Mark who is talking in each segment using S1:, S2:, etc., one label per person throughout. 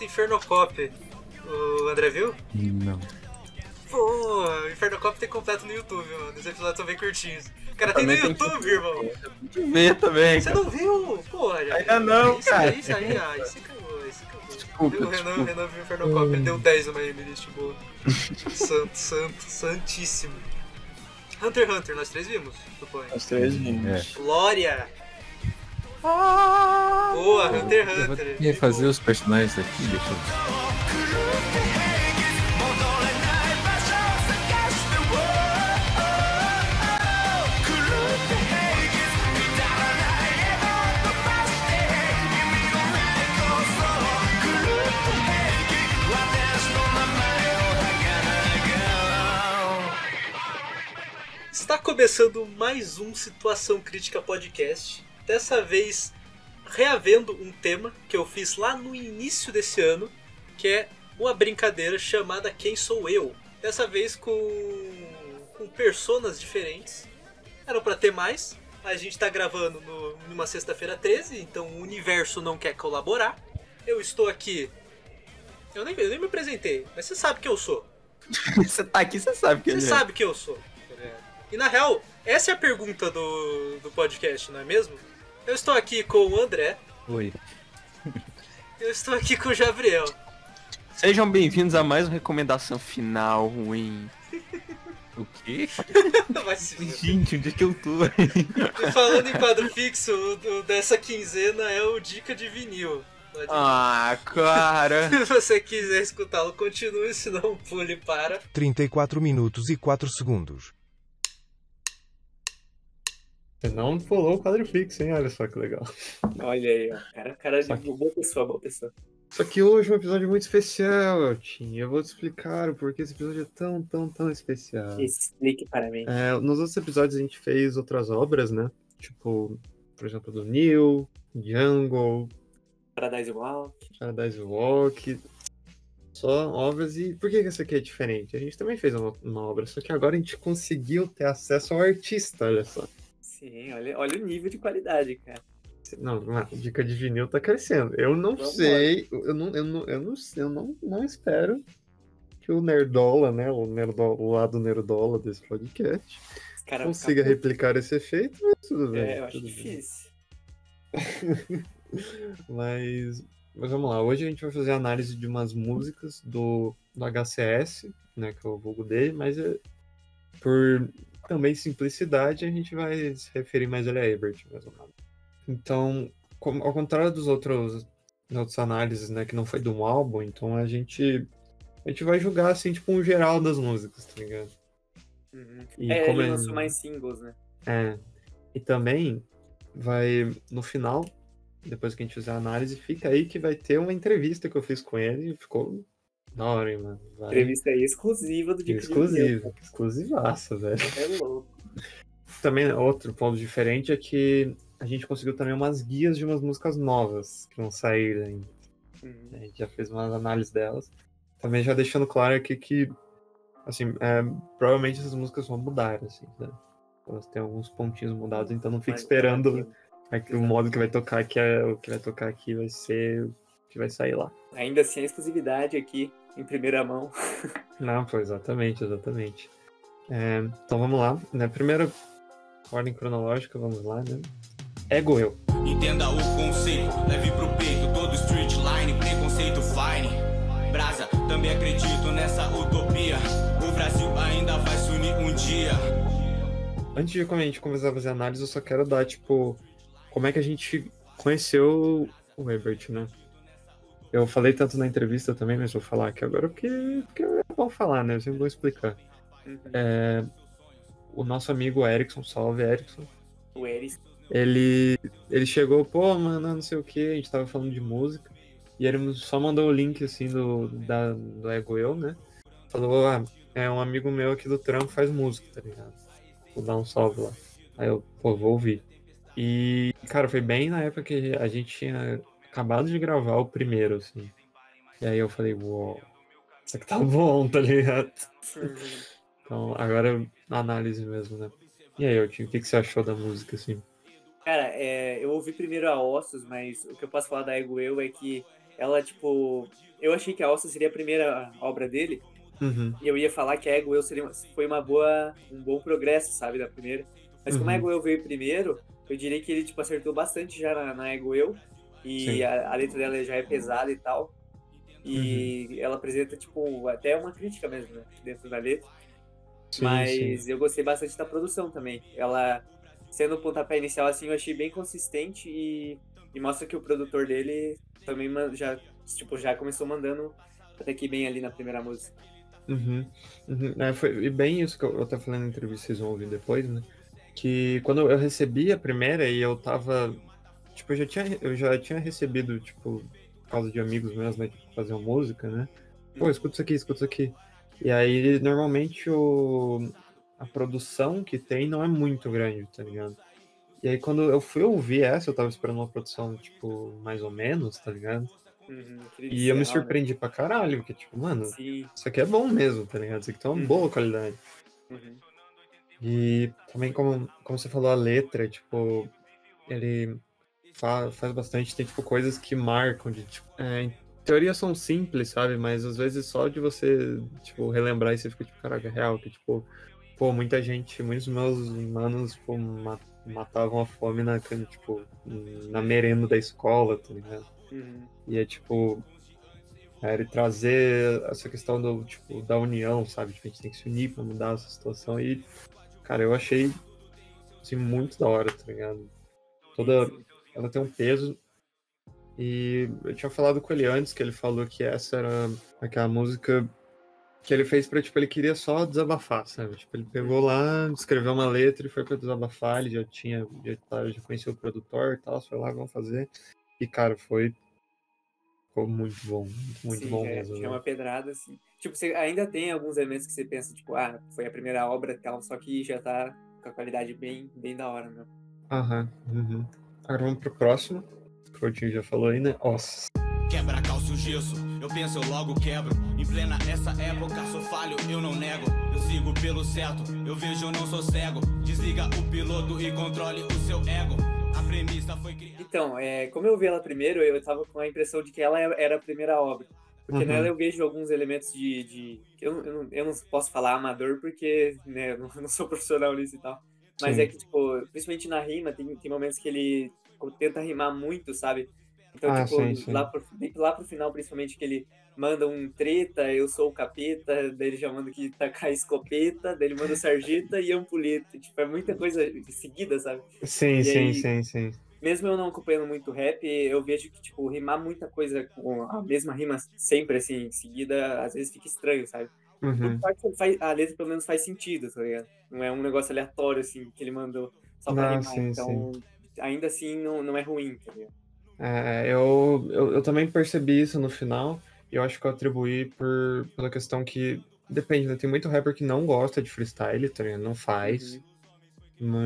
S1: Infernocop. O André viu?
S2: Não.
S1: Pô, Infernocop tem completo no YouTube, mano. Os episódios são bem curtinhos. Cara, tem no
S3: Também tem
S1: YouTube, irmão.
S3: Tem que ver também,
S1: Você
S3: cara.
S1: não viu? Porra, já.
S3: Ainda não,
S1: isso,
S3: cara.
S1: Isso aí, ah, isso acabou, isso acabou.
S3: Desculpa,
S1: o Renan,
S3: desculpa.
S1: o Renan viu o Infernocop, ele deu 10 no Miami List boa. santo, santo, santíssimo. Hunter x Hunter, nós três vimos, suponho.
S3: Nós três
S2: É.
S1: É.
S3: Ah! vimos.
S1: Glória! Boa, Tá, Hunter x
S2: Eu vou
S1: Hunter.
S2: ter que fazer os personagens aqui, deixa eu...
S1: 1. Está começando mais um Situação Crítica Podcast. Dessa vez, reavendo um tema que eu fiz lá no início desse ano, que é uma brincadeira chamada Quem Sou Eu. Dessa vez com, com personas diferentes. Era pra ter mais. A gente tá gravando no- numa sexta-feira 13, então o universo não quer colaborar. Eu estou aqui. Eu nem, eu nem me apresentei, mas você sabe quem eu sou.
S3: Você tá aqui, você sabe que
S1: Você
S3: ele é.
S1: sabe quem eu sou. tá ligado? E na real, essa é a pergunta do, do podcast, não é mesmo? Eu estou aqui com o André,
S2: Oi.
S1: eu estou aqui com o Gabriel.
S3: Sejam bem-vindos a mais uma recomendação final ruim.
S2: O quê?
S1: Vai se fuder.
S2: Gente, onde é que eu tô?
S1: E falando em quadro fixo, o, o dessa quinzena é o Dica de Vinil. Não adianta.
S3: Ah, cara.
S1: Se você quiser escutá-lo, continue, senão pule para.
S4: 34 minutos e 4 segundos.
S5: Você não pulou o quadro fixo, hein? Olha só que legal.
S6: Olha aí, ó. Cara, cara de boa pessoa, boa pessoa.
S5: Só que hoje é um episódio muito especial, Tim. Eu vou te explicar o porquê esse episódio é tão, tão, tão especial.
S6: Explique para mim.
S5: É, nos outros episódios a gente fez outras obras, né? Tipo, por exemplo, do Neil, Jungle,
S6: Paradise Wall.
S5: Paradise Walk. Só obras e. Por que que essa aqui é diferente? A gente também fez uma, uma obra, só que agora a gente conseguiu ter acesso ao artista, olha só.
S6: Sim, olha, olha o nível de qualidade, cara.
S5: Não, a dica de vinil tá crescendo. Eu não
S6: Vambora.
S5: sei, eu não, eu não, eu não sei, eu não, não espero que o Nerdola, né? O, Nerdola, o lado Nerdola desse podcast
S6: Os caras
S5: consiga
S6: ficar-
S5: replicar esse efeito, mas tudo bem.
S6: É, eu acho
S5: né? tudo bem.
S6: difícil.
S5: Mas, mas vamos lá, hoje a gente vai fazer análise de umas músicas do, do HCS, né? Que é o vulgo dele, mas é, por também simplicidade a gente vai se referir mais ele a Ebert, mais ou menos. Então, como- ao contrário dos outros das outras análises, né, que não foi de um álbum, então a gente a gente vai julgar assim, tipo, um geral das músicas, tá ligado?
S6: Uhum.
S5: E
S6: é,
S5: como
S6: ele
S5: é-
S6: lançou mais singles, né?
S5: É. E também vai no final, depois que a gente fizer a análise, fica aí que vai ter uma entrevista que eu fiz com ele e ficou da hora, hein, mano. Vai.
S6: Entrevista aí exclusiva do Dick
S5: Exclusivo, exclusivaça, velho.
S6: É louco.
S5: Também outro ponto diferente é que a gente conseguiu também umas guias de umas músicas novas que vão sair ainda.
S6: Uhum.
S5: A gente já fez umas análises delas. Também já deixando claro aqui que, assim, é, provavelmente essas músicas vão mudar, assim, né? Elas têm alguns pontinhos mudados, então não fique
S6: Mas-
S5: esperando aqui o modo que vai tocar aqui, é, o que vai tocar aqui vai ser o que vai sair lá.
S6: Ainda assim, a exclusividade aqui, em primeira mão.
S5: Não, foi exatamente, exatamente. É, então vamos lá, né? Primeira ordem cronológica, vamos lá, né? Ego eu.
S7: Entenda o conceito, leve pro peito todo street line, preconceito fine. Brasa, também acredito nessa utopia. O Brasil ainda vai se unir um dia.
S5: Antes de como a gente começar a fazer análise, eu só quero dar, tipo, como é que a gente conheceu o Ebert, né? Eu falei tanto na entrevista também, mas vou falar aqui agora porque, porque é bom falar, né? Eu sempre vou explicar.
S6: Uhum.
S5: É, o nosso amigo Erickson, salve Erickson,
S6: O Eris.
S5: ele, ele chegou, pô, mano, não sei o que, a gente tava falando de música, e ele só mandou o link, assim, do, da, do Ego Eu, né? Falou, ah, é um amigo meu aqui do trampo faz música, tá ligado? Vou dar um salve lá. Aí eu, pô, vou ouvir. E, cara, foi bem na época que a gente tinha acabado de gravar o primeiro, assim. E aí eu falei, uou, isso aqui tá bom, tá ligado?
S6: Uhum.
S5: Então, agora a análise mesmo, né? E aí, Otinho, o que, que você achou da música, assim?
S6: Cara, é, eu ouvi primeiro a Ossos, mas o que eu posso falar da Ego Eu é que Ela, tipo. Eu achei que a Alça seria a primeira obra dele,
S5: Uhum.
S6: e eu ia falar que a Ego Eu seria, uma- foi uma boa, um bom progresso, sabe, da primeira. Mas como a
S5: Uhum.
S6: Ego Eu veio primeiro, eu diria que ele, tipo, acertou bastante já na, na Ego Eu,
S5: Sim.
S6: e a, a letra dela já é pesada e tal. E
S5: Uhum.
S6: ela apresenta, tipo, até uma crítica mesmo, né, dentro da letra.
S5: Sim, sim.
S6: mas eu gostei bastante da produção também. Ela, sendo o pontapé inicial, assim, eu achei bem consistente e, e mostra que o produtor dele também man- já, tipo, já começou mandando até que bem ali na primeira música.
S5: Uhum, uhum. É, foi e bem isso que eu, eu tava falando na entrevista, vocês vão ouvir depois, né? Que quando eu recebi a primeira e eu tava. Tipo, eu já tinha, eu já tinha recebido, tipo, por causa de amigos meus, né, que faziam música, né? Pô, escuta isso aqui, escuta isso aqui. E aí, normalmente, o, a produção que tem não é muito grande, tá ligado? E aí, quando eu fui ouvir essa, eu tava esperando uma produção, tipo, mais ou menos, tá ligado?
S6: Uhum, queria
S5: E eu me
S6: dizer, ah,
S5: surpreendi pra caralho, porque, tipo, mano,
S6: né? Sim,
S5: isso aqui é bom mesmo, tá ligado? Isso aqui tem uma
S6: Uhum.
S5: boa qualidade.
S6: uhum,
S5: E também, como, como você falou, a letra, tipo, ele fa- faz bastante, tem, tipo, coisas que marcam, de, tipo, é, em teoria são simples, sabe? Mas às vezes só de você, tipo, relembrar e você fica, tipo, caraca, é real, que, tipo, pô, muita gente, muitos meus manos, tipo, ma- matavam a fome na, can- tipo, na merenda da escola, tá ligado?
S6: uhum,
S5: E é tipo. é, ele trazer essa questão do, tipo, da união, sabe? Tipo, a gente tem que se unir pra mudar essa situação. E, cara, eu achei assim, muito da hora, tá ligado? Toda. Ela tem um peso. E eu tinha falado com ele antes, que ele falou que essa era aquela música que ele fez pra, tipo, ele queria só desabafar, sabe? Tipo, ele pegou lá, escreveu uma letra e foi pra desabafar, ele já tinha, já, tava- já conhecia o produtor e tal, foi lá, vamos fazer. E, cara, foi Ficou muito bom, muito, muito
S6: sim,
S5: bom
S6: é,
S5: mesmo.
S6: tinha
S5: né?
S6: uma pedrada, assim. Tipo, você ainda tem alguns elementos que você pensa, tipo, ah, foi a primeira obra e tal, só que já tá com a qualidade bem, bem da hora, né?
S5: Aham, uhum. Agora vamos pro próximo. que O Coutinho já falou aí, né? Nossa.
S7: Quebra calço gesso, eu penso, eu logo quebro. Em plena essa época, sou falho, eu não nego. Eu sigo pelo certo, eu vejo, eu não sou cego. Desliga o piloto e controle o seu ego. A premissa foi criada.
S6: Então, é, como eu vi ela primeiro, eu tava com a impressão de que ela era a primeira obra. Porque
S5: Uhum.
S6: nela eu vejo alguns elementos de. de- eu, não- eu não, eu não posso falar amador porque né, eu não, eu não sou profissional nisso e tal. Mas
S5: Sim.
S6: é que, tipo, principalmente na rima, tem, tem momentos que ele co- tenta rimar muito, sabe? Então,
S5: Ah,
S6: tipo,
S5: sim, sim.
S6: Lá, pro, lá pro final, principalmente, que ele manda um treta, eu sou o capeta, daí ele já manda que tacar escopeta, daí ele manda sarjeta e ampuleta. Tipo, é muita coisa seguida, sabe?
S5: Sim,
S6: E
S5: sim,
S6: aí?
S5: sim, sim.
S6: mesmo eu não acompanhando muito rap, eu vejo que, tipo, rimar muita coisa com a mesma rima sempre, assim, em seguida, às vezes fica estranho, sabe?
S5: Uhum.
S6: Por parte, faz- a letra pelo menos faz sentido, tá ligado? Não é um negócio aleatório, assim, que ele mandou só
S5: Ah,
S6: pra rimar.
S5: sim,
S6: então, ainda assim, não, não é ruim, tá ligado?
S5: É, eu, eu, eu também percebi isso no final, e eu acho que eu atribuí por, pela questão que. Depende, né? Tem muito rapper que não gosta de freestyle, tá ligado? Não faz.
S6: Uhum.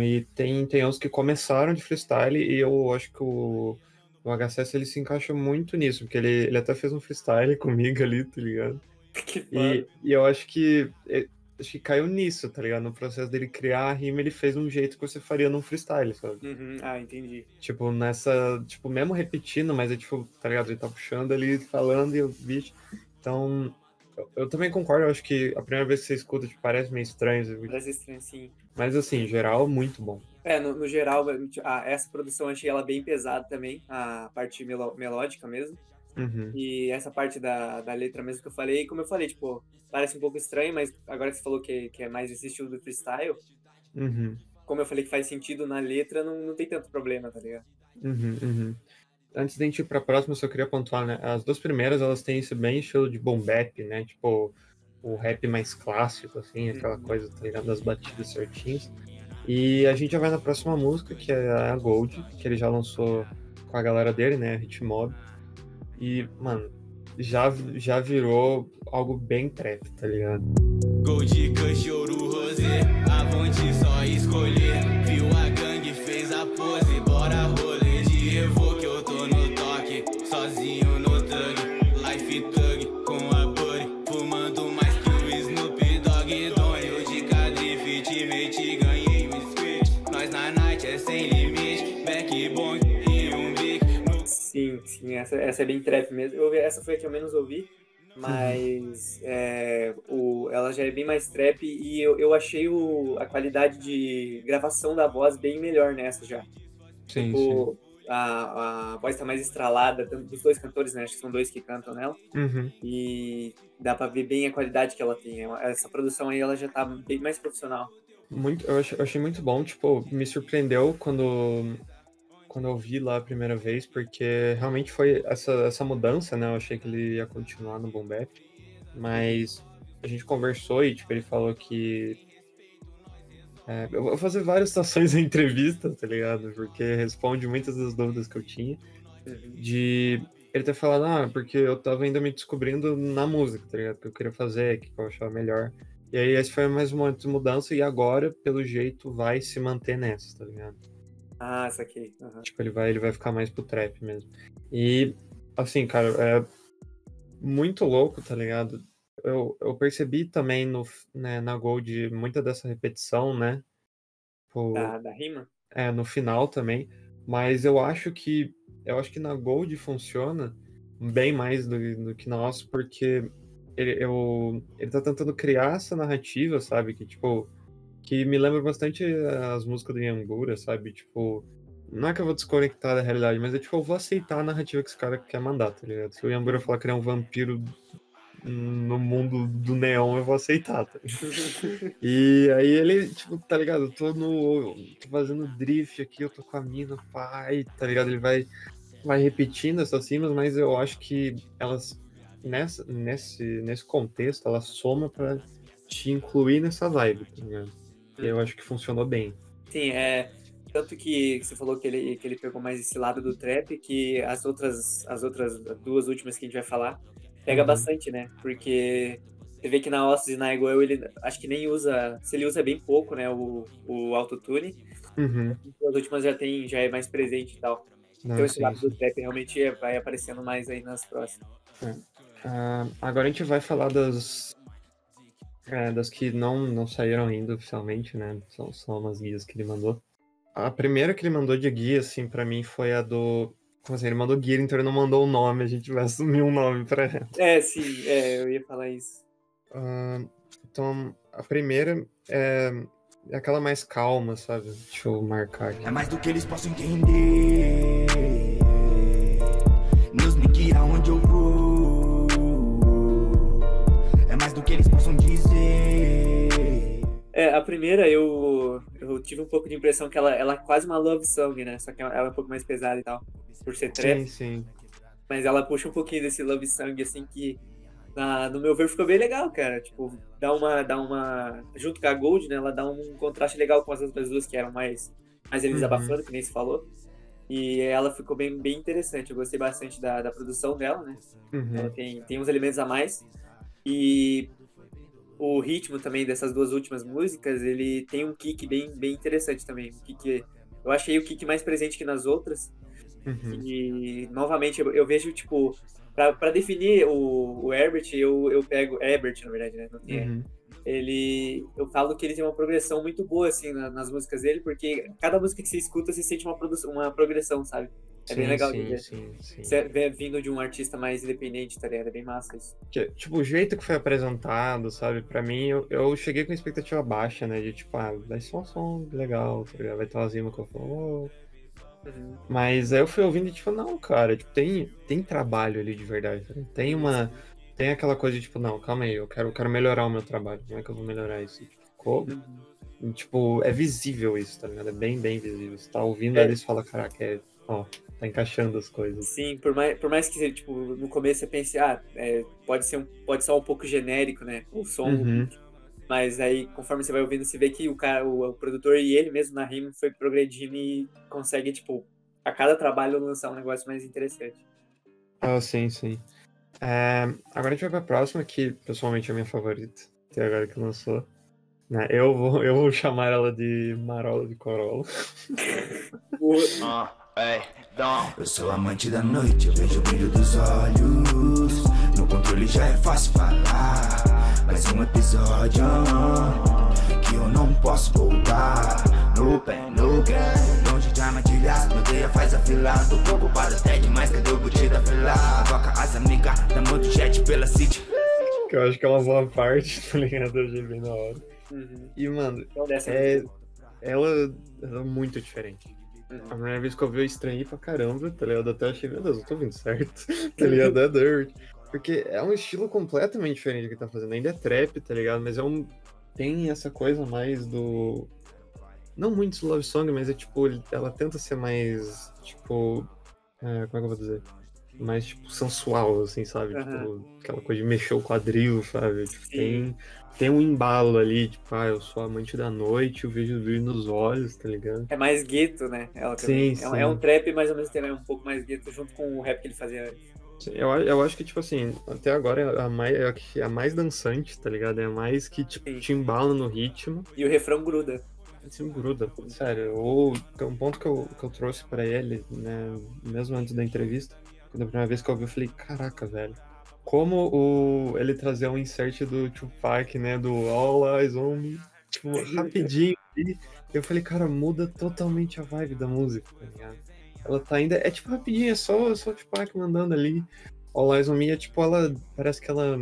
S5: E tem, tem uns que começaram de freestyle, e eu acho que o, o HCS ele se encaixa muito nisso, porque ele, ele até fez um freestyle comigo ali, tá ligado?
S6: Que foda.
S5: E, e eu acho que é, acho que caiu nisso, tá ligado? No processo dele criar a rima, ele fez um jeito que você faria num freestyle, sabe?
S6: Uhum, Ah, entendi.
S5: Tipo, nessa. Tipo, mesmo repetindo, mas é tipo, tá ligado? Ele tá puxando ali, falando e o bicho. Então. Eu, eu também concordo, eu acho que a primeira vez que você escuta, tipo, parece meio estranho. sabe?
S6: Parece estranho, sim.
S5: Mas assim, em geral, muito bom.
S6: É, no, no geral, a- essa produção eu achei ela bem pesada também, a parte melo- melódica mesmo.
S5: Uhum.
S6: E essa parte da, da letra mesmo que eu falei, como eu falei, tipo, parece um pouco estranho, mas agora que você falou que, que é mais esse estilo do freestyle,
S5: Uhum.
S6: como eu falei que faz sentido na letra, não, não tem tanto problema, tá ligado?
S5: Uhum, uhum. Antes da gente ir pra próxima, eu só queria pontuar, né? As duas primeiras, elas têm esse bem estilo de boom bap, né? Tipo, o rap mais clássico, assim, aquela coisa, tá ligado? Das batidas certinhas. E a gente já vai na próxima música, que é a Gold, que ele já lançou com a galera dele, né? Hitmob. E, mano, já, já virou algo bem trap, tá ligado?
S7: Gol de Kush, ouro, rosé. Avante, só escolher. Viu a gangue, fez a pose. Bora rolê de revô que eu tô no toque. Sozinho no thug, life thug. Com a buddy, fumando mais que o Snoop Dogg. Donho de cadrife, te meti, ganhei um script. Nós na night é sem limite. Back bom e um big. No
S6: Sim, sim, é. Essa, essa é bem trap mesmo. Eu ouvi- essa foi a que eu menos ouvi, mas é, o, ela já é bem mais trap e eu, eu achei o, a qualidade de gravação da voz bem melhor nessa já.
S5: Sim, sim.
S6: O, a, a voz tá mais estralada, tanto dos dois cantores, né? Acho que são dois que cantam nela.
S5: Uhum.
S6: E dá pra ver bem a qualidade que ela tem. Essa produção aí, ela já tá bem mais profissional.
S5: Muito, eu, achei, eu achei muito bom, tipo, me surpreendeu quando, quando eu vi lá a primeira vez, porque realmente foi essa, essa mudança, né? Eu achei que ele ia continuar no Boom Bap, mas a gente conversou e, tipo, ele falou que... é, eu vou fazer várias estações da entrevista, tá ligado? Porque responde muitas das dúvidas que eu tinha, de ele ter falado, ah, porque eu tava ainda me descobrindo na música, tá ligado? O que eu queria fazer, o que eu achava melhor. E aí esse foi mais uma mudança e agora, pelo jeito, vai se manter nessa, tá ligado?
S6: Ah, saquei. Aham.
S5: Tipo, ele vai, ele vai ficar mais pro trap mesmo. E, assim, cara, é muito louco, tá ligado? Eu, eu percebi também no, f- né, na Gold muita dessa repetição, né? Tipo,
S6: Da, da rima?
S5: é, no final também. Mas eu acho que. Eu acho que na Gold funciona bem mais do, do que na nossa, porque ele, eu, ele tá tentando criar essa narrativa, sabe? Que, tipo. Que me lembra bastante as músicas do Yangura, sabe? Tipo. Não é que eu vou desconectar da realidade, mas é tipo, eu vou aceitar a narrativa que esse cara quer mandar, tá ligado? Se o Yambura falar que ele é um vampiro no mundo do neon, eu vou aceitar, tá e aí ele, tipo, tá ligado? Eu tô no. tô fazendo drift aqui, eu tô com a mina, pai, tá ligado? Ele vai, vai repetindo essas cimas, mas eu acho que elas, nessa, nesse, nesse contexto, ela soma pra te incluir nessa vibe, tá ligado? E
S6: Uhum.
S5: eu acho que funcionou bem.
S6: Sim, é. Tanto que você falou que ele, que ele pegou mais esse lado do trap, que as outras, as outras duas últimas que a gente vai falar pega
S5: Uhum.
S6: bastante, né? Porque você vê que na Ossos e na Igual ele acho que nem usa. Se ele usa bem pouco, né? O, o autotune. então
S5: Uhum.
S6: As últimas já tem, já é mais presente e tal.
S5: Não,
S6: Então
S5: Ah,
S6: esse
S5: sim,
S6: lado
S5: sim.
S6: do trap realmente é- vai aparecendo mais aí nas próximas.
S5: Ah, agora a gente vai falar das. é, das que não, não saíram ainda oficialmente, né? São só umas guias que ele mandou. A primeira que ele mandou de guia, assim, pra mim foi a do. Como assim? Ele mandou guia, então ele não mandou o nome, a gente vai assumir um nome pra ela.
S6: É, sim, é, eu ia falar isso.
S5: Ah, então, a primeira é é aquela mais calma, sabe? Deixa eu marcar aqui.
S8: É mais do que eles possam entender. Nos me aonde eu vou. É mais do que eles possam dizer.
S6: É, a primeira eu, eu tive um pouco de impressão que ela, ela é quase uma love song, né? Só que ela é um pouco mais pesada e tal, por ser trap.
S5: Sim, sim.
S6: Mas ela puxa um pouquinho desse love song, assim, que na- no meu ver ficou bem legal, cara. Tipo, dá uma, dá uma. Junto com a Gold, né? Ela dá um contraste legal com as outras duas que eram mais, mais eles
S5: Uhum.
S6: abafando, que nem se falou. E ela ficou bem, bem interessante. Eu gostei bastante da, da produção dela, né? Ela
S5: Uhum.
S6: tem, tem uns elementos a mais. E o ritmo também dessas duas últimas músicas, ele tem um kick bem, bem interessante também. Um kick, eu achei o kick mais presente que nas outras.
S5: Uhum.
S6: E novamente eu, eu vejo, tipo, pra, pra definir o, o Herbert, eu, eu pego. Herbert, na verdade, né? Não tem R.
S5: Uhum.
S6: Ele. Eu falo que ele tem uma progressão muito boa, assim, na- nas músicas dele, porque cada música que você escuta, você sente uma, produção, uma progressão, sabe? É bem
S5: Sim,
S6: legal de
S5: sim,
S6: ver.
S5: sim, sim.
S6: Você vê vindo de um artista mais independente, tá ligado? É bem massa isso.
S5: Que, tipo, o jeito que foi apresentado, sabe? Pra mim, eu, eu cheguei com expectativa baixa, né? De tipo, ah, vai ser um som legal, tá ligado? Vai ter umas rimas que eu falo.
S6: Uhum.
S5: Mas aí eu fui ouvindo e tipo, não, cara, tipo, tem, tem trabalho ali de verdade. tá ligado? Tem uma. Tem aquela coisa de tipo, não, calma aí, eu quero, eu quero melhorar o meu trabalho. Como é que eu vou melhorar isso? E, tipo, Ficou. e, Tipo, é visível isso, tá ligado? É bem, bem visível. Você tá ouvindo
S6: É.
S5: eles e fala, caraca, é, ó, tá encaixando as coisas.
S6: Sim, por mais, por mais que tipo, no começo você pense, ah, é, pode, ser um, pode soar um pouco genérico, né? O som,
S5: Uhum.
S6: Mas aí, conforme você vai ouvindo, você vê que o cara, o, o produtor e ele mesmo na rima foi progredindo e consegue, tipo, a cada trabalho lançar um negócio mais interessante.
S5: Ah, sim, sim. É, agora a gente vai pra próxima, que pessoalmente é a minha favorita, até agora que lançou. Né, Eu vou, eu vou chamar ela de Marola de Corolla.
S2: Ah.
S3: Ah, é,
S8: Eu sou amante da noite, eu vejo o brilho dos olhos. No controle já é fácil falar. Mais um episódio que eu não posso voltar. No pé, no pé, longe de armadilha. palhaço, nodeia faz afilado. Tô preocupado até demais, cadê o bote da fila? Vaca as amigas, da moto jet pela city.
S5: Que eu acho que é uma boa parte, tá ligado? Eu achei bem da hora.
S6: Uhum.
S5: E, mano,
S6: Então, dessa
S5: É,
S6: vez- Uhum.
S5: ela, ela é muito diferente. A primeira vez que eu vi, eu estranhei pra caramba, tá ligado? Até achei, meu Deus, eu tô vindo certo, tá ligado? É Dirt. Porque é um estilo completamente diferente do que tá fazendo. Ainda é trap, tá ligado? Mas é um. Tem essa coisa mais do. Não muito love song, mas é tipo. ele- Ela tenta ser mais. Tipo. é, como é que eu vou dizer? Mais, tipo, sensual, assim, sabe?
S6: Aham.
S5: Tipo, aquela coisa de mexer o quadril, sabe? Tipo, tem
S6: Sim.
S5: tem um embalo ali, tipo, ah, eu sou amante da noite, eu vejo o brilho nos olhos, tá ligado?
S6: É mais gueto, né? Ela
S5: Sim,
S6: também. É,
S5: sim.
S6: um- é um trap, mas ao mesmo tempo é um pouco mais gueto, junto com o rap que ele fazia antes.
S5: Eu, a- eu acho que, tipo assim, até agora é a mais, é a que- a mais dançante, tá ligado? É a mais que tipo,
S6: Sim.
S5: te embala no ritmo
S6: E o refrão gruda.
S5: e se gruda, sério. Ou tem um ponto que eu, que eu trouxe pra ele, né, mesmo antes da entrevista, quando a primeira vez que eu ouvi, eu falei, caraca, velho. Como o, ele trazer um insert do Tupac, né, do All Eyes On Me, tipo, rapidinho ali. Eu falei, cara, muda totalmente a vibe da música, tá ligado? Ela tá ainda. É tipo rapidinho, é só, é só o Tupac mandando ali. All Eyes On Me é tipo, ela. Parece que ela.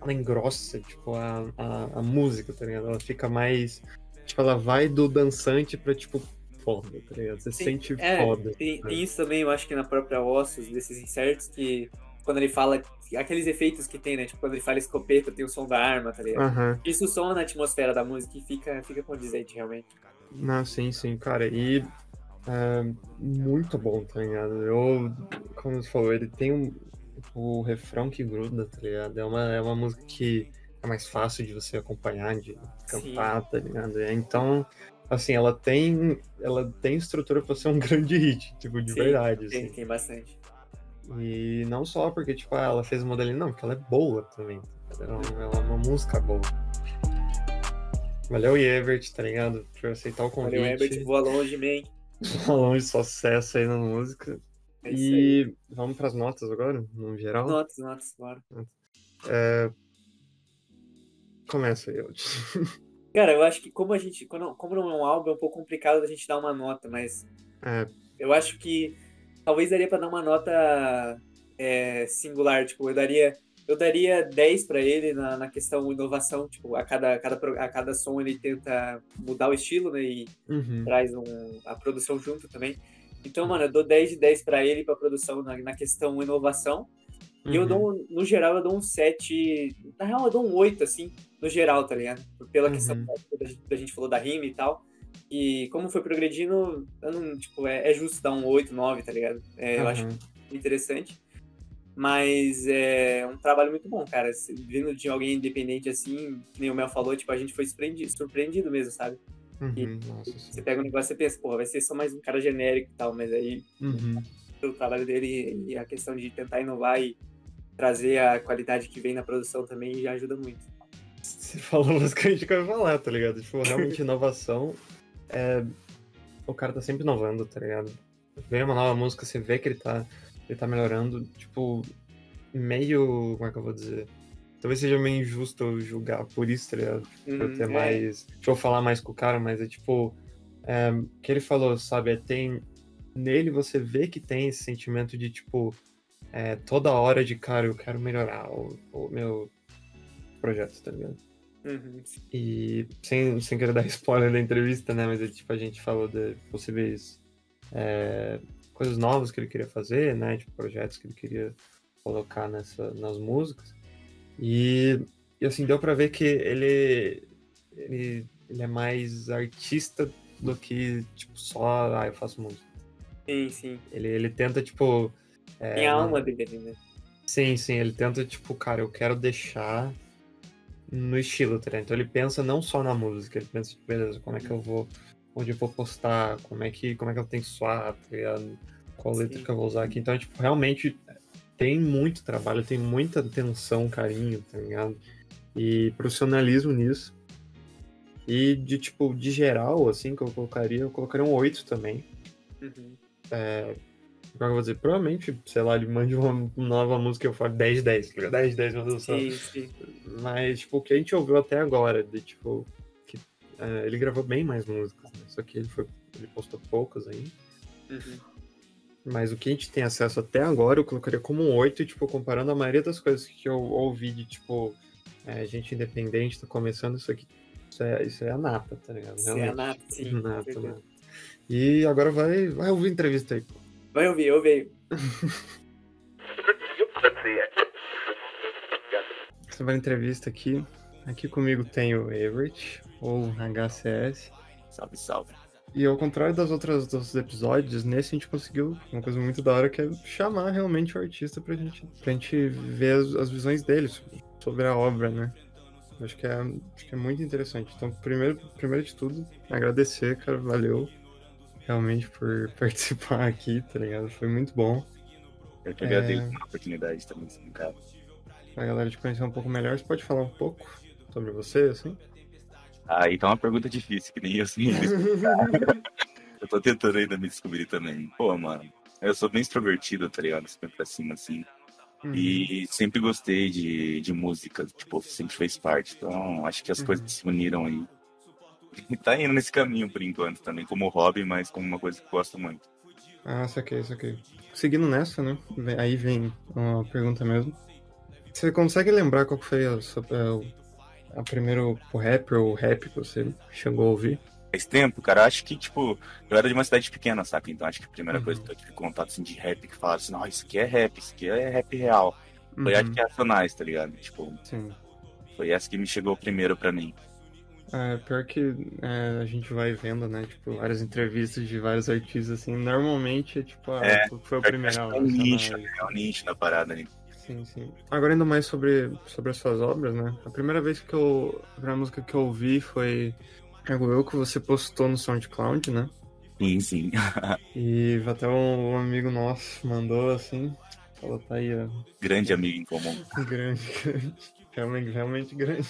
S5: Ela engrossa, tipo, a, a, a música, tá ligado? Ela fica mais. Tipo, ela vai do dançante pra, tipo, foda, tá ligado? Você
S6: Sim,
S5: sente
S6: é,
S5: foda.
S6: Tem,
S5: tá
S6: tem isso também, eu acho que na própria Ossos, desses insertos, que quando ele fala. Aqueles efeitos que tem, né? Tipo, quando ele fala escopeta, tem o som da arma, tá ligado?
S5: Aham.
S6: Isso soma na atmosfera da música e fica, fica condizente, realmente.
S5: Não, sim, sim, cara. E é, muito bom, tá ligado? Eu, como você falou, ele tem um, o refrão que gruda, tá ligado? É uma, é uma música que é mais fácil de você acompanhar, de cantar, tá ligado? É, Então, assim, ela tem, ela tem estrutura pra ser um grande hit, tipo, de
S6: Sim,
S5: verdade,
S6: Tem,
S5: assim.
S6: tem bastante.
S5: E não só porque, tipo, ah, ela fez o modelinho, não, porque ela é boa também. tá ligado? Ela, ela é uma música boa. Valeu, Evert, tá ligado? Por aceitar o convite
S6: Olha, o Herbert voa longe, man.
S5: falando de sucesso aí na música.
S6: É isso aí.
S5: E vamos pras notas agora, no geral?
S6: Notas, notas, bora.
S5: Começa aí, Elton.
S6: Cara, eu acho que como a gente. Quando, como não é um álbum, é um pouco complicado da gente dar uma nota, mas
S5: É,
S6: eu acho que talvez daria pra dar uma nota é, singular. Tipo, eu daria. Eu daria 10 pra ele na, na questão inovação. Tipo, a cada, a cada, pro- a cada som ele tenta mudar o estilo, né? E
S5: uhum.
S6: traz um- a produção junto também. Então, mano, eu dou 10 de 10 pra ele, pra produção, na, na questão inovação. E eu
S5: uhum.
S6: dou, um- no geral, eu dou um 7. Na real, eu dou um 8, assim, no geral, tá ligado? Pela
S5: Uhum.
S6: questão da, da gente falou da rima e tal. E como foi progredindo, eu não, tipo, é, é justo dar um 8, 9, tá ligado? É, Eu acho
S5: Uhum.
S6: interessante. Mas é um trabalho muito bom, cara. Se- Vindo de alguém independente assim, que nem o Mel falou, tipo, a gente foi surpreendido, surpreendido mesmo, sabe?
S5: Uhum. Nossa, sim.
S6: Você pega um negócio e pensa, porra, vai ser só mais um cara genérico e tal, mas aí
S5: Uhum.
S6: o trabalho dele e a questão de tentar inovar e trazer a qualidade que vem na produção também já ajuda muito.
S5: Você falou basicamente o que eu ia falar, tá ligado? Tipo, realmente inovação é... O cara tá sempre inovando, tá ligado? Vem uma nova música, você vê que ele tá, ele tá melhorando, tipo, meio... Como é que eu vou dizer? Talvez seja meio injusto eu julgar por isso, tá ligado? pra eu ter
S6: é,
S5: mais. Deixa eu falar mais com o cara, mas é tipo. é, O que ele falou, sabe? É, tem. Nele você vê que tem esse sentimento de tipo. é, toda hora de cara, eu quero melhorar o, o meu projeto, tá ligado?
S6: uhum.
S5: E sem, sem querer dar spoiler da entrevista, né? Mas é tipo, a gente falou de possíveis é, coisas novas que ele queria fazer, né? Tipo, projetos que ele queria colocar nessa, nas músicas. E, e, assim, deu pra ver que ele, ele, ele é mais artista do que, tipo, só, ah, eu faço música.
S6: Sim, sim.
S5: Ele, ele tenta, tipo. é,
S6: Tem a alma dele ali, né?
S5: Sim, sim, ele tenta, tipo, cara, eu quero deixar no estilo, tá ligado? Então ele pensa não só na música, ele pensa, tipo, beleza, como é que eu vou, onde eu vou postar, como é que, como é que eu tenho que suar, tá ligado? Qual letra
S6: Sim.
S5: que eu vou usar aqui. Então, é, tipo, realmente tem muito trabalho, tem muita atenção, carinho, tá ligado? E profissionalismo nisso. E de, tipo, de geral, assim, que eu colocaria, eu colocaria um 8 também.
S6: Uhum.
S5: Como é que eu vou dizer? Provavelmente, sei lá, ele mande uma nova música e eu falo 10, 10, tá ligado? 10, 10, meu Deus do céu.
S6: Sim, sim.
S5: Mas, tipo, o que a gente ouviu até agora, de tipo, que é, ele gravou bem mais músicas, né? Só que ele, foi, ele postou poucas aí.
S6: Uhum.
S5: Mas o que a gente tem acesso até agora, eu colocaria como um 8, tipo, comparando a maioria das coisas que eu ouvi de, tipo, é, gente independente, tá começando isso aqui. Isso é, isso é a nata, tá ligado?
S6: Isso é a nata, sim, com
S5: Nata,
S6: certeza.
S5: né? E agora vai, vai ouvir a entrevista aí. pô.
S6: Vai ouvir, eu veio.
S5: Essa vai a entrevista aqui. Aqui comigo tem o Everett, ou HCS.
S9: Salve, salve.
S5: E ao contrário das outras dos episódios, nesse a gente conseguiu uma coisa muito da hora que é chamar realmente o artista pra gente, pra gente ver as, as visões dele so- sobre a obra, né? Acho que é, acho que é muito interessante. Então, primeiro, primeiro de tudo, agradecer, cara, valeu realmente por participar aqui, tá ligado? Foi muito bom
S9: Eu que
S5: É.
S9: agradeço a oportunidade também, assim, cara.
S5: pra galera te conhecer um pouco melhor. Você pode falar um pouco sobre você, assim?
S9: Ah, então é uma pergunta difícil, que nem eu sei. eu tô tentando ainda me descobrir também. Pô, mano, eu sou bem extrovertido, tá ligado? Sempre pra cima, assim.
S5: Uhum.
S9: E sempre gostei de, de música, tipo, sempre fez parte. Então, acho que as
S5: Uhum.
S9: coisas se uniram aí. E tá indo nesse caminho por enquanto também, como hobby, mas como uma coisa que eu gosto muito.
S5: Ah, saquei, saquei. Seguindo nessa, né? vem- Aí vem uma pergunta mesmo. Você consegue lembrar qual que foi a, sua- é, o- a primeiro o rap ou rap que você chegou a ouvir?
S9: Faz tempo, cara, acho que, tipo, eu era de uma cidade pequena, saca? Então acho que a primeira
S5: Uhum.
S9: coisa que eu tive contato assim, de rap que falaram assim, não, isso aqui é rap, isso aqui é rap real. Foi acho que é Racionais, tá ligado? Tipo,
S5: Uhum. Sim.
S9: foi essa que me chegou primeiro pra mim.
S5: É, pior que é, a gente vai vendo, né? Tipo, várias entrevistas de vários artistas, assim. Normalmente é tipo, ah,
S9: É,
S5: foi o
S9: que
S5: primeiro.
S9: é um
S5: ah, sei lá,
S9: nicho,
S5: e-
S9: É o nicho da parada ali.
S5: Sim, sim. Agora ainda mais sobre, sobre as suas obras, né? A primeira vez que eu. A primeira música que eu ouvi foi a Goel que você postou no SoundCloud, né?
S9: Sim, sim.
S5: E até um, um amigo nosso mandou assim. Falou, tá aí, ó.
S9: Grande amigo em comum.
S5: Grande, grande. Realmente, realmente grande.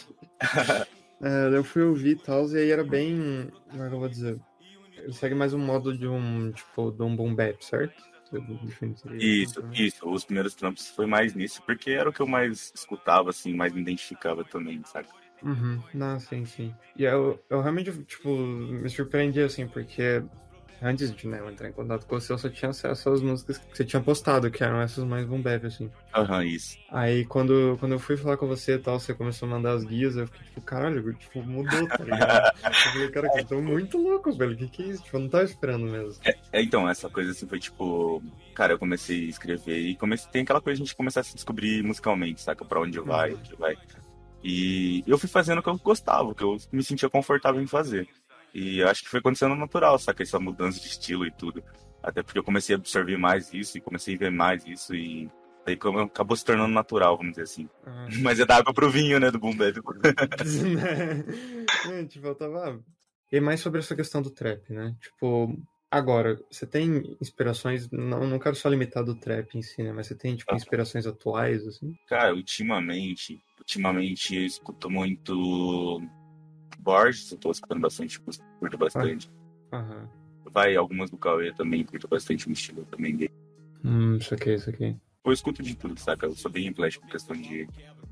S5: É, daí eu fui ouvir e tal, e aí era bem. Como é que eu vou dizer? Ele segue mais um modo de um. Tipo, de um boom bap, certo? né?
S9: Isso, isso. Os primeiros trampos foi mais nisso, porque era o que eu mais escutava, assim, mais me identificava também, saca?
S5: Uhum. Não, sim, sim. E eu, eu realmente, tipo, me surpreendi, assim, porque antes de né, eu entrar em contato com você, eu só tinha acesso às músicas que você tinha postado, que eram essas mais boom bap, assim.
S9: Aham, isso.
S5: Aí quando, quando eu fui falar com você e tal, você começou a mandar as guias, eu fiquei tipo, caralho, tipo, mudou, tá ligado? eu falei, cara, que eu tô muito louco, velho, que que é isso? Tipo, eu não tava esperando mesmo.
S9: É, então, essa coisa assim foi tipo. Cara, eu comecei a escrever e comecei, tem aquela coisa de a gente começar a se descobrir musicalmente, saca? Pra onde vai, onde vai. E eu fui fazendo o que eu gostava, o que eu me sentia confortável em fazer. E eu acho que foi acontecendo natural, saca? Essa mudança de estilo e tudo. Até porque eu comecei a absorver mais isso e comecei a ver mais isso e. Aí como- acabou se tornando natural, vamos dizer assim.
S5: Ah,
S9: Mas é da água pro vinho, né? Do boom bap.
S5: né? É, tipo, eu tava... E mais sobre essa questão do trap, né? Tipo, agora, você tem inspirações, não, não quero só limitar do trap em si, né? Mas você tem, tipo, inspirações atuais, assim?
S9: Cara, ultimamente, ultimamente eu escuto muito Borges, eu tô escutando bastante, tipo, curto bastante.
S5: Aham.
S9: Vai, algumas do Cauê também, curto bastante o estilo também dele.
S5: Hum, isso aqui, isso aqui.
S9: Eu escuto de tudo, saca? Eu sou bem eclético em questão de,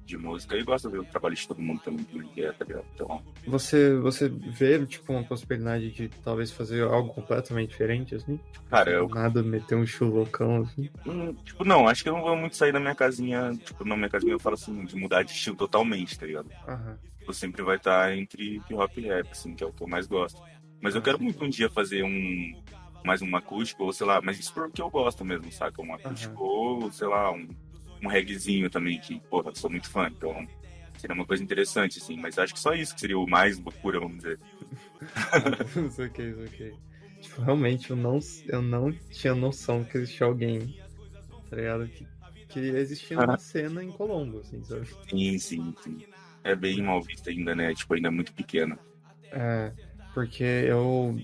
S9: de música e gosto de ver o trabalho de todo mundo também, porque é, tá ligado? Então,
S5: Você, você vê, tipo, uma possibilidade de talvez fazer algo completamente diferente, assim?
S9: cara, eu,
S5: Do nada meter um chulocão assim.
S9: hum, tipo, não, acho que eu não vou muito sair da minha casinha, tipo, na minha casinha eu falo assim, de mudar de estilo totalmente, tá ligado?
S5: Aham.
S9: eu sempre vai estar entre hip hop e rap, assim, que é o que eu mais gosto. Mas eu quero muito um dia fazer um mais um acústico, ou sei lá, mas isso porque eu gosto mesmo, saca? Um acústico, ou sei lá, um, um reggaezinho também, que, porra, eu sou muito fã, então seria uma coisa interessante, assim, mas acho que só isso que seria o mais loucura, vamos dizer.
S5: isso aqui, isso aqui. Tipo, realmente, eu não, eu não tinha noção que existia alguém, tá ligado? Que, que existia uma cena em Colombo, assim, sabe?
S9: Sim, sim, sim. É bem mal visto ainda, né? Tipo, ainda é muito pequeno.
S5: É, porque eu,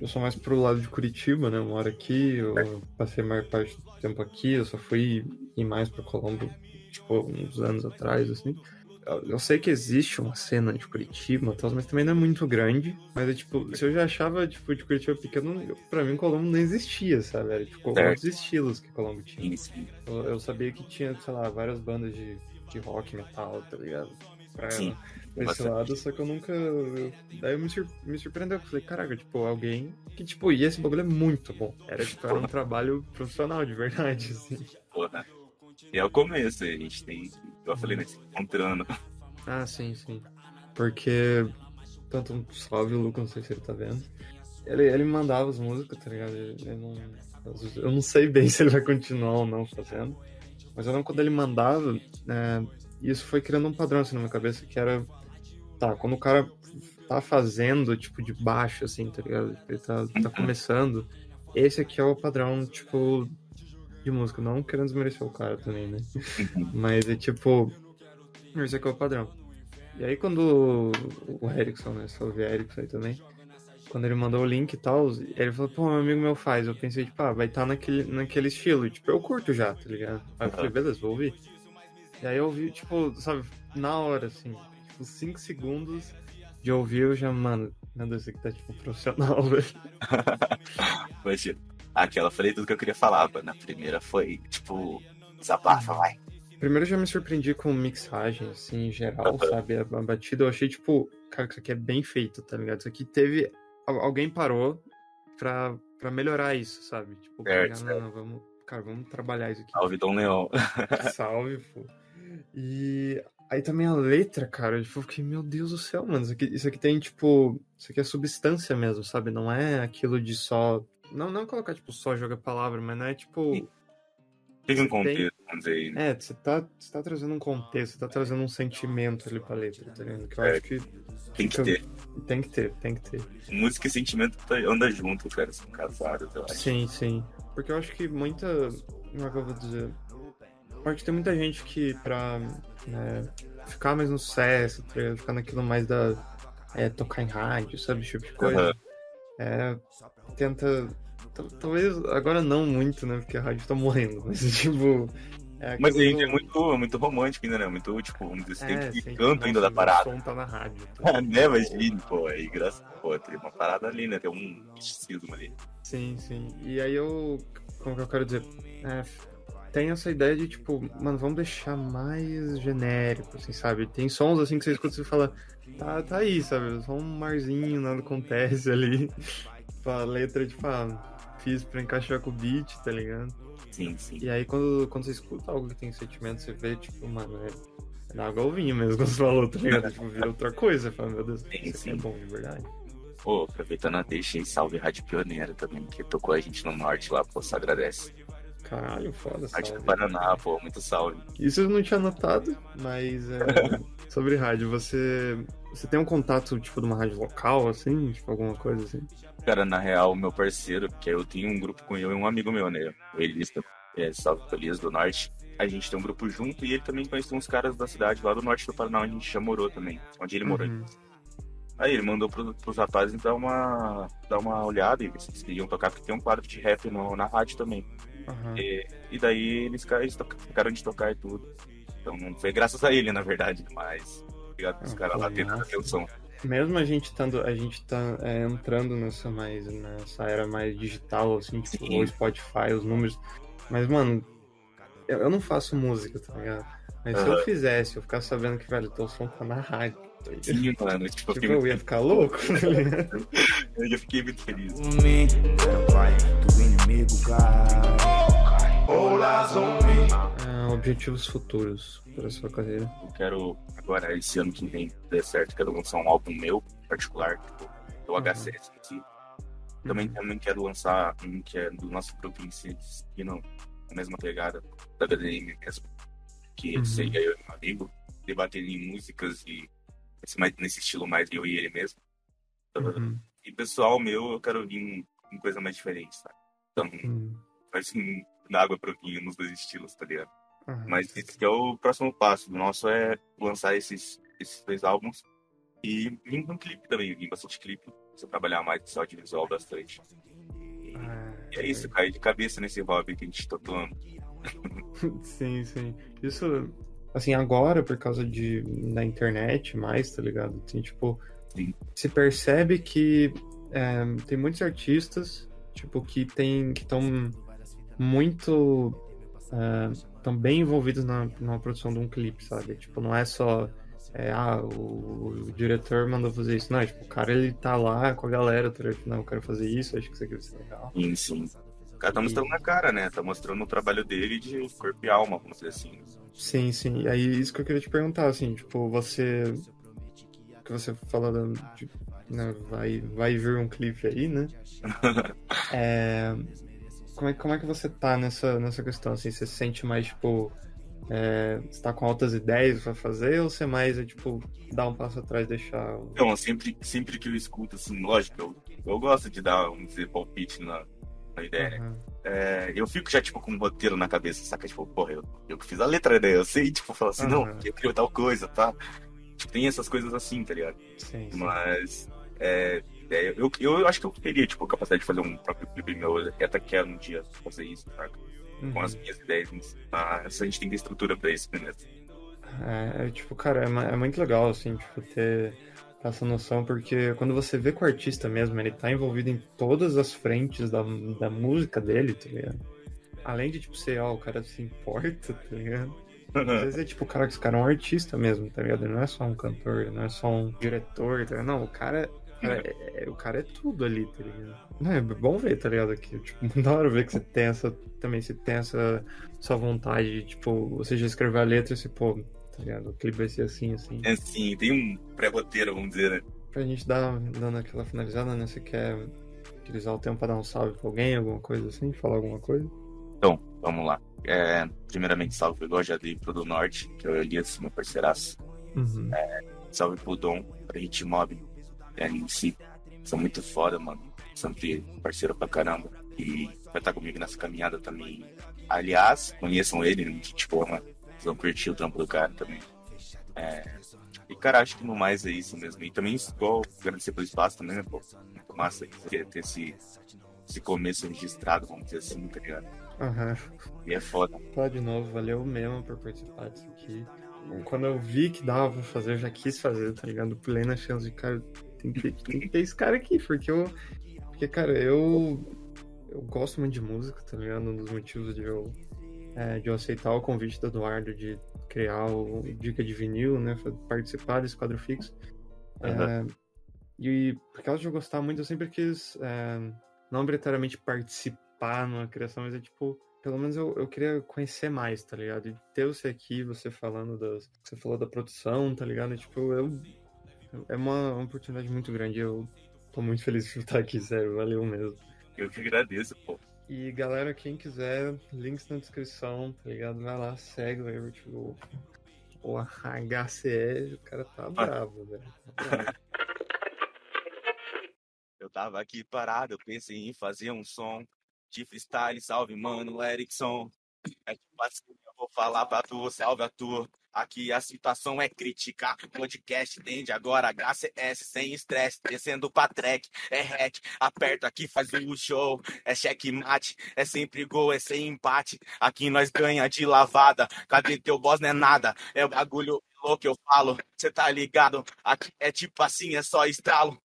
S5: eu sou mais pro lado de Curitiba, né? Eu moro aqui, eu passei a maior parte do tempo aqui, eu só fui ir mais pra Colombo, tipo, uns anos atrás, assim. Eu, eu sei que existe uma cena de Curitiba e tal, mas também não é muito grande. Mas é tipo, se eu já achava, tipo, de Curitiba pequeno, eu- pra mim Colombo não existia, sabe? Era tipo,
S9: Certo.
S5: outros estilos que Colombo tinha.
S9: Sim, sim.
S5: Eu,
S9: É,
S5: eu sabia que tinha, sei lá, várias bandas de, de rock metal, tá ligado? Pra,
S9: Sim.
S5: pra esse
S9: Bastante.
S5: lado, só que eu nunca. eu- daí eu me, sur- me surpreendeu. Eu falei, caraca, tipo, alguém que, tipo, e esse bagulho é muito bom. Era, tipo, era um trabalho profissional, de verdade, assim.
S9: Porra. E é o começo, a gente tem, igual eu falei, né? Se encontrando.
S5: Ah, sim, sim. Porque. Tanto um salve o Lucas, não sei se ele tá vendo. Ele, ele mandava as músicas, tá ligado? Ele, ele não, eu não sei bem se ele vai continuar ou não fazendo. Mas eu lembro quando ele mandava, é, isso foi criando um padrão assim na minha cabeça, que era. Tá, quando o cara tá fazendo, tipo, de baixo, assim, tá ligado? Ele tá, tá começando. Esse aqui é o padrão, tipo, de música. Não querendo desmerecer o cara também, né? Mas é tipo. Esse aqui é o padrão. E aí quando o Erickson, né? Salve Erickson aí também. Quando ele mandou o link e tal, ele falou, pô, meu amigo meu faz. Eu pensei, tipo, ah, vai estar naquele, naquele estilo. Tipo, eu curto já, tá ligado? Aí eu falei, beleza, vou ouvir. E aí eu ouvi, tipo, sabe, na hora, assim, tipo, 5 segundos de ouvir, eu já, mano, meu Deus, esse aqui tá, tipo, profissional, velho.
S9: Imagina. Aquela, eu falei tudo que eu queria falar, mas na primeira foi, tipo, desabafa, vai.
S5: Primeiro eu já me surpreendi com mixagem, assim, em geral, sabe? A, a batida eu achei, tipo, cara, isso aqui é bem feito, tá ligado? Isso aqui teve. al- Alguém parou pra, pra melhorar isso, sabe? Tipo,
S9: Certo,
S5: pegar,
S9: certo.
S5: não, não, vamos. Cara, vamos trabalhar isso aqui.
S9: Salve Dom Leão.
S5: Salve, pô. E aí também a letra, cara, tipo, eu fiquei, meu Deus do céu, mano, isso aqui, isso aqui tem, tipo, isso aqui é substância mesmo, sabe? Não é aquilo de só. Não, não colocar, tipo, só joga palavra, mas não é tipo.
S9: Teve
S5: Tem-
S9: um contexto, vamos dizer, né?
S5: É, você tá, você tá trazendo um contexto, você tá trazendo um sentimento ali pra letra, tá ligado? Que eu
S9: É.
S5: acho que
S9: Tem que ter.
S5: tem que ter, tem que ter.
S9: Música e sentimento tá- anda junto, cara. São casados, eu acho.
S5: Sim, sim. Porque eu acho que muita. Como é que eu vou dizer? Eu acho que tem muita gente que pra né, ficar mais no sucesso, tá ligado? ficar naquilo mais da. É, tocar em rádio, sabe? Esse tipo de coisa.
S9: Aham.
S5: É, tenta. tal- Talvez agora não muito, né? Porque a rádio tá morrendo, mas tipo. É
S9: Mas a
S5: aquilo
S9: gente é
S5: do-
S9: muito, muito romântico ainda, né? Muito, tipo, vamos dizer,
S5: É,
S9: tem que
S5: sim,
S9: ter canto
S5: nossa,
S9: ainda da
S5: O
S9: parada.
S5: som tá na rádio. tá
S9: Ah, né, imagina, pô, aí graças pô, tem uma parada ali, né? Tem um misticismo ali.
S5: Sim, sim. E aí eu. Como que eu quero dizer? É, tem essa ideia de, tipo, mano, vamos deixar mais genérico, assim, sabe? Tem sons assim que você escuta e você fala, tá, tá aí, sabe? Só um marzinho, nada acontece ali. Tipo, A letra, tipo, ah, fiz pra encaixar com o beat, tá ligado?
S9: Sim, sim.
S5: E aí quando, quando você escuta algo que tem sentimento, você vê, tipo, mano, é. é da água ao vinho mesmo, como você falou, tá ligado? Tipo, vira outra coisa. Fala, meu Deus,
S9: Sim,
S5: isso aqui é
S9: sim.
S5: bom de verdade.
S9: Pô, aproveitando a deixa aí, salve Rádio Pioneira também, que tocou a gente no norte lá, pô, se agradece.
S5: Caralho, foda,
S9: Rádio do
S5: sabe?
S9: Paraná, pô, muito salve.
S5: Isso eu não tinha notado, mas é, sobre rádio, você você tem um contato tipo de uma rádio local assim, tipo alguma coisa assim?
S9: Cara, na real, meu parceiro, que eu tenho um grupo com ele e um amigo meu, né? O Elias, é, salve pro Elias do Norte. A gente tem um grupo junto e ele também conhece uns caras da cidade lá do norte do Paraná, onde a gente já morou também, onde ele morou.
S5: Uhum.
S9: Aí ele mandou pro, pros rapazes dar uma, dar uma olhada e ver se eles queriam tocar, porque tem um quadro de rap no- na rádio também.
S5: Aham.
S9: E daí eles, ca- eles toca- ficaram de tocar e tudo. Então não foi graças a ele, na verdade, mas obrigado pros
S5: Ah,
S9: caras lá
S5: pô,
S9: tendo
S5: massa.
S9: atenção.
S5: Mesmo a gente tando, a gente tá é, entrando nessa mais nessa era mais digital assim, tipo
S9: Sim.
S5: o Spotify, os números. Mas mano, eu, eu não faço música, tá ligado? Mas se eu
S9: Aham.
S5: fizesse, eu ficasse sabendo que velho, teu som tá na rádio. tá ligado?
S9: Sim, mano, tipo, eu
S5: Tipo,
S9: fiquei
S5: eu ia
S9: muito,
S5: ficar louco, tá ligado?
S9: eu fiquei muito feliz.
S7: Me
S8: Agora vai, do inimigo cai. Olá, zumbi.
S5: Ah, objetivos futuros para sua carreira.
S9: Eu quero, agora, esse ano que vem, se der certo, quero lançar um álbum meu, particular, tipo, do
S5: Uhum.
S9: HCS em si. Também, também quero lançar um que é do nosso grupo em si, que não, a mesma pegada da BDM mesmo, que
S5: Uhum.
S9: seria eu e meu amigo, debatendo em músicas e esse mais- nesse estilo mais eu e ele mesmo. Então,
S5: Uhum.
S9: E pessoal meu, eu quero vir em, em coisa mais diferente, sabe? Então,
S5: Uhum.
S9: faz um, da água pro vinho nos dois estilos, tá ligado?
S5: Aham.
S9: Mas esse que é o próximo passo. O nosso é lançar esses, esses dois álbuns e vir com clipe também. Vim bastante clipe. Você trabalhar mais esse audiovisual bastante.
S5: Ah,
S9: E é isso, cair de cabeça nesse hobby que a gente tá tomando.
S5: Sim, sim. Isso, assim, agora, por causa de, da internet mais, tá ligado? Tem, tipo,
S9: Sim.
S5: se percebe que é, tem muitos artistas, tipo, que tem, que estão muito, estão bem envolvidos na, na produção de um clipe, sabe? Tipo, não é só é, ah, o, o diretor mandou fazer isso. Não, é, tipo, o cara ele tá lá com a galera, tá ligado? não, eu quero fazer isso, acho que isso aqui vai ser legal.
S9: Sim, sim. O cara tá mostrando na cara, né? Tá mostrando o trabalho dele de corpo e alma, vamos dizer assim.
S5: Sim, sim. E aí, isso que eu queria te perguntar, assim, tipo, você. Que você fala da- de- né, vai, vai vir um clipe aí, né? É, como, é, como é que você tá nessa, nessa questão, assim? Você se sente mais, tipo. É, você tá com altas ideias pra fazer ou você mais é, tipo, dar um passo atrás, deixar. um o-
S9: Então, sempre, sempre que eu escuto, assim, lógico, eu, eu gosto de dar, vamos dizer, palpite na, na ideia, né?
S5: Aham.
S9: É, eu fico já, tipo, com um roteiro na cabeça, saca? Tipo, porra, eu, eu que fiz a letra, né? Eu sei, tipo, falar assim, não,
S5: Aham.
S9: eu queria tal coisa, tá? Tipo, tem essas coisas assim, tá ligado?
S5: Sim, sim.
S9: Mas, é, é, eu, eu, acho que eu teria, tipo, capacidade de fazer um próprio clipe meu, eu até quero um dia fazer isso, saca?
S5: Uhum.
S9: Com as minhas ideias, mas a gente tem que ter estrutura pra isso né? primeiro.
S5: É, é, tipo, cara, é, ma- é muito legal, assim, tipo, ter essa noção, porque quando você vê que o artista mesmo, ele tá envolvido em todas as frentes da, da música dele, tá ligado? Além de, tipo, ser, ó, o cara se importa, tá ligado? Às vezes é tipo, caraca, esse cara é um artista mesmo, tá ligado? Ele não é só um cantor, ele não é só um diretor, tá ligado? Não, o cara, cara, é, é- o cara é tudo ali, tá ligado? Não, é bom ver, tá ligado? Que, tipo, da hora ver que você tem essa, também, você tem essa sua vontade, de, tipo, você já escreveu a letra e você, pô, tá ligado? O clipe vai ser assim, assim.
S9: É assim, tem um pré-roteiro, vamos dizer, né?
S5: Pra gente dar, dando aquela finalizada, né? Você quer utilizar o tempo pra dar um salve pra alguém, alguma coisa assim, falar alguma coisa?
S9: Vamos lá. É, primeiramente, salve igual já dei pro do Norte, que é o Elias, meu parceiraço.
S5: Uhum.
S9: Salve pro Dom, pra Hit Mob, é, em si. São muito foda, mano. Sempre parceiro pra caramba. E vai estar comigo nessa caminhada também. Aliás, conheçam ele, né, que, tipo, mano, vocês vão curtir o trampo do cara também. É, e, cara, acho que no mais é isso mesmo. E também, igual, agradecer pelo espaço também, né, pô? Muito massa ter ter esse, esse começo registrado, vamos dizer assim, tá ligado?
S5: Aham.
S9: E é foda.
S5: Tá, de novo, valeu mesmo por participar disso aqui. Quando eu vi que dava pra fazer, eu já quis fazer, tá ligado? Pulei na chance de, cara, tem que, tem que ter esse cara aqui, porque eu. Porque, cara, eu. Eu gosto muito de música, tá ligado? Um dos motivos de eu. é, de eu aceitar o convite do Eduardo de criar o Dica de Vinil, né? fa- Participar desse quadro fixo. É,
S9: Aham.
S5: e por causa de eu gostar muito, eu sempre quis. é, não obrigatoriamente participar numa criação, mas é tipo, pelo menos eu, eu queria conhecer mais, tá ligado? E ter você aqui, você falando das. Você falou da produção, tá ligado? E, tipo, eu. É uma, uma oportunidade muito grande. Eu tô muito feliz de estar aqui, sério. Valeu mesmo.
S9: Eu que agradeço, pô.
S5: E galera, quem quiser, links na descrição, tá ligado? Vai lá, segue o Everett Go. O HCE, o cara
S3: Ah.
S5: tá bravo, velho. Tá bravo.
S9: Eu tava aqui parado, eu pensei em fazer um som de freestyle, salve mano, Erickson. É tipo assim, eu vou falar pra tu, salve a tu. Aqui a situação é crítica, podcast tende agora, graça é S, sem estresse, descendo pra track, é hack, aperta aqui, faz o show, é checkmate, é sempre gol, é sem empate, aqui nós ganha de lavada, cadê teu boss, não é nada, é o bagulho louco que eu falo, cê tá ligado, aqui é tipo assim, é só estralo.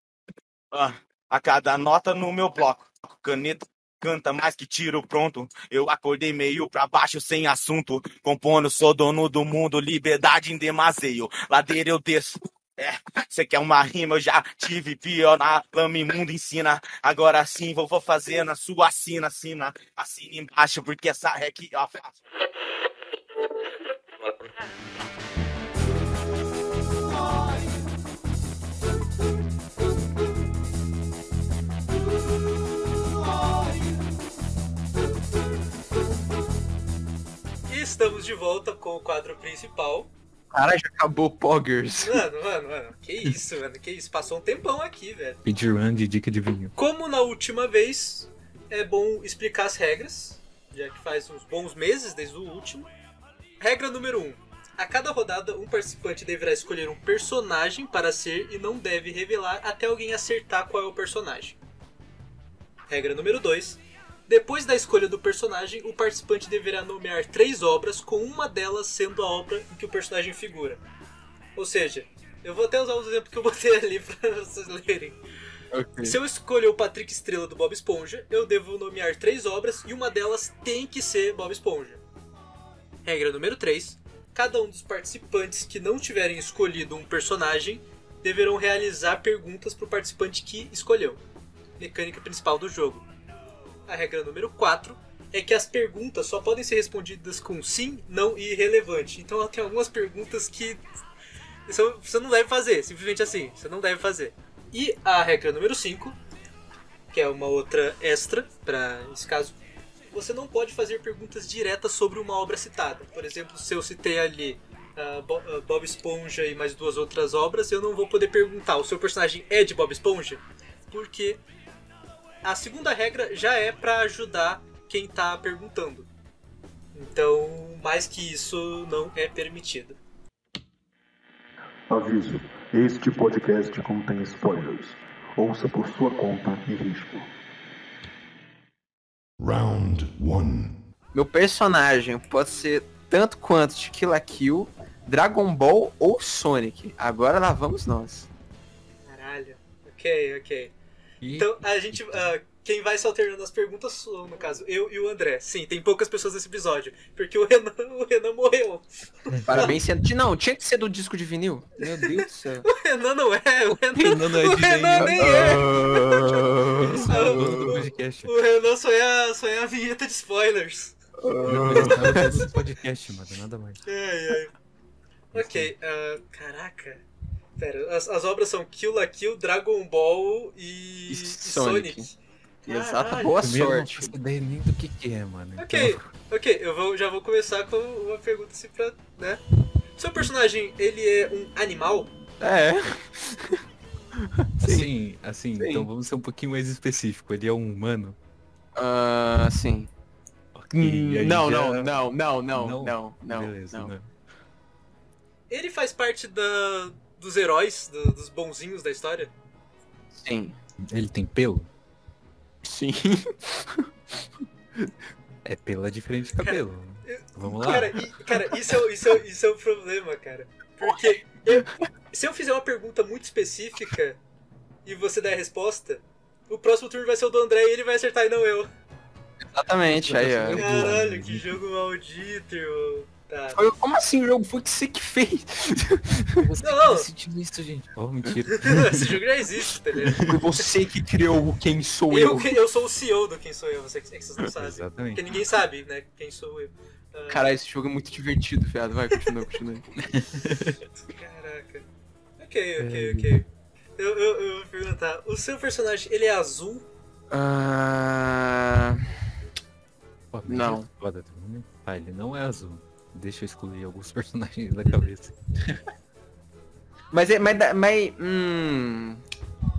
S9: Ah, a cada nota no meu bloco. Caneta canta mais que tiro pronto. Eu acordei meio pra baixo, sem assunto. Compondo, sou dono do mundo, liberdade em demaseio. Ladeira eu desço. É, cê quer uma rima, eu já tive pior na lama imundo ensina. Agora sim, vou, vou fazer na sua assina, assina, assina embaixo, porque essa rec, ó,
S1: E estamos de volta com o quadro principal.
S3: Cara, já acabou Poggers.
S1: Mano, mano, mano, que isso, mano, que isso. Passou um tempão aqui, velho.
S2: Speedrun de dica de vinil.
S1: Como na última vez, é bom explicar as regras, já que faz uns bons meses desde o último. Regra número 1. Um. A cada rodada, um participante deverá escolher um personagem para ser e não deve revelar até alguém acertar qual é o personagem. Regra número 2. Depois da escolha do personagem, o participante deverá nomear três obras, com uma delas sendo a obra em que o personagem figura. Ou seja, eu vou até usar os exemplos que eu botei ali para vocês lerem.
S3: Ok.
S1: Se eu escolher o Patrick Estrela do Bob Esponja, eu devo nomear três obras e uma delas tem que ser Bob Esponja. Regra número 3. cada um dos participantes que não tiverem escolhido um personagem deverão realizar perguntas para o participante que escolheu. Mecânica principal do jogo. A regra número 4 é que as perguntas só podem ser respondidas com sim, não e irrelevante. Então ela tem algumas perguntas que são- você não deve fazer, simplesmente assim, você não deve fazer. E a regra número 5, que é uma outra extra para esse caso, você não pode fazer perguntas diretas sobre uma obra citada. Por exemplo, se eu citei ali ah, Bo- ah, Bob Esponja e mais duas outras obras, eu não vou poder perguntar o seu personagem é de Bob Esponja, porque a segunda regra já é para ajudar quem tá perguntando. Então, mais que isso não é permitido.
S10: Aviso: este podcast contém spoilers. Ouça por sua conta e risco.
S8: Round 1.
S3: Meu personagem pode ser tanto quanto de Kill la Kill, Dragon Ball ou Sonic. Agora lá vamos nós.
S1: Caralho. Ok, ok.
S2: E-
S1: Então, a gente. ah, quem vai se alternando as perguntas sou, no caso, eu e o André. Sim, tem poucas pessoas nesse episódio. Porque o Renan, o Renan morreu.
S3: Parabéns, sendo. Não, tinha que ser do disco de vinil. Meu Deus do céu.
S1: O Renan não é, o Renan.
S2: Não, não é
S1: o
S2: de
S1: Renan
S2: nenhum.
S1: nem é. Ah,
S2: Isso é o dono do podcast.
S1: O Renan só é, a- só é a vinheta de spoilers.
S2: Não, é o dono do podcast, mano. Nada mais.
S1: Ai, ai. Ok, ah, caraca. Pera, as, as obras são Kill la Kill, Dragon Ball e,
S3: E
S1: e Sonic.
S3: Sonic. Exato,
S1: Caralho.
S3: boa
S2: Primeiro,
S3: sorte.
S2: Não faço ideia nem do que, que é, mano.
S1: Ok, ok, eu vou, já vou começar com uma pergunta assim pra. né? Seu personagem, ele é um animal?
S3: É.
S2: Assim, assim,
S3: Sim.
S2: então vamos ser um pouquinho mais específico. Ele é um humano.
S3: Ah, sim. Hum,
S2: Ok, aí
S3: não,
S2: já-
S3: não, não, não, não,
S2: Não?
S3: não, não, não.
S2: Beleza, né?
S1: Ele faz parte da, dos heróis, do- dos bonzinhos da história?
S3: Sim.
S2: Ele tem pelo?
S3: Sim.
S2: É pelo é diferente de cabelo. Vamos lá.
S1: Cara, e- cara, isso, é, o- isso, é, o- isso é um problema, cara. Porque eu- se eu fizer uma pergunta muito específica e você der a resposta, o próximo turno vai ser o do André e ele vai acertar e não eu.
S3: Exatamente, aí, ó.
S1: Caralho, que jogo maldito, irmão. Tá.
S3: Foi- como assim o jogo? Foi que você que fez?
S2: Você
S1: Não,
S2: tá
S1: não.
S2: sentindo isso, gente. Oh, mentira.
S1: Esse jogo já existe, tá ligado?
S3: Foi você que criou o quem sou eu.
S1: Eu, eu sou o CEO do Quem Sou Eu, você, é que vocês não sabem. Porque
S2: Exatamente.
S1: ninguém sabe, né? Quem sou eu. Ah,
S3: Caralho, esse jogo é muito divertido, viado. Vai, continua, continua.
S1: Caraca. Ok, ok, ok. Eu, eu, eu vou perguntar. O seu personagem, ele é azul?
S3: Ah,
S2: Pô, mas
S3: Não.
S2: que Foda, tá vendo? ah, ele não é azul. Deixa eu excluir alguns personagens da cabeça.
S3: mas é. Mas, dá- mas hum,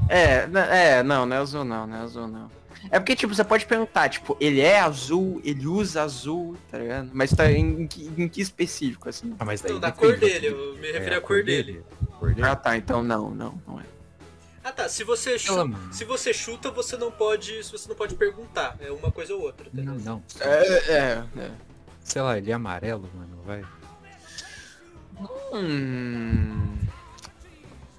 S3: é, na- é, não, não é azul não, não é azul não. É porque, tipo, você pode perguntar, tipo, ele é azul, ele usa azul, tá ligado? Mas tá em, em que- em que específico, assim?
S2: Ah, mas daí
S1: Não, da
S2: depende,
S1: cor É dele,
S2: né?
S1: eu me referi
S2: É,
S1: à cor dele.
S2: A cor dele.
S3: Ah tá, então não, não, não é.
S1: Ah tá, se você
S2: Ela,
S1: chuta.
S2: mano.
S1: Se você chuta, você não pode. se Você não pode perguntar. É uma coisa ou outra, tá
S2: Não,
S1: ligado?
S2: não.
S3: É, é, é.
S2: Sei lá, ele é amarelo, mano, vai.
S3: Hum.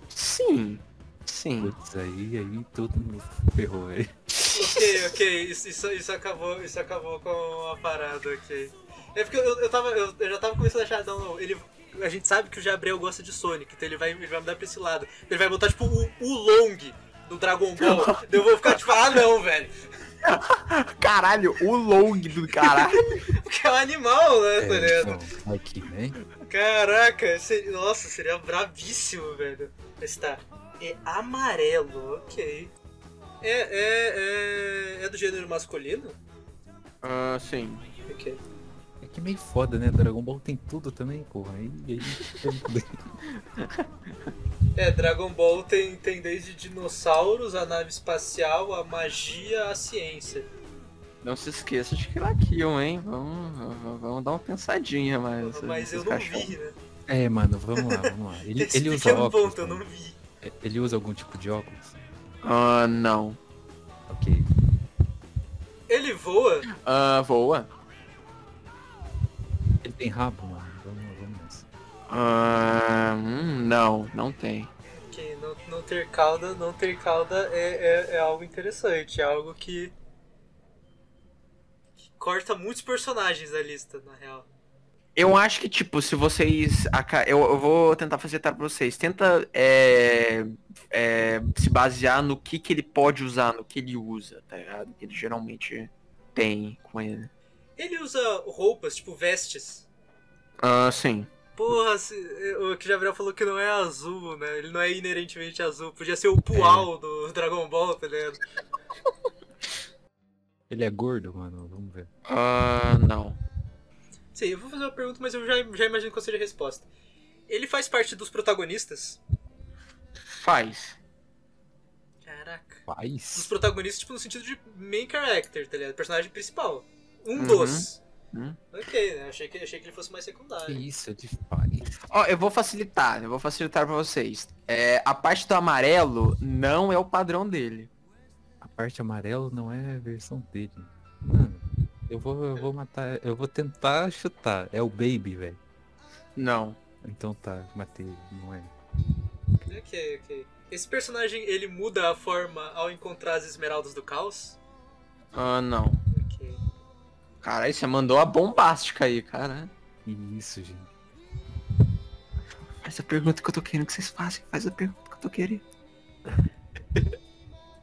S3: Sim. Sim.
S2: Putz, aí, aí todo mundo ferrou, velho.
S1: Ok, ok, isso, isso, isso acabou, isso acabou com a parada, ok. É porque eu, eu tava. Eu, eu já tava começando a achar. Não, não, ele. A gente sabe que o Gabriel gosta de Sonic, então ele vai, ele vai mudar pra esse lado. Ele vai botar, tipo, o, o Long do Dragon Ball. Daí eu vou ficar tipo, ah não, velho.
S3: Caralho, o long do caralho.
S1: Porque é um animal, né, tá
S2: É,
S1: ligado?
S2: então, aqui, né?
S1: Caraca, seria- nossa, seria bravíssimo, velho. Mas tá, é amarelo, ok. É, é, é, é do gênero masculino?
S3: Ah, sim.
S1: Ok.
S2: É que meio foda, né? Dragon Ball tem tudo também, porra. Aí, aí...
S1: É, Dragon Ball tem, tem desde dinossauros, a nave espacial, a magia, a ciência.
S3: Não se esqueça de que Kill, hein? Vamos, vamos- vamos dar uma pensadinha, mas.
S1: Mas eu não vi, né?
S2: É, mano, vamos lá, vamos lá. Ele,
S1: Esse
S2: ele usa
S1: pequeno
S2: óculos.
S1: ponto, eu não
S2: mano.
S1: vi.
S2: É, Ele usa algum tipo de óculos?
S3: Ah, não.
S2: Ok.
S1: Ele voa?
S3: Ah, voa.
S2: Ele tem rabo, mano. Vamos, vamos nessa.
S3: Ah, hum, não, não tem.
S1: Ok, não, não ter cauda, não ter cauda é, é, é algo interessante, é algo que, que corta muitos personagens da lista, na real.
S3: Eu acho que, tipo, se vocês. aca- Eu, eu vou tentar facilitar pra vocês. Tenta é, é, se basear no que, que ele pode usar, no que ele usa, tá ligado? Que ele geralmente tem com ele.
S1: Ele usa roupas, tipo vestes.
S3: Ah, sim.
S1: Porra, se, o que o Gabriel falou que não é azul, né? Ele não é inerentemente azul. Podia ser o
S3: É.
S1: Pual do Dragon Ball, tá ligado?
S2: Ele é gordo, mano. Vamos ver.
S3: Ah, não.
S1: Sim, eu vou fazer uma pergunta, mas eu já, já imagino qual seja a resposta. Ele faz parte dos protagonistas?
S3: Faz.
S1: Caraca. Dos
S2: Faz.
S1: protagonistas, tipo, no sentido de main character, tá ligado? Personagem principal. Um
S3: Uhum.
S1: dos.
S3: Uhum.
S1: Ok, né? Achei que, achei que ele fosse mais secundário.
S2: Que isso, ele faz.
S3: Ó, eu vou facilitar, eu vou facilitar pra vocês. É, a parte do amarelo não é o padrão dele.
S2: A parte amarela não é a versão dele. Mano, eu vou, eu vou matar. Eu vou tentar chutar. É o Baby, velho.
S3: Não.
S2: Então tá, matei. Não é.
S1: Ok, ok. Esse personagem, ele muda a forma ao encontrar as esmeraldas do caos?
S3: Ah, não.
S1: Ok.
S3: Caralho, você mandou a bombástica aí, cara.
S2: Isso, gente.
S3: Faz a pergunta que eu tô querendo que vocês façam. Faz a pergunta que eu tô querendo.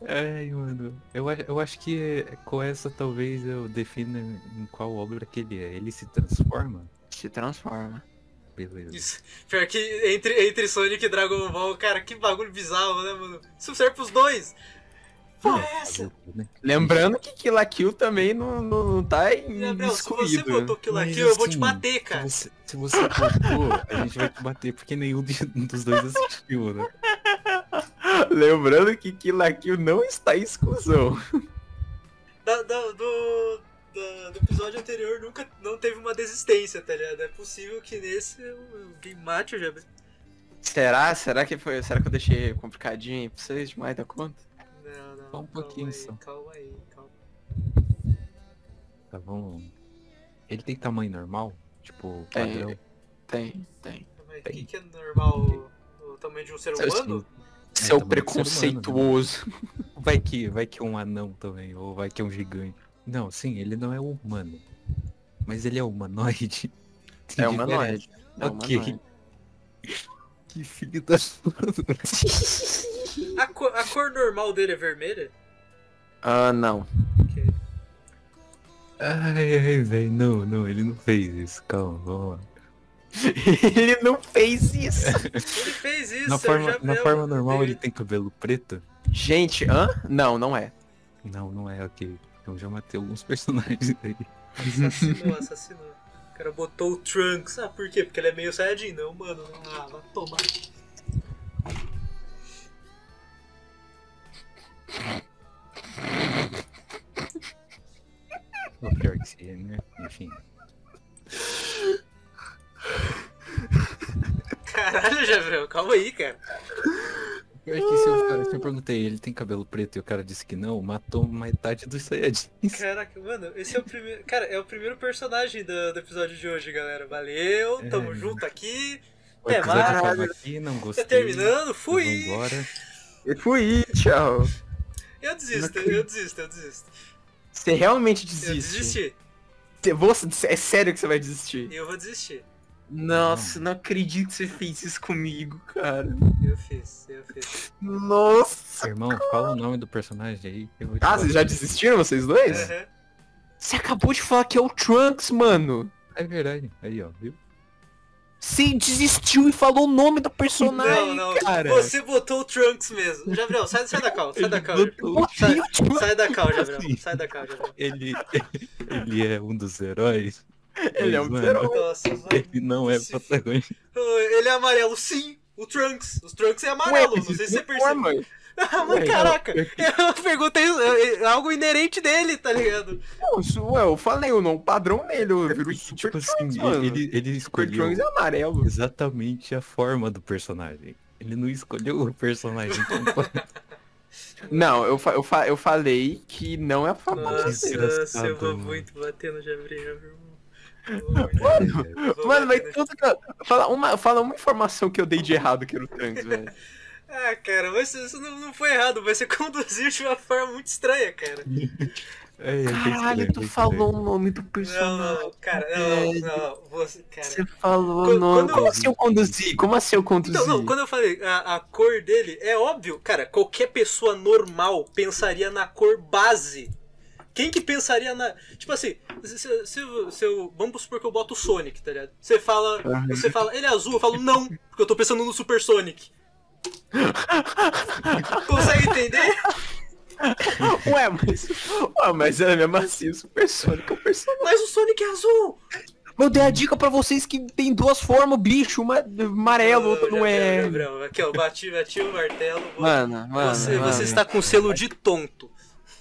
S2: Ai, mano. Eu, a- eu acho que é- com essa talvez eu defina em qual obra que ele é. Ele se transforma?
S3: Se transforma.
S2: Beleza.
S1: Isso. Pior que entre, entre Sonic e Dragon Ball, cara, que bagulho bizarro, né, mano? Isso serve pros dois. Porra, é essa?
S2: Né?
S3: Lembrando que é Kill la Kill também não, não, não tá em-
S1: Gabriel, se você
S3: excluído.
S1: botou aquilo
S2: Mas
S1: aqui, eu vou te
S2: assim,
S1: bater,
S2: Se
S1: cara.
S2: você, se você botou, a gente vai te bater, porque nenhum de- dos dois assistiu, né?
S3: Lembrando que Kill la Kill não está em exclusão.
S1: Da- da- do, da- do episódio anterior nunca não teve uma desistência, tá ligado? É possível que nesse o o game mate o Gabriel.
S3: Será? Será que é foi? Será que eu deixei complicadinho aí pra vocês demais da conta?
S1: Não, não.
S2: Só um pouquinho
S1: calma
S2: só.
S1: aí, calma aí, calma.
S2: Tá bom. Ele tem tamanho normal? Tipo,
S3: Tem.
S2: padrão?
S3: Tem, tem.
S1: Mas O
S2: Bem.
S1: que,
S2: assim?
S1: que é normal o tamanho de um ser
S3: Seu
S1: humano?
S3: Seu
S2: É, tamanho de
S3: preconceituoso.
S2: Vai que, vai que é um anão também, ou vai que é um gigante. Não, sim, ele não é humano. Mas ele é humanoide. Tem
S3: É humanoide. É
S2: Ok.
S3: humanoide.
S2: Que filho da puta.
S1: A, co- a cor normal dele é vermelha?
S3: Ah, não.
S1: Ok.
S2: Ai, ai, velho. Não, não, ele não fez isso. Calma, vamos lá.
S3: Ele não fez isso.
S1: Ele fez isso,
S2: Na
S1: eu
S2: forma,
S1: já-
S2: na
S1: eu-
S2: forma normal
S1: eu-
S2: ele tem cabelo preto?
S3: Gente, hã? Não, não é.
S2: Não, não é, ok. Eu já matei alguns personagens aí.
S1: Assassinou, assassinou. O cara botou o Trunks. Ah, por quê? Porque ele é meio Saiyajin, não, mano. Ah, vai tomar.
S2: O pior que seria, né? Enfim.
S1: Caralho, Gabriel, calma aí, cara.
S2: O pior que se eu, se eu perguntei, ele tem cabelo preto e o cara disse que não, matou metade dos Saiyajins.
S1: Caraca, mano, esse é o primeiro. Cara, é o primeiro personagem do, do episódio de hoje, galera. Valeu,
S2: É.
S1: tamo junto aqui.
S2: O
S1: É,
S2: episódio
S1: mas-
S2: acaba aqui, não gostei.
S1: Tá terminando, fui!
S2: Vambora.
S3: Eu fui, tchau.
S1: Eu desisto, eu desisto, eu desisto.
S3: Você realmente
S1: Eu
S3: desiste.
S1: desisti,
S3: Você- você- é sério que você vai desistir?
S1: eu vou desistir.
S3: Nossa, não acredito que você fez isso comigo, cara.
S1: Eu fiz, eu fiz.
S3: Nossa.
S2: Irmão, fala o nome do personagem aí. que eu vou te
S3: Ah,
S2: falar.
S3: vocês já desistiram, vocês dois?
S1: Aham.
S3: Você acabou de falar que é o Trunks, mano.
S2: É verdade. Aí, ó, viu?
S3: Você desistiu e falou o nome do
S1: Não,
S3: personagem,
S1: não,
S3: cara.
S1: você botou o Trunks mesmo. Gabriel, sai, sai da cal, sai da cal.
S2: Ele botou-
S1: Sai,
S3: E o Trunks, assim.
S1: sai da cal, Gabriel. Sai da cal, Gabriel.
S2: Ele, ele é um dos heróis.
S3: Ele é um
S2: Pois,
S3: dos heróis.
S1: Nossa, mano.
S2: Ele não é
S1: Se-
S2: protagonista.
S1: Ele é amarelo, sim. O Trunks. O Trunks é amarelo, não sei se você percebeu.
S3: mano.
S1: Ah, mas caraca, eu perguntei é, é algo inerente dele, tá ligado?
S3: Não, isso, ué, eu falei, eu não, o padrão nele, eu viro o Super
S2: Tipo assim,
S3: Trunks, mano.
S2: ele, ele
S3: Super
S2: escolheu
S3: Trunks é amarelo.
S2: exatamente a forma do personagem. Ele não escolheu o personagem. Então,
S3: Não, eu, fa- eu, fa- eu falei que não é a favor
S1: Nossa,
S3: dele.
S1: nossa, eu vou
S2: mano.
S1: muito batendo já Gabriel, meu irmão.
S3: Mano, mas tudo que eu... fala, uma, fala uma informação que eu dei de errado que era o Trunks, velho.
S1: Ah, cara, mas isso não, não foi errado. Você conduziu de uma forma muito estranha, cara.
S2: É, bem
S3: Caralho,
S2: estranho,
S3: tu
S2: bem
S3: falou o nome do
S1: Não,
S3: personagem.
S1: não, cara, não, não, não. Você, cara.
S3: Você falou
S1: Quando-
S3: o nome.
S1: quando-
S3: Como assim eu conduzi? Como assim eu conduzi?
S1: Então, não, quando eu falei a, a cor dele, é óbvio, cara, qualquer pessoa normal pensaria na cor base. Quem que pensaria na. Tipo assim, se, se, se eu- se eu- Vamos supor que eu boto o Sonic, tá ligado? Você fala. Você fala, ele é azul, eu falo, não, porque eu tô pensando no Super Sonic. Consegue entender?
S3: Ué, mas. Ué, mas é mesmo assim, o supersônico é o personagem.
S1: Mas o Sonic é azul!
S3: Eu dei a dica pra vocês que tem duas formas, bicho. Uma é amarelo, outra não é.
S1: Gabriel, Aqui, ó, bati, bati o martelo.
S3: Mano, mano.
S1: você,
S3: mano.
S1: você está com selo de tonto.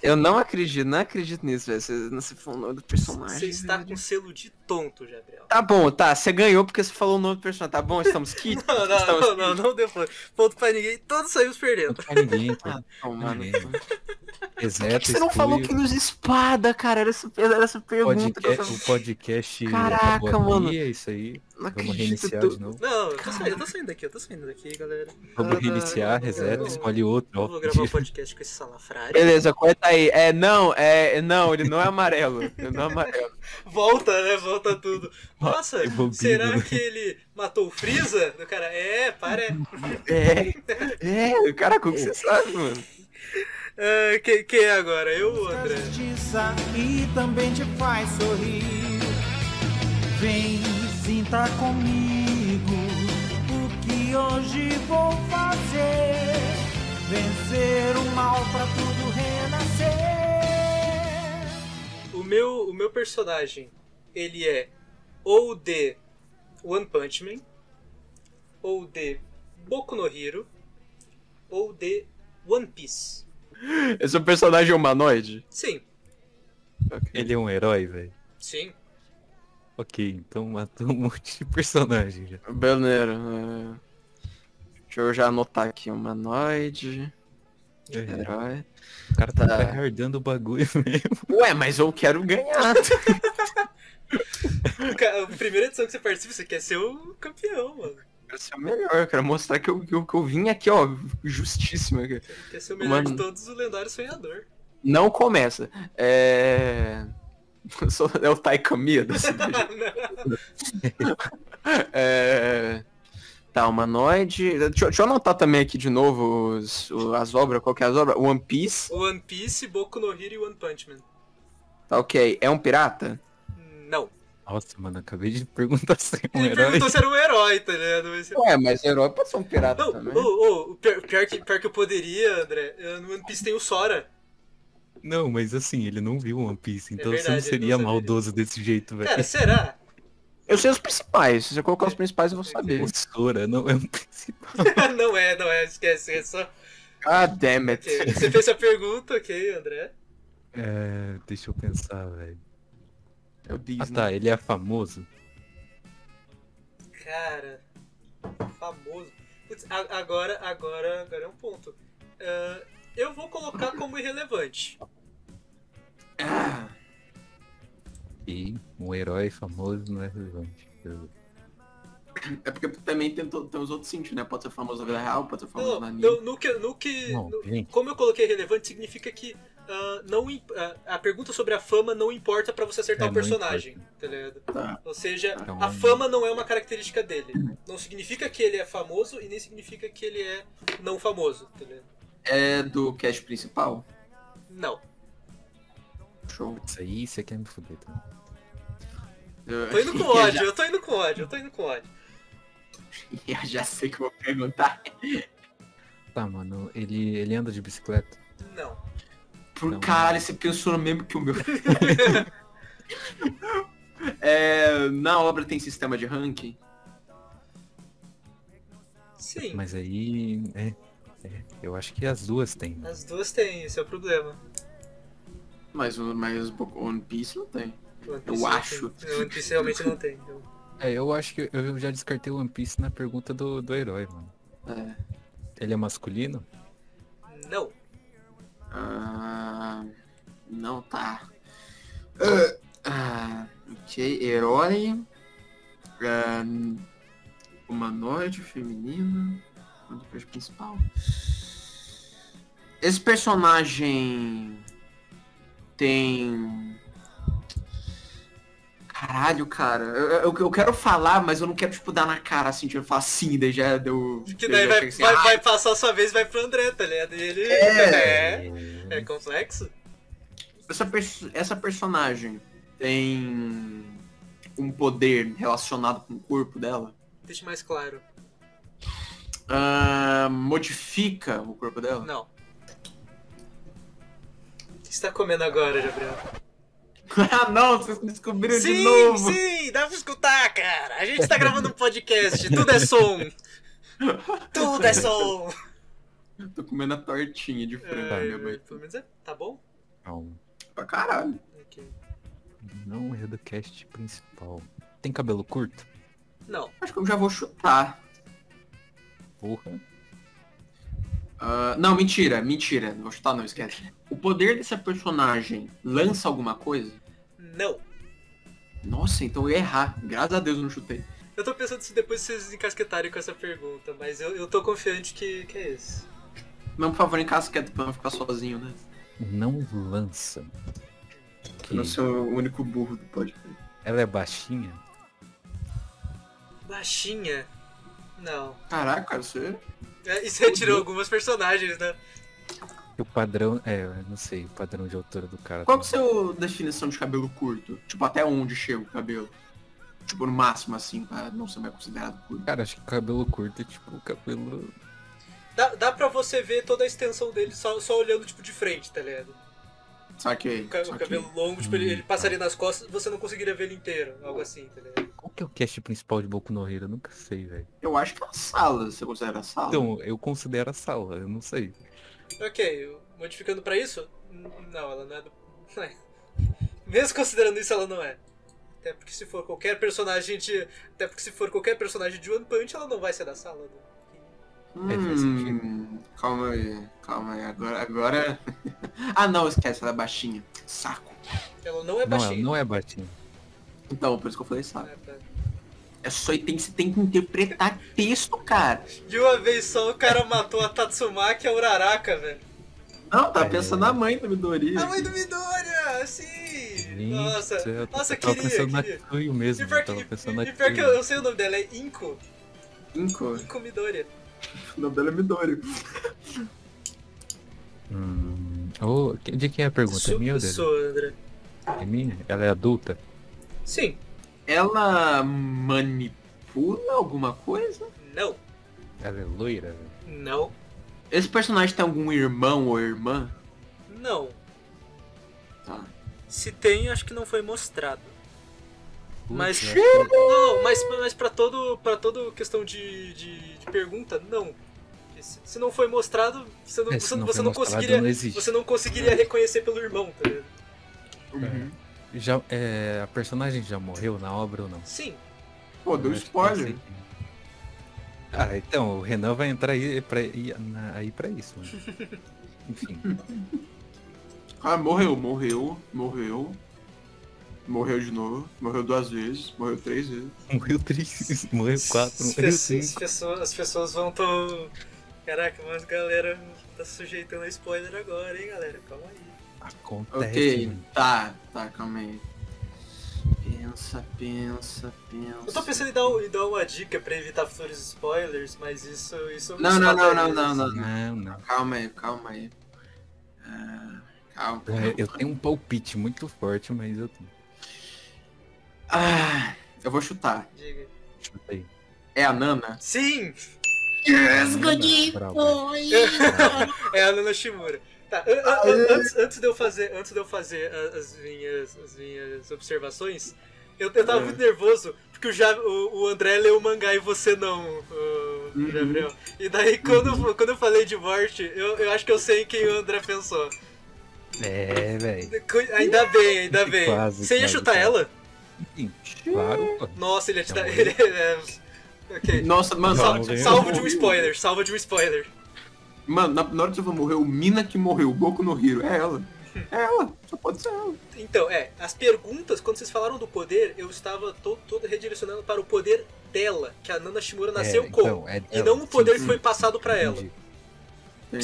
S3: Eu não acredito, não acredito nisso, velho. Você não se falou o nome do personagem.
S1: Você está
S3: velho.
S1: com selo de tonto, Gabriel.
S3: Tá bom, tá. Você ganhou porque você falou o nome do personagem. Tá bom, estamos quites.
S1: Não, não,
S3: estamos
S1: não, não, não deu ponto. Ponto pra ninguém, todos saímos perdendo.
S2: pra ninguém, pô.
S3: Não,
S2: Pra
S3: mano.
S2: ninguém.
S3: Por que,
S2: Exato,
S3: que você não falou
S2: exclui
S3: que nos espada, cara? Era essa, era essa
S2: o
S3: pergunta que eu
S2: podcast,
S3: tava-
S2: o podcast
S3: Caraca,
S2: acabou aqui,
S3: mano.
S2: é isso aí.
S3: Não
S2: Vamos
S3: acredito.
S2: reiniciar
S3: tu-
S2: de novo.
S1: Não, eu tô saindo, eu tô saindo daqui, eu tô saindo daqui, galera.
S2: Vamos
S3: Caraca,
S2: reiniciar, reseta,
S1: mano.
S2: escolhe outro.
S1: Eu
S2: ó.
S1: vou gravar um o podcast com esse salafrário.
S3: Beleza, corta aí. É, não, é. Não, ele não é amarelo. Ele não é amarelo.
S1: Volta, né? Volta tudo. Nossa,
S2: Que bobinho.
S1: será que ele matou o Freeza? O cara, é, para. é.
S3: É, é, cara, como que você sabe, mano?
S1: Ah, quem, quem é agora? Eu ou o André?
S7: justiça e também te faz sorrir. Vem, sinta comigo o que hoje vou fazer. Vencer o mal pra tudo renascer.
S1: O meu, o meu personagem, ele é ou de One Punch Man, ou de Boku no Hero, ou de One Piece.
S3: Esse é um personagem humanoide?
S1: Sim,
S2: Ele é um herói, velho.
S1: sim.
S2: Ok, então matou um monte de personagem já.
S3: Belneiro. é. Deixa eu já anotar aqui. Humanoide.
S2: É,
S3: Herói.
S2: o cara tá
S3: Tá.
S2: hardando o bagulho mesmo.
S3: Ué, mas eu quero ganhar.
S1: O ca- A primeira edição que você participa, você quer ser o campeão, mano.
S3: Eu quero ser o melhor. Eu quero mostrar que eu, que eu, que eu vim aqui, ó. Justíssimo. aqui.
S1: Quer ser o melhor de
S3: Mano.
S1: todos o lendário sonhador.
S3: Não começa. É. eu sou- É o Taika Miya da cidade. É... Tá, humanoide. Deixa, eu- deixa eu anotar também aqui de novo os- o- as obras, qual que é as obras? One Piece.
S1: One Piece, Boku no Hero e One Punch Man.
S3: Tá ok. É um pirata?
S1: Não.
S2: Nossa, mano, acabei de perguntar se é um
S1: Ele
S2: herói.
S1: perguntou se era um herói, tá ligado? Mas-
S3: Ué, mas herói pode ser um pirata
S1: Não,
S3: também.
S1: ô, ô, pior, pior que, pior que eu poderia, André. eh, No One Piece tem o Sora.
S2: Não, mas assim, ele não viu One Piece, então
S1: É
S2: você
S1: verdade,
S2: não
S1: ele não
S2: seria
S1: saberia.
S2: maldoso desse jeito, velho.
S1: Cara, será?
S3: Eu sei os principais. Se eu colocar os principais, eu vou saber.
S2: O Sora não é um principal.
S1: não é, não é, esquece. É só...
S3: Ah, damn
S1: ok,
S3: it.
S1: Você fez a pergunta, ok, André.
S2: É, deixa eu pensar, velho.
S3: É o
S2: Ah
S3: Disney.
S2: tá, ele é famoso.
S1: Cara, famoso. Putz, a- agora, agora, agora é um ponto. Ah, eu vou colocar como irrelevante.
S2: E um herói famoso não é relevante. Eu-
S3: É porque
S1: tá.
S3: também tem, to- tem os outros sentidos, né? Pode ser famoso na vida real,
S2: Tá
S3: pode ser famoso
S1: Não,
S3: na
S1: não, no que. No que
S2: Não,
S1: no-
S2: gente.
S1: como eu coloquei relevante, significa que ah, não, im- ah, a pergunta sobre a fama não importa pra você acertar
S2: É,
S1: o
S2: não
S1: personagem, tá ligado?
S3: Tá.
S1: Ou seja,
S2: Então-
S1: a fama não é uma característica dele. Não significa que ele é famoso e nem significa que ele é não famoso, tá ligado?
S3: É do cast principal?
S1: Não.
S3: Show.
S2: Isso aí você quer me fuder tá? também.
S3: Eu,
S1: Tô indo com
S3: eu
S1: ódio, eu tô indo com ódio, eu tô indo com ódio.
S3: já, eu já sei que eu vou perguntar.
S2: Tá, mano, ele, ele anda de bicicleta.
S1: Não.
S3: Por
S2: Então-
S3: caralho, você pensou no mesmo que o meu. É, na obra tem sistema de ranking?
S1: Sim.
S2: Mas aí. É, é, eu acho que as duas têm. né?
S1: As duas têm, esse é o problema.
S3: Mas o mas o One Piece não tem.
S1: One Piece não
S3: acho.
S1: tem. One Piece realmente não tem. Eu-
S2: É, eu acho que eu já descartei o One Piece na pergunta do, do herói, mano.
S3: É.
S2: Ele é masculino?
S1: Não.
S3: Ah, não tá. Ah, ah, ok, herói. ah, humanoide, feminino. quanto ao personagem principal. Esse personagem tem. Caralho, cara. Eu, eu, eu quero falar, mas eu não quero, tipo, dar na cara assim, tipo, falar assim, daí já deu.
S1: Que daí
S3: eu já
S1: vai,
S3: fico assim,
S1: vai,
S3: "Ah,
S1: vai passar a sua vez e vai pro André, tá ligado? E ele. É.
S3: É.
S1: É, complexo?
S3: Essa, perso- essa personagem tem um poder relacionado com o corpo dela?
S1: Deixa mais claro.
S3: Ah, modifica o corpo dela?
S1: Não. O que você tá comendo agora, Gabriel?
S3: ah, não, vocês descobriram de
S1: sim,
S3: novo.
S1: sim, dá pra escutar, cara. A gente tá gravando um podcast, tudo é som. Tudo é som.
S3: Tô comendo a tortinha de frango, minha
S1: É,
S3: mãe.
S1: pelo menos é. Tá bom?
S2: Calma.
S3: Pra caralho.
S1: Ok.
S2: Não é do cast principal. Tem cabelo curto?
S1: Não.
S3: Acho que eu já vou chutar.
S2: Porra.
S3: Ah, não, mentira, mentira. Não vou chutar não, esquece. O poder dessa personagem lança alguma coisa?
S1: Não.
S3: Nossa, então eu ia errar. Graças a Deus eu não chutei.
S1: Eu tô pensando se depois vocês encasquetarem com essa pergunta, mas eu, eu tô confiante que, que é esse.
S3: Mas por favor, encasqueta pra não ficar sozinho, né?
S2: Não lança.
S3: Eu não sou o único burro do podcast.
S2: Ela é baixinha?
S1: Baixinha? Não.
S3: Caraca, você.
S1: É, Isso retirou algumas personagens, né?
S2: O padrão. É, eu não sei o padrão de altura do cara. tá
S3: Qual que é a sua definição de cabelo curto? Tipo, até onde chega o cabelo? Tipo, no máximo assim, pra não ser mais considerado curto.
S2: Cara, acho que cabelo curto é tipo cabelo.
S1: Dá, dá pra você ver toda a extensão dele só, só olhando tipo de frente, tá ligado?
S3: Saquei.
S1: O, ca- o
S3: saquei.
S1: cabelo longo, tipo, ele, ele passaria nas costas, você não conseguiria ver ele inteiro, algo assim, tá ligado?
S2: Qual que é o cast principal de Boku no Hero? Eu nunca sei, velho.
S3: Eu acho que é a sala, você considera a
S1: Ah.
S3: sala?
S2: Então, eu considero a sala, eu não sei.
S1: Ok, eu- modificando pra isso? n- Não, ela não é do. não é. Mesmo considerando isso, ela não é. Até porque se for qualquer personagem de. Até porque se for qualquer personagem de One Punch, ela não vai ser da sala. né?
S2: É, faz
S3: Hum, calma aí, calma aí. Agora. agora... ah não, esquece, ela é baixinha. Saco.
S1: Ela não é
S2: Não, ela
S1: baixinha.
S2: não é baixinha.
S3: Então, por isso que eu falei saco.
S1: né, tá?
S3: É só tem, você tem que interpretar texto, cara.
S1: De uma vez só, o cara matou a Tatsumaki e a Uraraka, velho.
S3: Não, tá
S2: É.
S3: pensando na mãe do Midori.
S1: A mãe do Midoriya, sim!
S2: Gente,
S1: Nossa,
S2: eu
S1: nossa,
S2: tava
S1: queria,
S2: pensando
S1: queria.
S2: na Tsuyu mesmo.
S1: E pior,
S2: Eu
S1: que,
S2: tava pensando na
S1: e pior que eu,
S2: Tsuyu.
S1: eu sei o nome dela, é Inko.
S3: Inco,
S1: Inko Midoriya.
S3: o nome dela é Midori.
S2: Hum, ô, que- de quem é a pergunta? É
S1: Su-
S2: minha ou dela?
S1: Suandra.
S2: É minha? Ela é adulta?
S1: Sim.
S3: Ela manipula alguma coisa?
S1: Não.
S2: Ela é loira? velho?
S1: Não.
S3: Esse personagem tem algum irmão ou irmã?
S1: Não.
S3: Tá.
S1: Se tem, acho que não foi mostrado.
S2: Putz,
S1: Mas.
S2: eu
S1: Não,
S2: acho que-
S1: não, mas, mas pra, todo, pra todo questão de, de, de pergunta, não. Se, se não foi mostrado, você não,
S2: é,
S1: você,
S2: se não
S1: você
S2: foi
S1: não
S2: mostrado,
S1: conseguiria.
S2: não existe.
S1: Você não conseguiria reconhecer pelo irmão, tá ligado?
S3: Uhum.
S2: Já, é, a personagem já morreu na obra ou não?
S1: Sim.
S3: Pô, deu
S2: Eu acho que não sei
S3: spoiler.
S2: quem. é. Ah, então, o Renan vai entrar aí pra, aí, na- aí pra isso, mano. Enfim,
S3: Ah, morreu, morreu, morreu. Morreu de novo, morreu duas vezes, morreu três vezes.
S2: morreu três, morreu quatro, né?
S1: as,
S2: morreu
S1: pessoas, as
S2: cinco.
S1: pessoas, as pessoas vão tão. Caraca, mas galera tá sujeitando a spoiler agora, hein, galera? Calma aí.
S2: Acontece, né?
S3: Ok,
S2: mano.
S3: tá, tá, calma aí. Pensa, pensa, pensa.
S1: Eu tô pensando em dar, um, em dar uma dica pra evitar futuros spoilers, mas isso. isso isso
S3: Não, não, não,
S1: faltaria.
S3: não, não, não, não.
S2: Não, não.
S3: Calma aí, calma aí. Ah, calma.
S2: É, Eu tenho um palpite muito forte, mas eu
S3: Ah, eu vou chutar.
S1: Diga.
S2: chutei.
S3: É a Nana?
S1: Sim!
S2: Yes,
S1: É a Nana Shimura. Tá, an- an- an- antes, antes de eu fazer, antes de eu fazer a- as minhas, as minhas observações, eu, eu tava muito nervoso porque o, Ja- o- o André leu o mangá e você não, o
S3: Uhum.
S1: Gabriel. E daí quando, eu- quando eu falei de morte, eu, eu acho que eu sei em quem o André pensou.
S2: É, velho.
S1: Cu- Ainda bem, ainda bem.
S2: Quase,
S1: você ia
S2: quase,
S1: chutar
S2: quase.
S1: ela?
S2: Enfim, claro, pô.
S1: Nossa, ele ia te dar.
S2: Não,
S1: Ele, é, ok.
S3: Nossa, mano,
S1: Sal-
S2: Tá não,
S3: sabe-
S2: ganhou.
S1: salvo de um spoiler, salvo de um spoiler.
S3: Mano, na, na hora que você falou morreu, o Mina que morreu, o Boku no Hiro, é ela. Ela, só pode ser ela.
S1: Então, é, as perguntas, quando vocês falaram do poder, eu estava todo, todo redirecionando para o poder dela, que a Nana Shimura nasceu
S2: É,
S1: com.
S2: então, é
S1: e
S2: dela.
S1: não o poder
S2: Sim,
S1: que
S2: sim.
S1: foi passado para ela.
S2: Entendi.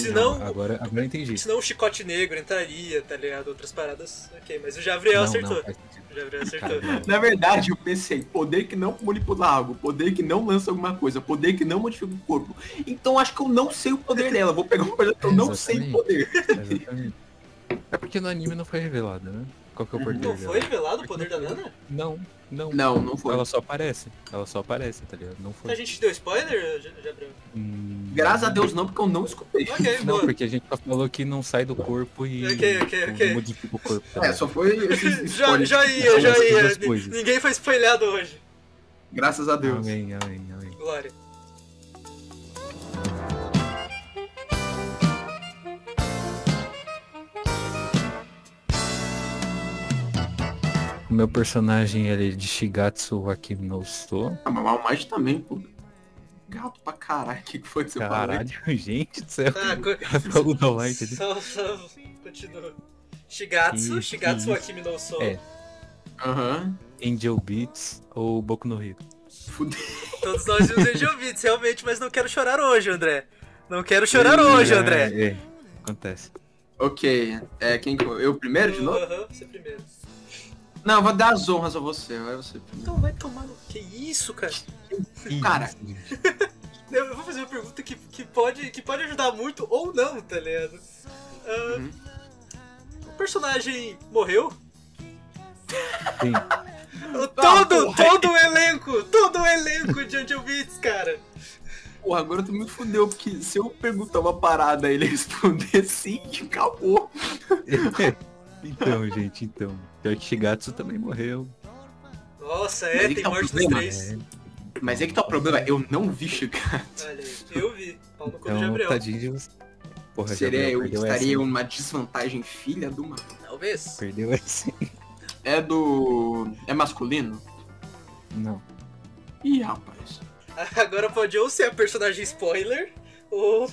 S1: Senão,
S2: Agora, agora eu entendi.
S1: senão o Chicote Negro entraria, tá ligado? Outras paradas. Ok, mas o Javriel
S2: Não,
S1: acertou.
S2: não, faz sentido.
S1: o Javriel acertou.
S2: Cara,
S3: Na verdade, eu pensei, poder que não manipula algo, poder que não lança alguma coisa, poder que não modifica o corpo. Então acho que eu não sei o poder dela. Vou pegar um poder que eu não sei o
S2: Exatamente.
S3: poder.
S2: exatamente. É porque no anime não foi revelado, né? Qual que é o poder
S1: Não
S2: dela?
S1: foi revelado o poder da Nana?
S2: Não, não.
S3: Não, não foi.
S2: Ela só aparece. Ela só aparece, tá ligado? Não foi.
S1: A gente deu spoiler, Ja- Javriel?
S2: Hum,
S3: Graças a Deus não, porque eu não escutei.
S1: Ok,
S2: Não,
S1: boa.
S2: porque a gente só falou que não sai do corpo e
S1: Ok, ok,
S2: não
S1: ok.
S2: modifica o corpo. tá
S3: É,
S2: ligado?
S3: só foi esse
S1: Já,
S3: spoiler.
S1: já ia, já
S2: São essas
S1: ia.
S2: duas coisas.
S1: Ninguém foi spoilhado hoje.
S3: Graças a Deus.
S2: Amém, amém, amém.
S1: Glória.
S2: O meu personagem ele é de Shigatsu Wakimi no Uso.
S3: Ah, mas o Mage também, pô. Gato pra caralho, o que que foi que você falou?
S2: Caralho, gente do céu.
S1: Tá, co-
S2: Falou do Light ali.
S1: só, só continua. Shigatsu,
S2: Isso,
S1: Shigatsu
S2: isso.
S1: Akimi no Sou.
S2: É.
S3: Aham.
S2: Angel Beats ou Boku no Hero.
S3: Fudeu.
S1: Todos nós vimos Angel ouvidos, realmente, mas não quero chorar hoje, André. Não quero chorar hoje, André.
S2: É, é. Acontece.
S3: Ok. É, quem que eu? Eu primeiro de novo?
S1: Aham, você primeiro.
S3: Não, eu vou dar as honras a você. Vai você primeiro.
S1: Então vai tomar no. Que isso, cara?
S3: Cara,
S1: Eu eu vou fazer uma pergunta que, que, pode, que pode ajudar muito ou não, tá ligado? Ah, O personagem morreu?
S2: Sim.
S1: Todo,
S3: Ah, porra.
S1: todo o elenco, todo o elenco de Angel Beats, cara.
S3: porra, agora tu me fudeu, porque se eu perguntar uma parada e ele responder sim, acabou.
S2: então, gente, então. Pior que Shigatsu também morreu.
S1: Nossa,
S3: Mas
S1: é,
S3: ele
S1: tem
S3: tá
S1: morte nos
S3: problema,
S1: três.
S3: Mas é que tá o problema, eu não vi chegar.
S1: Olha aí, eu vi. Pau no cu do
S2: Então,
S3: tá
S1: Gabriel.
S2: tadinho de você. Porra,
S3: Seria
S2: Gabriel,
S3: eu,
S2: perdeu
S3: estaria eu
S2: essa.
S3: numa desvantagem filha do mar.
S1: Talvez.
S2: Perdeu essa.
S3: É do. É masculino?
S2: Não.
S3: Ih, rapaz.
S1: Agora pode ou ser a personagem spoiler ou,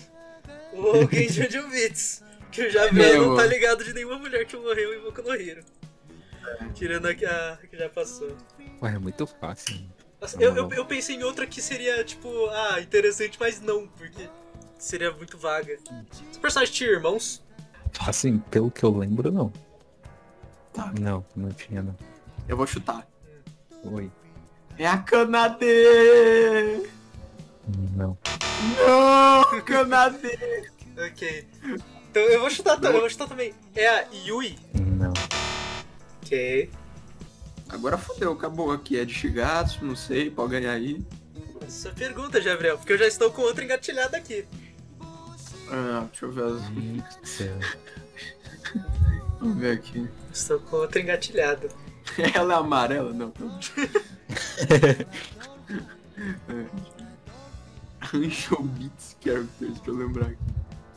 S1: ou alguém de Angel Beats. Que o Javier não
S3: Meu.
S1: tá ligado de nenhuma mulher que morreu em Boku no Hero. Tirando a que, a que já passou.
S2: Ué, é muito fácil.
S1: Nossa,
S2: Não,
S1: eu, eu,
S2: não.
S1: eu pensei em outra que seria, tipo, ah, interessante, mas não, porque seria muito vaga. Os personagens tinham irmãos?
S2: Assim, pelo que eu lembro, não.
S3: Tá.
S2: Não, não tinha, não.
S3: Eu vou chutar.
S2: Oi.
S3: É a Canadê!
S2: Não.
S3: Não, Canadê!
S1: Ok. Então eu vou chutar, também, eu vou chutar também. É a Yui?
S2: Não.
S1: Ok.
S3: Agora fodeu, acabou aqui. É de Shigatsu, não sei, pode ganhar aí.
S1: Essa pergunta, Gabriel, porque eu já estou com outra engatilhada aqui.
S3: Ah, deixa eu ver as.
S2: Meu Deus do céu.
S3: Vamos ver aqui.
S1: Estou com outra engatilhada.
S3: Ela é amarela? Não, pelo amor de Deus. É. Angel Beats Characters, deixa eu lembrar aqui.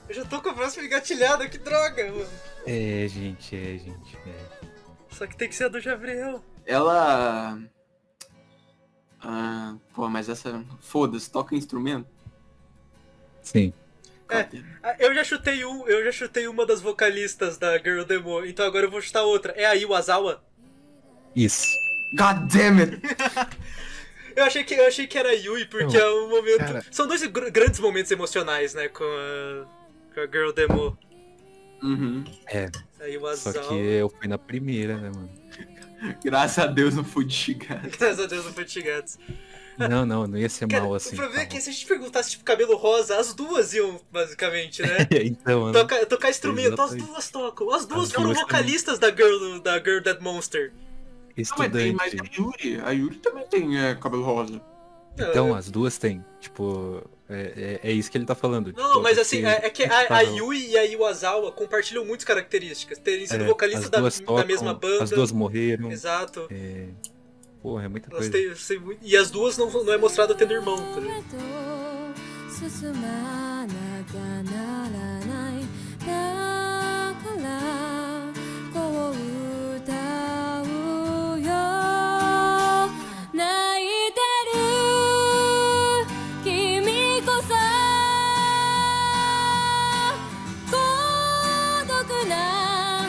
S1: Eu já tô com a próxima engatilhada, que droga, mano.
S2: É, gente, é, gente. É.
S1: Só que tem que ser a do Gabriel.
S3: Ela. Ah, pô, mas essa. Foda-se, toca instrumento?
S2: Sim.
S1: É. Ah, Eu já chutei um, eu já chutei uma das vocalistas da Girl Demo, então agora eu vou chutar outra. É a Iwasawa?
S2: Isso.
S3: God damn it!
S1: Eu achei que, eu achei que era a Yui, porque
S2: Não,
S1: é um momento.
S2: cara.
S1: São dois gr- grandes momentos emocionais, né? Com a, com a Girl Demo.
S3: Uhum.
S1: A
S2: Só
S1: Iwasawa.
S2: que eu fui na primeira, né, mano?
S3: Graças a Deus não fui de Shigatsu.
S1: Graças a Deus não foi Tigatos.
S2: Não, não, não ia ser
S1: Cara,
S2: mal assim.
S1: o problema é
S2: tá
S1: que se a gente perguntasse, tipo, cabelo rosa, as duas iam, basicamente, né?
S2: bom. Então, mano.
S1: Tocar, tocar instrumento, as
S2: Exatamente.
S1: duas tocam. As duas
S2: As
S1: foram
S2: duas também.
S1: vocalistas da Girl, da Girl Dead Monster.
S3: Não, mas tem mais
S2: Estudante.
S3: a Yuri. A Yuri também tem é, cabelo rosa.
S1: Ah,
S2: Então, as duas têm. Tipo, é, é, é isso que ele tá falando.
S1: Não, não, mas assim, é, é que a, a
S2: Yui
S1: Yui e a Iwasawa compartilham muitas características. Terem sido
S2: É,
S1: vocalistas
S2: as
S1: da,
S2: duas
S1: da
S2: tocam,
S1: mesma banda.
S2: As duas morreram.
S1: Exato.
S2: É... Porra, é muita
S1: Elas
S2: coisa.
S1: têm- têm muito- E as duas não, não é mostrado tendo irmão, tá ligado?
S11: 進まなきゃならないだからこう歌うよ泣いてる君こそ孤独な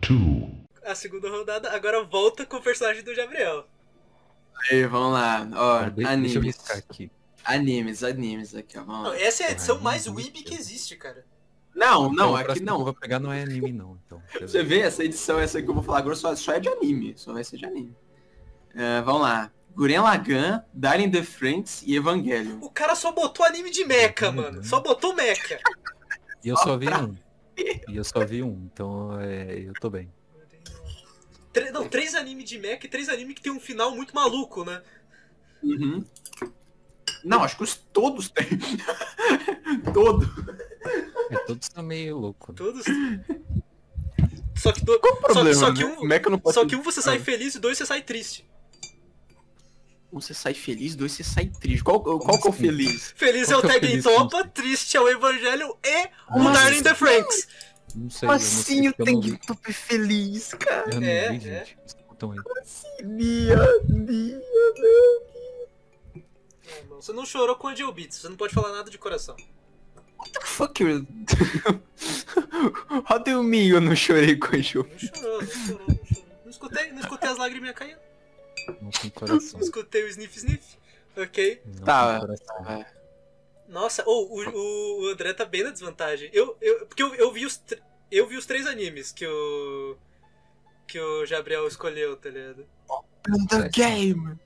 S12: two,
S1: A segunda rodada agora volta com o personagem do Gabriel.
S3: Aí, vamos lá. Ó,
S2: Ah, de- deixa eu
S3: animes.
S2: riscar aqui.
S3: Animes, animes aqui, ó. Vamos
S1: Não,
S3: lá.
S1: essa é a edição mais weeb que existe, cara.
S3: Não,
S2: Então,
S3: não,
S2: o
S3: aqui
S2: próximo que eu
S3: não.
S2: vou pegar não é anime, não. Então.
S3: Você vê essa edição, essa que eu vou falar agora, só, só é de anime. Só vai ser de anime. É, vamos lá. Guren Lagan, Darling the Friends e Evangelion.
S1: O cara só botou anime de
S2: Uhum.
S1: mecha, mano. Só botou mecha.
S2: E eu só vi um. E eu só vi um, então é, eu tô bem.
S1: Tre- não, três anime de mecha e três anime que tem um final muito maluco, né?
S3: Uhum. Não, acho que os todos têm. Todo.
S2: É, todos são meio louco. né?
S1: Todos. Só que, do...
S3: Qual o
S1: só, que-
S3: problema,
S1: só que
S3: né?
S1: um,
S3: Como é que eu não posso...
S1: só que um você
S2: Uhum.
S1: sai
S3: Ah,
S1: feliz e dois você sai triste.
S3: Um você sai feliz, dois você sai triste. Qual, qual que é o
S2: assim?
S3: feliz?
S1: Feliz é
S2: Qual
S1: o
S2: que é o
S1: Tekken
S2: feliz,
S1: Topa, triste é o Evangelho e o
S3: Nossa.
S1: Darling the Franks.
S2: Não sei,
S3: Como
S2: eu não sei,
S3: assim o
S2: porque eu não
S3: Tengu
S2: vi.
S3: Top feliz, cara?
S2: Eu não
S1: É,
S2: vi,
S1: é.
S2: gente. Escutam aí.
S3: Nia, Nia,
S1: É, irmão, Você não chorou com a Angel Beats, você não pode falar nada de coração.
S3: What the fuck you... How do you mean eu não chorei com o jogo?
S1: Não chorou, não chorou, não chorou. Não escutei, não escutei as lágrimas caindo.
S2: Não tem coração. assim,
S1: Não escutei o sniff sniff. Ok.
S2: Não
S3: Tá,
S2: tem coração.
S1: Nossa, ou o, o André tá bem na desvantagem. Eu, eu, porque eu, eu vi os tr- eu vi os três animes que o que o Gabriel escolheu, tá ligado?
S3: Open the game!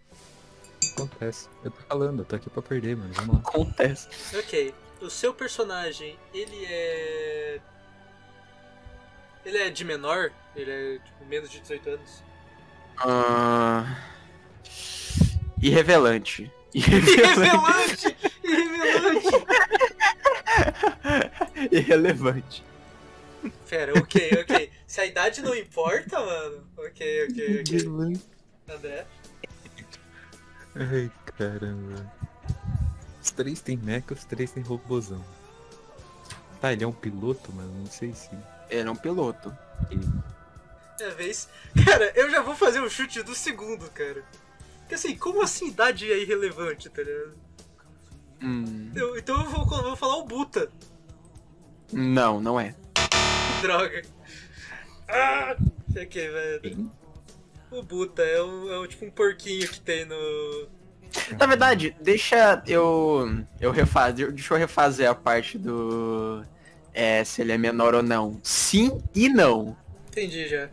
S2: Acontece. Eu tô falando, eu tô aqui pra perder, mano. Vamos lá.
S3: Acontece.
S1: Ok. O seu personagem, ele é ele é de menor, ele é tipo, menos de 18 anos.
S3: Ah, Irrevelante.
S1: Irrelevante! Irrelevante!
S3: Irrelevante.
S1: Pera, ok, ok. Se a idade não importa, mano. Ok, ok, ok.
S3: Irrelevante.
S1: André.
S2: Ai, caramba. Os três tem mecha, os três tem robozão. Tá, ele é um piloto, mas não sei se.
S3: Ele é um piloto.
S1: Minha é vez. Cara, eu já vou fazer um chute do segundo, cara. Porque assim, como assim idade é irrelevante, tá ligado?
S3: Hum,
S1: Eu- então eu vou, eu vou falar o Buta.
S3: não, não é.
S1: Droga. Ah! Ok, velho. O Buta é, um, é um- tipo um porquinho que tem no.
S3: Na verdade, deixa eu. Eu refazer. Deixa eu refazer a parte do. É, se ele é menor ou não. Sim e não.
S1: Entendi já.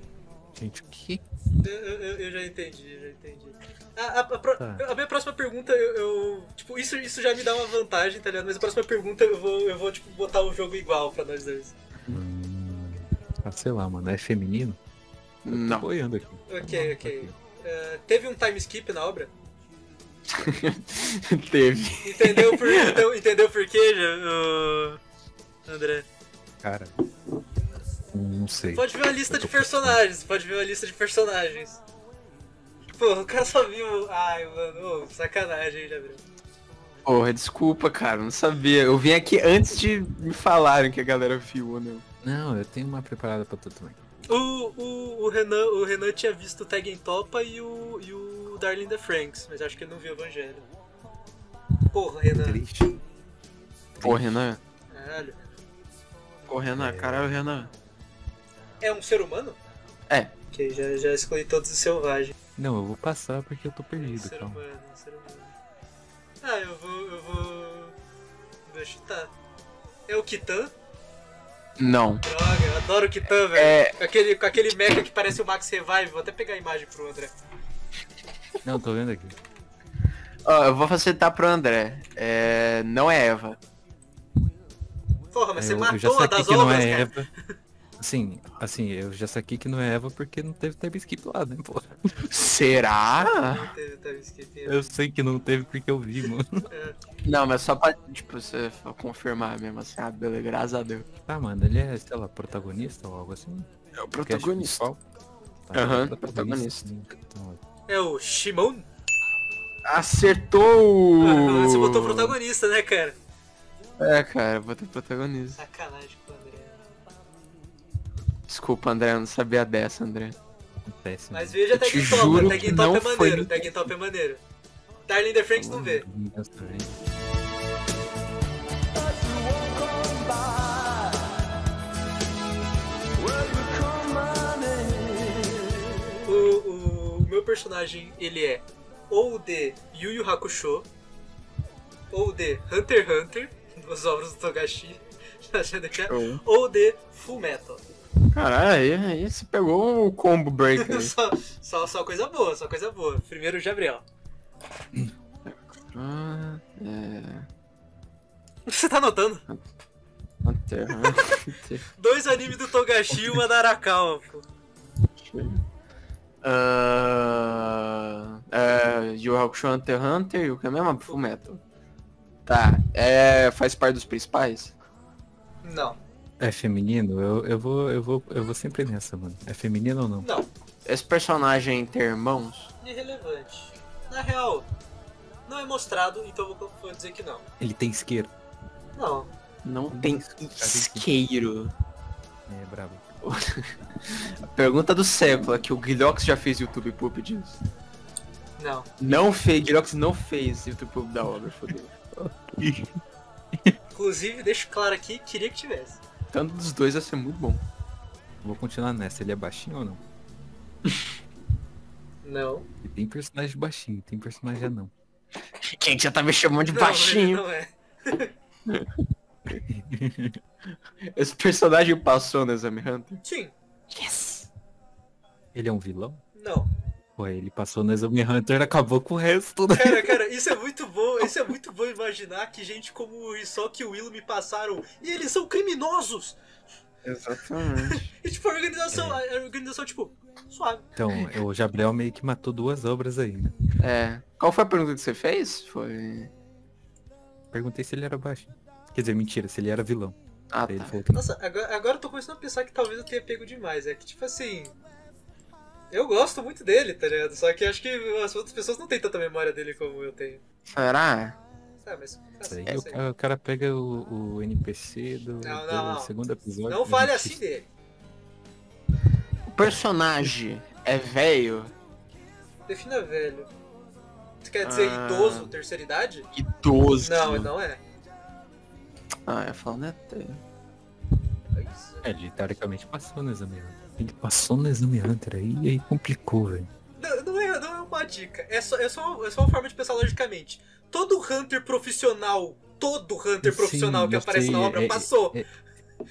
S2: Gente, o que?
S1: Eu, eu- eu- eu já entendi, eu já entendi. A, a- a pro-
S2: Tá.
S1: a minha próxima pergunta, eu, eu- Tipo, isso, isso já me dá uma vantagem, tá ligado? Mas a próxima pergunta eu vou, eu vou tipo, botar o jogo igual pra nós dois.
S2: Hum, ah, sei lá, mano. É feminino? Tô
S3: Não.
S2: boiando tá aqui.
S1: Ok, ok. Eh, teve um time skip na obra?
S3: Teve.
S1: Entendeu por, então, entendeu por quê, já, ô, André?
S2: Cara. Não sei.
S1: Pode ver a lista de personagens, pode ver a lista de personagens. Pô, o cara só viu. Ai, mano, ô, sacanagem, Gabriel.
S3: Porra, desculpa, cara. Não sabia. Eu vim aqui antes de me falarem que a galera né? viu ou não.
S2: Não, eu tenho uma preparada pra tu também.
S1: O, o, o, Renan, o Renan tinha visto o Tag em Topa e o, e o Darling the Franks, mas acho que ele não viu o Evangelho. Porra, Renan.
S2: Triste.
S3: Pô, Renan.
S1: Caralho.
S3: Pô, Renan. Caralho, Renan.
S1: É um ser humano?
S3: É.
S1: Ok, já, já escolhi todos os selvagens.
S2: Não, eu vou passar porque eu tô perdido,
S1: ser
S2: calma.
S1: humano, ser humano. Ah, eu vou. Eu vou. Vou chutar. É o Kitan?
S3: Não.
S1: Droga, eu adoro o Kitan, velho.
S3: É.
S1: Com aquele, com aquele mecha que parece o Max Revive, vou até pegar a imagem pro André.
S2: Não, tô vendo aqui.
S3: Ó, eu vou facilitar pro André. É, não é Eva.
S1: Porra, mas
S2: É,
S1: você
S2: eu, eu já
S1: matou a
S2: saquei
S1: das
S2: que não
S1: obras,
S2: é
S1: cara.
S2: Eva. Assim, assim, eu já saquei que não é Eva porque não teve time skip lá, né, pô?
S3: Será?
S1: Não teve time skip,
S2: Eu sei que não teve porque eu vi, mano.
S3: Não, mas só pra, tipo, você confirmar mesmo assim. Ah, beleza, graças a Deus.
S2: Tá, mano, ele é, sei lá, protagonista ou algo assim?
S3: É o
S2: Porque acho que
S3: protagonista.
S2: principal- Tá, ele é
S3: Aham,
S2: Então,
S1: É o Shimon?
S3: Acertou!
S1: Ah, você botou protagonista, né, cara?
S3: É, cara, botou protagonista.
S1: Sacanagem com o André.
S3: Desculpa, André, eu não sabia dessa, André.
S2: acontece.
S1: Mas
S2: mano.
S1: veja
S3: Eu te
S1: Tag Top,
S3: juro
S1: Tag
S3: que
S1: Top é
S3: não foi
S1: maneiro,
S3: nem-
S1: Tag Top é maneiro. Darling the Franks não vê.
S2: Dessa vez.
S7: Will you come running?
S1: meu personagem ele é ou de Yu Yu Hakusho, ou de Hunter x Hunter, dos obras do Togashi, tá da JDK,
S3: Show.
S1: é? ou de Full Metal.
S3: Caralho, aí, aí você pegou o combo break aí.
S1: só, só, só coisa boa, só coisa boa. Primeiro o Gabriel.
S3: Ah, é.
S1: Você tá notando?
S3: Hunter, Hunter.
S1: Dois animes do Togashi e uma da Arakawa, pô.
S3: Ah, é, Yu Yu Hakusho Hunter x Hunter e o que é mesmo? Full Metal. Tá, é, faz parte dos principais?
S1: Não,
S2: É feminino? Eu, eu, vou, eu, vou, eu vou sempre nessa, mano. É feminino ou não?
S1: não.
S3: Esse personagem tem irmãos?
S1: Irrelevante. Na real, não é mostrado, então eu vou, vou dizer que não.
S2: Ele tem isqueiro.
S1: Não.
S3: Não tem isqueiro.
S2: É, brabo.
S3: Pergunta do século, é que o Guilhox já fez YouTube Poop disso.
S1: Não.
S3: Não fez, Guilhox não fez YouTube Poop da obra, fodeu.
S1: Inclusive, deixo claro aqui, queria que tivesse.
S3: Tanto dos dois ia ser muito bom.
S2: Vou continuar nessa. Ele é baixinho ou não?
S1: Não.
S2: E tem personagem baixinho, tem personagem anão.
S3: Quem que já tá me chamando de
S1: Não, ele
S3: baixinho?
S1: Não é.
S3: Esse personagem passou no Exame Hunter?
S1: Sim.
S3: Yes!
S2: Ele é um vilão?
S1: Não.
S2: Pô, ele passou no Exame Hunter e acabou com o resto, né?
S1: Cara, cara, isso é muito bom. Isso é muito bom imaginar que gente como o Hisoki e o Willow me passaram. E eles são criminosos!
S3: Exatamente.
S1: E tipo, a organização, a
S3: É.
S1: a organização, tipo, suave.
S2: Então, o Jabriel meio que matou duas obras aí, né?
S3: É. Qual foi a pergunta que você fez? Foi.
S2: Perguntei se ele era baixinho. Quer dizer, mentira, se ele era vilão.
S3: Ah,
S2: Daí ele
S3: tá.
S2: falou que não.
S1: Nossa, agora, agora eu tô começando a pensar que talvez eu tenha pego demais. É que, tipo assim. Eu gosto muito dele, tá ligado? Só que acho que as outras pessoas não têm tanta memória dele como eu tenho.
S3: Será?
S1: Ah, mas.
S2: Isso aí,
S1: não
S2: É, o,
S1: sei.
S2: cara, o cara pega o, o NPC do,
S1: Não,
S2: do
S1: não, não.
S2: segundo episódio.
S1: Não
S2: do
S1: fale
S2: NPC.
S1: assim dele.
S3: O personagem é velho,
S1: Defina velho. Você quer dizer
S3: Ah.
S1: idoso, terceira idade?
S3: idoso.
S1: Não, não é.
S3: Ah, eu falo, né? até-
S1: É isso.
S2: É, ele teoricamente passou no Exame Hunter. Ele passou no Exame Hunter aí e aí complicou, velho.
S1: Não, não é, não é uma dica. É só, é, só, é só uma forma de pensar logicamente. Todo hunter profissional, todo hunter
S2: Sim,
S1: profissional que
S2: eu
S1: aparece na
S2: sei,
S1: obra
S2: é-
S1: passou.
S2: é-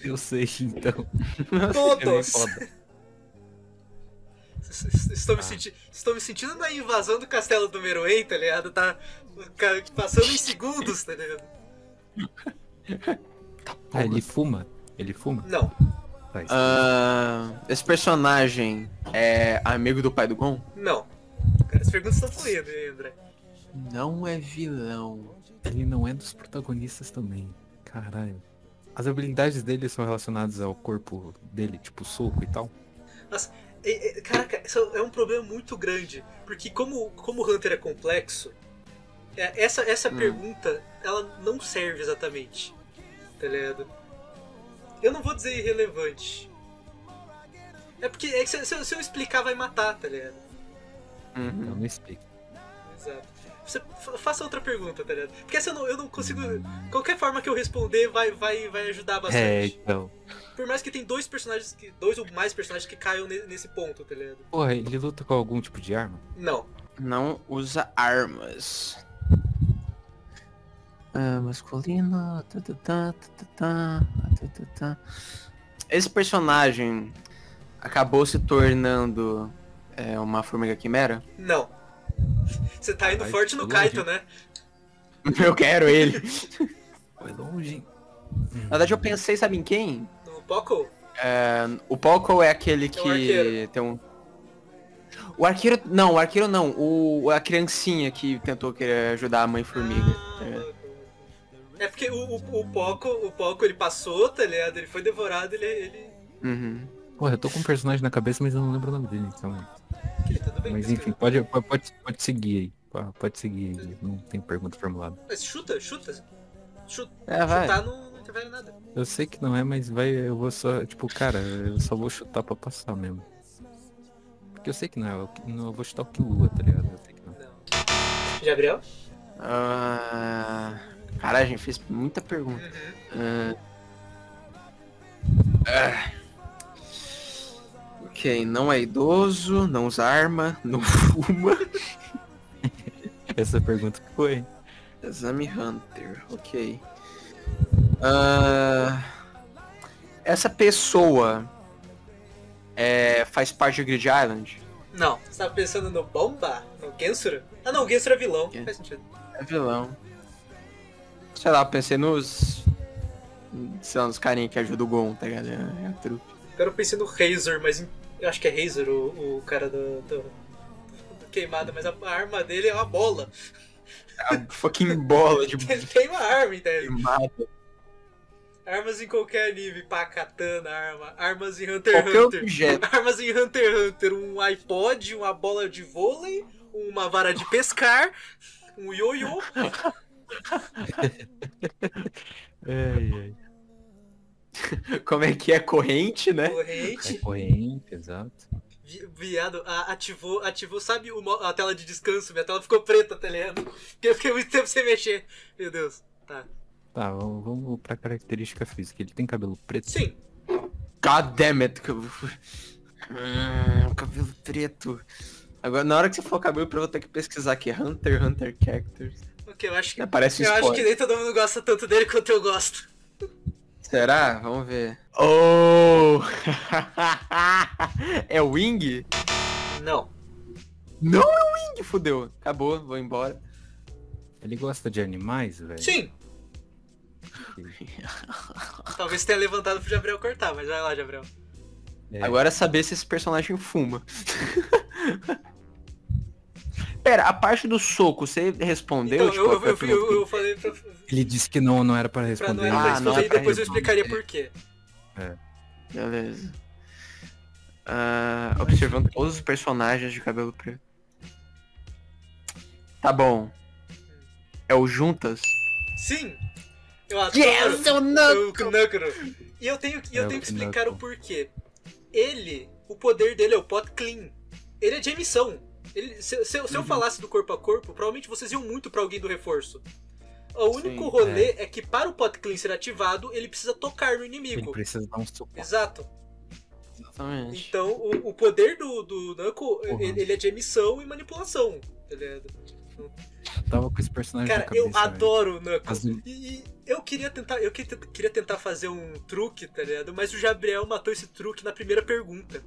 S2: Eu sei, então. É meio
S1: todos.
S2: foda.
S1: S- s- Estou me, senti estou me sentindo na invasão do castelo do Meruem, tá ligado? Tá ca- passando em segundos, tá ligado?
S2: Ah, ele fuma. Ele fuma.
S1: Não,
S2: Tá, isso.
S3: Ah, esse personagem é amigo do pai do Gon?
S1: não. Cara, as perguntas estão fluindo, hein, André?
S3: Não é vilão.
S2: Ele não é dos protagonistas também. Caralho. As habilidades dele são relacionadas ao corpo dele, tipo soco e tal.
S1: É, é, Caraca, isso é um problema muito grande. Porque como, como o Hunter é complexo, é, essa, essa
S3: Hum.
S1: pergunta, ela não serve exatamente. Tá ligado? Eu não vou dizer irrelevante. É porque é que se, se eu- se eu explicar vai matar, tá ligado?
S2: Então
S3: Uhum.
S2: não explica.
S1: Exato. Você fa- faça outra pergunta, tá ligado? Porque essa eu não, eu não consigo. Qualquer forma que eu responder vai, vai, vai ajudar
S2: É,
S1: bastante.
S2: então.
S1: Por mais que tem dois personagens, que, dois ou mais personagens que caiam ne- nesse ponto, tá ligado?
S2: Porra, ele luta com algum tipo de arma?
S1: Não.
S3: Não usa armas. Ah, masculino. tá, tá, tá, tá, tá, tá, tá, tá. Esse personagem acabou se tornando é, uma formiga quimera?
S1: Não. Você tá indo
S2: Caralho,
S1: forte no
S2: longe.
S1: Kaito, né?
S3: Eu quero ele.
S2: Foi longe. hein?
S3: Na verdade, eu pensei, sabe em quem?
S1: No Poco?
S3: É, o Poco é aquele que
S1: É o arqueiro.
S3: tem um. O arqueiro. Não, o arqueiro não. O, a criancinha que tentou querer ajudar a mãe formiga.
S1: Ah,
S2: tá
S3: É.
S1: tá, É porque o, o, o Poco, o Poco ele passou, tá ligado? Ele foi devorado, ele. ele...
S3: Uhum.
S2: Porra, eu tô com um personagem na cabeça, mas eu não lembro o nome dele, então.
S1: Ok, tudo bem.
S2: Mas enfim, pode, pode- pode, pode seguir aí. Pô, Pode seguir aí. Não tem pergunta formulada.
S1: Mas chuta, chuta. Chu-
S3: É, vai.
S1: Chutar não, não interfere em nada.
S2: Eu sei que não é, mas vai, eu vou só. Tipo, cara, eu só vou chutar pra passar mesmo. Porque eu sei que não é. Eu, não, eu vou chutar o Killua, tá ligado? Eu sei que não.
S1: Não. Gabriel?
S3: Ah, Caralho, gente, fez muita pergunta.
S1: Uhum.
S3: Ah. Ah. Ok, não é idoso, não usa arma, não fuma.
S2: Essa pergunta foi.
S3: Exame Hunter, ok. Ah, essa pessoa é, faz parte do Grid Island?
S1: Não, você tava pensando no Bomba? No Gensura? Ah não, o Gensura é vilão. Faz sentido.
S3: É vilão. Sei lá, pensei nos. Sei lá, nos carinha que ajuda o Gon, tá ligado? É, é a trupe.
S1: Agora eu pensei no Razor, mas em- eu acho que é Razor o, o cara do, do- do queimada, mas a a arma dele é uma bola.
S3: É uma fucking bola de
S1: Ele queima a arma, entende?
S3: mata.
S1: Armas em qualquer anime, pá, katana, arma, armas em Hunter x
S3: Qualquer
S1: Hunter.
S3: objeto.
S1: Armas em Hunter x Hunter, um iPod, uma bola de vôlei, uma vara de pescar, um ioiô.
S2: Ai, ai.
S3: Como é que é corrente, né?
S1: Corrente.
S2: É Corrente, exato.
S1: Vi- Viado, a- ativou, ativou, sabe o mo- a tela de descanso? Minha tela ficou preta, tá ligado? Porque eu fiquei muito tempo sem mexer. Meu Deus. Tá.
S2: Tá, vamos, vamos pra característica física. Ele tem cabelo preto?
S1: Sim.
S3: God damn it. que eu- Hum, cabelo preto. Agora, na hora que você falou cabelo preto, eu vou ter que pesquisar aqui. Hunter, x Hunter Characters.
S1: Ok, eu acho que.
S3: É, parece um
S1: eu acho que
S3: spoiler.
S1: nem todo mundo gosta tanto dele quanto eu gosto.
S3: Será? Vamos ver. Oh! é o Wing?
S1: Não.
S3: Não é o Wing, fudeu. Acabou, vou embora.
S2: Ele gosta de animais, velho?
S1: Sim. Talvez tenha levantado pro Gabriel cortar, mas vai lá, Gabriel.
S2: É.
S3: Agora é saber se esse personagem fuma. Pera, a parte do soco, você respondeu?
S1: Então,
S3: Tipo,
S1: eu, eu,
S3: foi a
S1: eu, fui- eu,
S3: pergunta que-
S1: eu falei pra,
S2: Ele disse que não, não era
S1: pra
S2: pra
S1: não
S2: responder.
S1: era pra
S3: Ah, não,
S1: responder e
S3: pra
S1: depois eu
S3: responder.
S1: explicaria por quê.
S3: Beleza. Ah, observando todos os personagens de cabelo preto. Tá bom. É o Juntas?
S1: Sim! Eu adoro
S3: Yes, eu não!
S1: o Knuckle. E eu tenho, que- e eu
S2: É,
S1: tenho que
S2: o
S1: explicar o
S2: Knuckle.
S1: porquê. Ele, o poder dele é o pot clean. Ele é de emissão. Ele- se, se eu- se eu
S2: Uhum.
S1: falasse do corpo a corpo, provavelmente vocês iam muito pra alguém do reforço. O único
S3: Sim,
S1: rolê é. que para o pot clean ser ativado, ele precisa tocar no
S2: Ele
S1: inimigo.
S2: precisa dar um suporte.
S1: Exato.
S3: Exatamente.
S1: Então, o, o poder do, do Knuckle,
S2: Porra.
S1: ele, ele é de emissão e manipulação, tá ligado?
S2: Tava com esse personagem
S1: Cara,
S2: na cabeça. um-
S1: eu adoro o Knuckles.
S2: Azul.
S1: E, e eu queria tentar, eu queria, tent- queria tentar fazer um truque, tá ligado? Mas o Jabriel matou esse truque na primeira pergunta.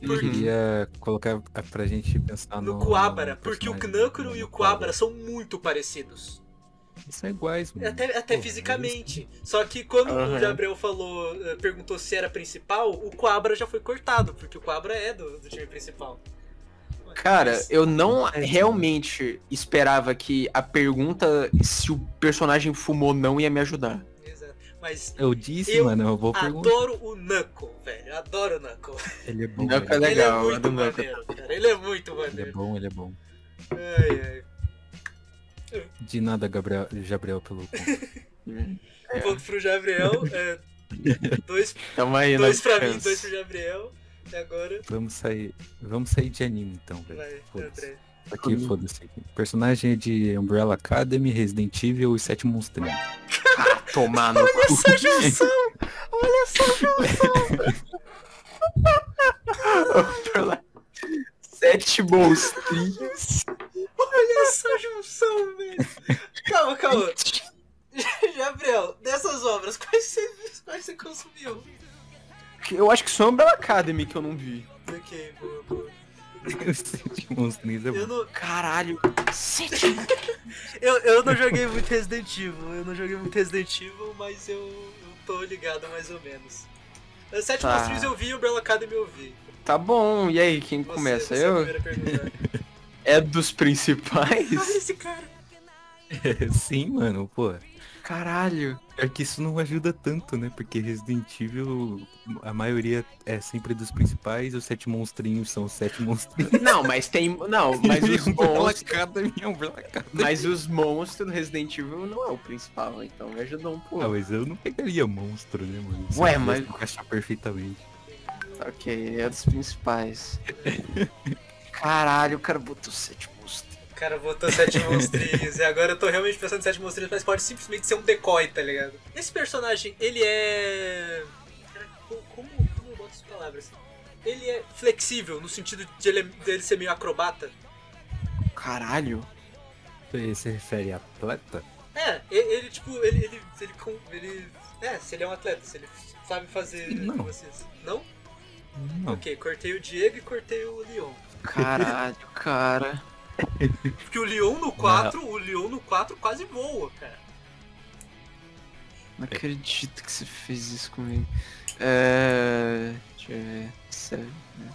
S2: Eu
S1: Uhum.
S2: queria colocar a- pra gente pensar no.
S1: No Coabra, porque o
S2: personagem
S1: Knuckle
S2: do
S1: e o Coabra
S2: Kuwabara.
S1: são muito parecidos. É
S2: São iguais, mano.
S1: Até, até
S2: Pô,
S1: fisicamente. Só que quando o
S3: Aham.
S1: Gabriel falou, eh, perguntou se era principal, o Coabra já foi cortado, porque o Coabra é do, do time principal.
S3: Cara,
S1: Mas- é
S3: eu não realmente esperava que a pergunta se o personagem fumou ou não ia me ajudar.
S1: Exato. Mas
S2: Eu disse,
S1: Eu
S2: mano, eu vou perguntar.
S1: adoro o Knuckle, velho. Adoro o Knuckle.
S2: Ele é bom.
S3: Não,
S2: Ele,
S3: cara,
S1: ele é
S3: Legal,
S1: muito
S3: adoro o Knuckle.
S1: maneiro, cara. Ele é muito
S2: ele é
S1: maneiro.
S2: bom, ele é bom.
S1: Ai,
S2: De nada, Gabriel, Gabriel pelo conto.
S1: ai. Um ponto pro Gabriel. é, dois
S3: Tamo aí, né?
S1: dois
S3: na
S1: pra mim,
S3: chance.
S1: dois pro Gabriel. E agora
S2: Vamos sair. Vamos sair de anime então,
S1: vai,
S2: velho. Foda-se.
S1: André.
S2: Aqui, foda-se. Personagem é de Umbrella Academy, Resident Evil e Sete Monstros.
S3: Tomar no cu.
S1: Essa junção! Olha só!
S3: Sete monstrinhos.
S1: Olha essa junção, velho! Calma, calma. Gabriel, dessas obras, quais você, quais você consumiu?
S3: Eu acho que só Umbrella Academy que eu não vi.
S1: Ok, boa, boa.
S2: Sete Monstros é
S1: Eu
S2: bom.
S1: não,
S3: Caralho. Sete
S1: eu, eu não joguei muito Resident Evil. Eu não joguei muito Resident Evil, mas eu, eu tô ligado mais ou menos. Sete
S3: Tá.
S1: Monstros eu vi, Umbrella Academy eu vi.
S3: Tá bom, e aí, quem
S1: Você-
S3: começa?
S1: você é a
S3: eu?
S1: primeira pergunta.
S3: É dos
S1: Olha
S3: principais?
S1: esse cara.
S2: Sim, mano, pô.
S3: Caralho.
S2: É que isso não ajuda tanto, né? Porque Resident Evil, a maioria é sempre dos principais, os sete monstrinhos são os sete monstrinhos. Então,
S3: Não, mas tem. Não, mas os
S2: Umbrella
S3: monstros. né,
S2: Academy é Umbrella Academy.
S3: Mas os monstros do Resident Evil não é o principal, então me ajudou um
S2: Ah,
S3: pouco.
S2: mas eu não pegaria monstro, né, mano? Isso
S3: Ué,
S2: eu
S3: mas-
S2: encaixar perfeitamente.
S3: Ok, é dos principais. Caralho, o cara botou sete monstros.
S1: O cara botou sete monstrinhos e agora eu tô realmente pensando em sete monstrinhos, mas pode simplesmente ser um decoy, tá ligado? Esse personagem, ele é. Caraca, co- Como, como eu boto as palavras? ele é flexível no sentido de ele, é, dele ser meio acrobata.
S3: Caralho.
S2: Você se refere a atleta?
S1: É, e- ele, tipo, ele, ele, ele, com- ele- É, se ele é um atleta, se ele sabe fazer
S2: Não.
S1: vocês. Não?
S2: Não.
S1: Ok, cortei o Diego e cortei o Leon.
S3: Caralho, cara.
S1: Porque o Leon no 4, o Leon no 4 quase voa, cara.
S3: Não acredito que você fez isso comigo. É... Deixa eu ver. Sério, né?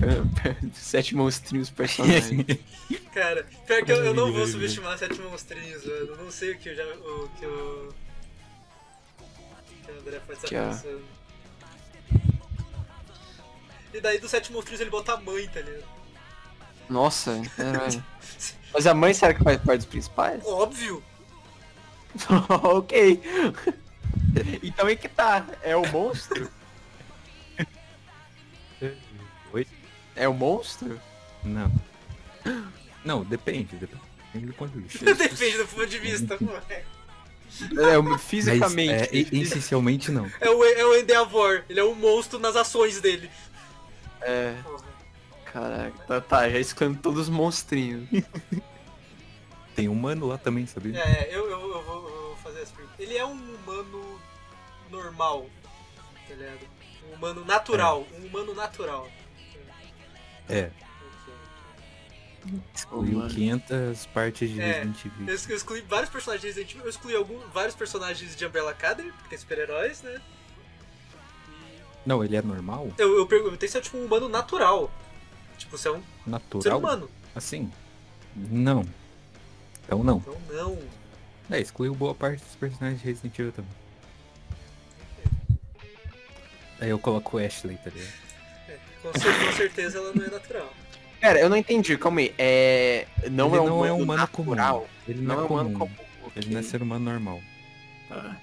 S3: Pera- Sete monstrinhos personagens.
S1: Cara, pior que eu, eu não vou subestimar sete monstrinhos, mano. Eu não sei o que eu já. O que eu. O que o André pode
S3: Que é.
S1: estar pensando. E daí dos sete monstrinhos ele bota a mãe, tá ligado?
S3: Nossa, caralho. Mas a mãe será que faz parte dos principais?
S1: Óbvio!
S3: ok. Então é que tá. É o monstro?
S2: Oi?
S3: É o monstro?
S2: Não. Não, depende. Depende do ponto de vista.
S1: Depende do ponto de vista, moleque.
S3: É, o- fisicamente.
S2: Mas, é, e- essencialmente não.
S1: É o, é o Endeavor, ele é um monstro nas ações dele.
S3: É. Caraca, tá, tá, já escolhendo todos os monstrinhos.
S2: Tem humano lá também, sabia?
S1: É, eu, eu, eu vou, eu vou fazer essa pergunta. Ele é um humano normal, tá ligado? Um humano natural, um humano natural.
S2: É.
S1: Ok.
S2: Excluiu
S3: Humano.
S2: 500 partes de
S1: É,
S2: Resident Evil.
S1: Eu exclu- eu excluí vários personagens de Resident Evil, eu excluí algum, vários personagens de Umbrella Academy, porque tem super-heróis, né?
S2: Não, ele é normal?
S1: Eu, eu perguntei se é tipo um humano natural. Tipo, se é um
S2: Natural?
S1: ser humano.
S2: Assim? Não. Então não.
S1: Então não.
S2: É, excluiu boa parte dos personagens de Resident Evil também. Aí eu coloco o Ashley, tá ligado?
S1: Com, cer- com certeza ela não é natural.
S3: Cara, eu não entendi, calma aí. É. Não,
S2: ele
S3: é,
S2: não
S3: humano
S2: é humano
S3: natural.
S2: comum. Ele não, é,
S3: humano
S2: comum. Ele não é ser humano normal.
S3: Tá.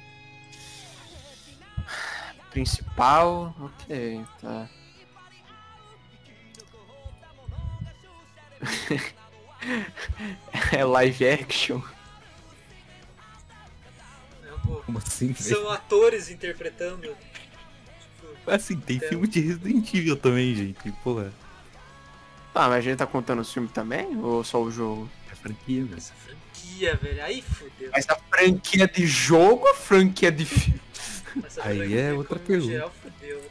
S3: Principal, ok, tá. é live action.
S1: É uma boa.
S2: Como assim, velho?
S1: São atores interpretando. Tipo,
S2: Assim, tem
S1: Então.
S2: filme de Resident Evil também, gente. Porra,
S3: Tá, mas a gente tá contando o filme também? Ou só o jogo?
S2: é franquia, velho.
S1: essa franquia, velho. Aí fodeu.
S3: Mas a franquia de jogo ou a franquia de filme?
S1: Essa
S2: Aí
S1: franquia,
S2: é outra
S1: como
S2: pergunta.
S1: Geral, fodeu.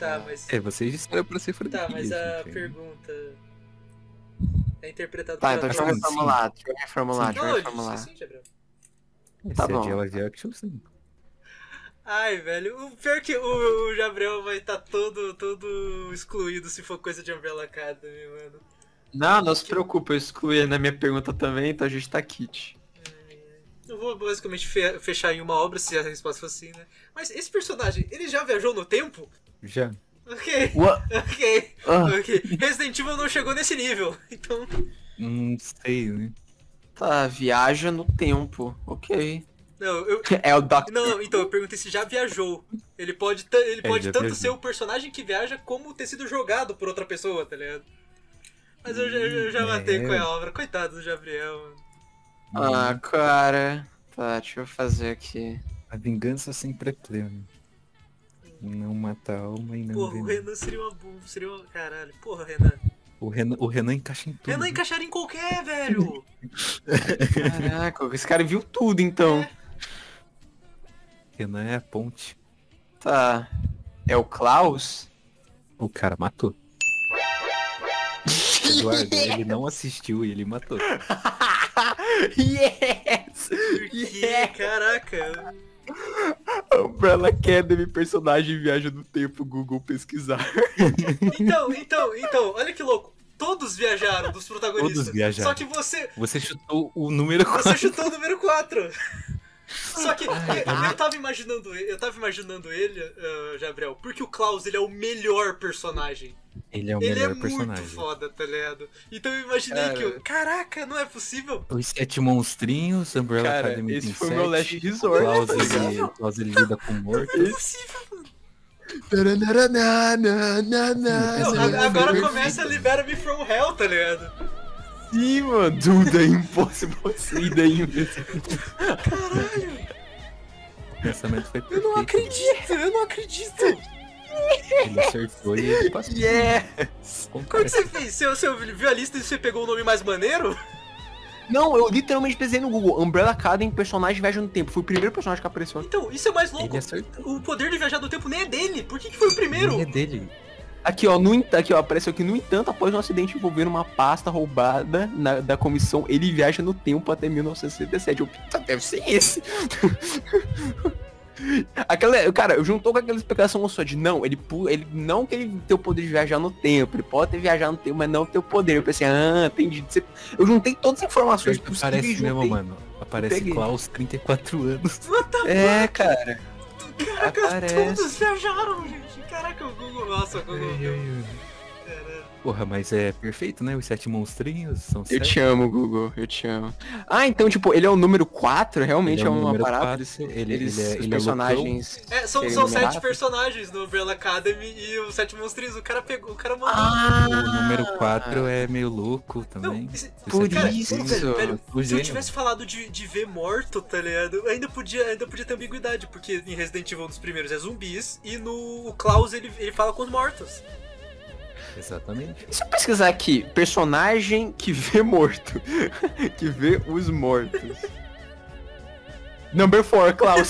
S1: Tá, mas.
S2: É, vocês disseram pra ser franquia.
S1: Tá, mas a
S2: gente.
S1: pergunta. É interpretada
S3: Tá,
S1: por
S3: então deixa eu
S1: atores.
S2: Sim,
S3: reformular, deixa eu reformular, deixa eu
S1: Não, eu
S3: reformular.
S1: disse sim, Gabriel.
S2: É,
S3: tá
S2: se
S3: bom.
S2: é de live action, sim.
S1: Ai, velho, o pior que o, o Gabriel vai estar todo, todo excluído se for coisa de Umbrella Academy, mano.
S3: Não, não se preocupa, eu excluí ele na minha pergunta também, então a gente tá kit.
S1: Eu vou basicamente fe- fechar em uma obra se a resposta for sim, né? Mas esse personagem, ele já viajou no tempo?
S2: Já.
S1: Ok,
S3: What?
S1: ok,
S3: Ah,
S1: ok. Resident Evil não chegou nesse nível, então.
S2: Não sei, né?
S3: tá, viaja no tempo, ok.
S1: Não, eu.
S3: É o Doc.
S1: Não, então, eu perguntei se já viajou. Ele pode, ta- ele
S2: É,
S1: pode
S2: já
S1: tanto
S2: viajou.
S1: ser o personagem que viaja como ter sido jogado por outra pessoa, tá ligado? Mas eu, já- eu já
S2: Hum,
S1: matei
S2: é.
S1: com a obra. Coitado do Gabriel, mano.
S3: Ah, cara. Tá, deixa eu fazer aqui.
S2: A vingança sempre é plena. Não mata a alma e não
S1: Porra, o
S2: veneno.
S1: Renan seria uma bomba, seria uma. Caralho. Porra, Renan.
S2: O Renan, o Renan encaixa em tudo. né?
S1: Renan encaixaria em qualquer, velho!
S3: Caraca, esse cara viu tudo então.
S2: Renan é a ponte.
S3: Tá. É o Klaus?
S2: O cara matou. Eduardo, ele não assistiu e ele matou.
S3: yes!
S1: Porque, caraca.
S3: Umbrella Academy, personagem viaja no tempo, Google pesquisar.
S1: Então, então, então, olha que louco. Todos viajaram dos protagonistas.
S2: Todos viajaram.
S1: Só que você.
S2: Você chutou o número
S1: Você
S2: 4.
S1: chutou o número 4. Só que eu, eu tava imaginando ele, eu tava imaginando ele, ah, Gabriel, porque o Klaus ele é o melhor personagem.
S2: Ele é o
S1: ele é
S2: melhor personagem.
S1: muito foda, tá ligado? Então eu imaginei
S3: Cara.
S1: que eu, caraca, não é possível.
S2: Os sete monstrinhos, Umbrella
S3: Cara,
S2: Academy
S3: esse
S2: tem
S3: foi o
S2: sete,
S3: meu Last Resort,
S2: Klaus,
S3: tá
S2: ele, Klaus, ele lida com morto.
S1: Não é possível. Não,
S2: Essa
S1: a-
S2: é
S1: agora
S2: perfeita.
S1: começa a libera me from hell, tá ligado?
S3: Sim, mano. Duda é Impossible
S2: é
S3: Suicida
S2: O pensamento foi
S3: Eu não
S2: perfeito.
S3: acredito, eu não acredito.
S2: Ele acertou e ele passou.
S3: Yes!
S1: Como que você fez? Você, você viu a lista e você pegou o nome mais maneiro?
S3: Não, eu literalmente pesquisei no Google. Umbrella Academy, personagem viaja no tempo. Foi o primeiro personagem que apareceu.
S1: Então, isso é mais louco.
S2: Ele acertou.
S1: O poder de viajar no tempo nem é dele. Por que, que foi o primeiro?
S2: Ele é dele.
S3: Aqui, ó, no, ent- aqui, ó, apareceu aqui, no entanto, após um acidente envolvendo uma pasta roubada na- da comissão, ele viaja no tempo até 1967. Eu, puta, deve ser esse. Aquela, cara, juntou com aquela explicação só de não, ele, pu- ele não que ele tem o poder de viajar no tempo, ele pode ter viajado no tempo, mas não tem o poder. Eu pensei, ah, entendi. Você- Eu juntei todas as informações possíveis.
S2: Aparece mesmo,
S3: juntei.
S2: mano. Aparece
S3: peguei.
S2: Klaus, 34 anos.
S3: É, cara.
S1: Caraca,
S3: Aparece.
S1: todos viajaram, gente. Caraca, o Google. Nossa, o Google.
S2: Ai,
S1: deu-
S2: ai, ai.
S1: Caralho.
S2: Porra, mas é perfeito, né? Os sete monstrinhos são
S3: Eu
S2: sete.
S3: te amo, Google, eu te amo. Ah, então, tipo, ele é o número 4, realmente
S2: Ele
S3: é,
S2: o
S3: uma
S2: número
S3: parada.
S2: quatro, ele,
S3: Eles,
S2: ele é,
S3: os
S2: ele é loucão.
S3: personagens.
S1: É, são,
S3: Ele
S1: são
S3: não
S1: sete
S3: mata.
S1: personagens no Umbrella Academy e os sete monstrinhos. O cara pegou, o cara mandou.
S2: O número
S3: Ah!
S2: 4 é meio louco também.
S1: Não, esse-
S2: Os
S3: por
S2: sete
S1: cara,
S3: isso.
S1: pô,
S2: monstrinhos.
S1: velho, velho,
S2: né? O
S1: se eu
S2: gênio.
S1: tivesse falado de, de ver morto, tá ligado? Ainda podia, ainda podia ter ambiguidade, porque em Resident Evil um dos primeiros é zumbis e no o Klaus ele, ele fala com os mortos.
S2: Exatamente.
S3: E se eu pesquisar aqui, personagem que vê morto. que vê os mortos. Number 4, Klaus.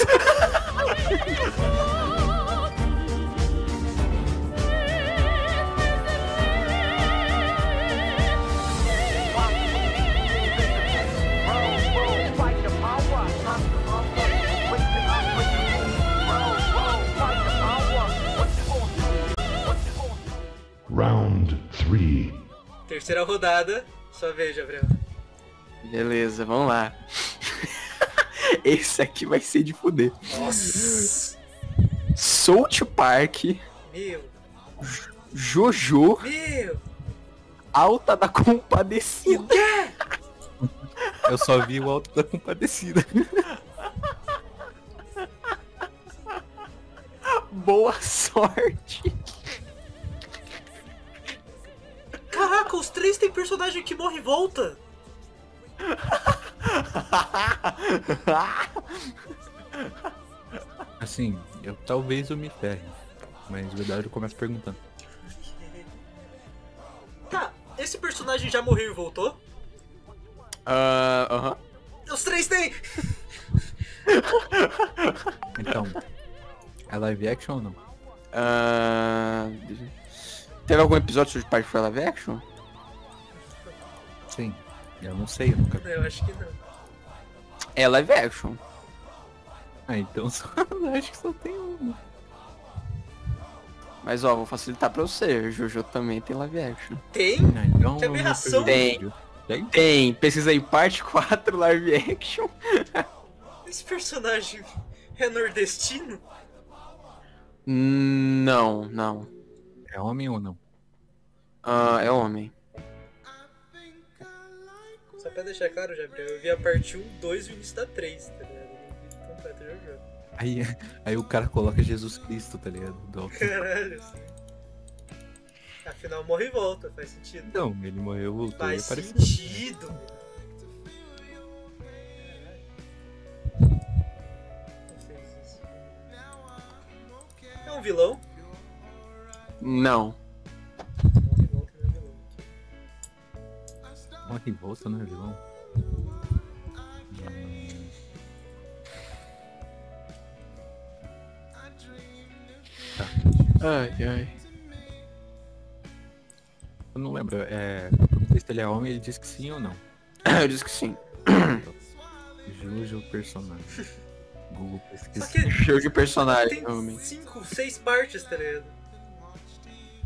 S10: Round 3.
S1: Terceira rodada, sua vez, Gabriel.
S3: Beleza, vamos lá. Esse aqui vai ser de fuder.
S1: Nossa!
S3: South Park,
S1: Meu,
S3: Jojo,
S1: meu!
S3: Alta da Compadecida.
S2: Eu só vi o Alto da Compadecida.
S3: Boa sorte.
S1: Caraca, os três tem personagem que morre e volta!
S2: Assim, eu talvez eu me ferre. Mas na verdade eu começo perguntando.
S1: Tá, esse personagem já morreu e voltou?
S3: Ah, Aham.
S1: Os três tem!
S2: Então, é live action ou não?
S3: Ah, deixa eu- Teve algum episódio de South Park que foi live action?
S2: Sim. Eu não sei, eu nunca vi.
S1: Eu acho que não.
S3: É live action.
S2: Ah, então só... acho que só tem um.
S3: Mas ó, vou facilitar pra você. Jojo também tem live action.
S1: Tem?
S2: Ah, então
S1: Que
S2: eu vou
S1: aberração.
S2: perguntar. Tem.
S3: Tem, pesquisa aí, parte 4 live action.
S1: Esse personagem é nordestino?
S3: Não, não.
S2: É homem ou não?
S3: Ah, é homem.
S1: Só pra deixar claro, Gabriel, eu vi a parte 1, 2 e o início da 3, tá ligado? Eu vi completo o jogo.
S2: Aí, aí o cara coloca Jesus Cristo, tá ligado? Do Alto.
S1: Caralho. assim. Afinal, morre e volta, faz sentido.
S2: Não, Então, ele morreu, voltou e
S1: Faz
S2: apareceu.
S1: sentido. É um vilão?
S3: Não.
S1: Morre e volta, não é vilão.
S2: Morre e volta, né, vilão? Hum,
S3: Ai, ai.
S2: Eu não lembro, é. eu Perguntei se ele é homem, ele disse que sim ou não.
S3: Eu disse que sim.
S2: Jojo personagem. Google
S1: Só
S2: pesquisa.
S1: que
S3: Show de personagem,
S1: tem
S3: homem.
S1: 5, 6 partes, tá ligado?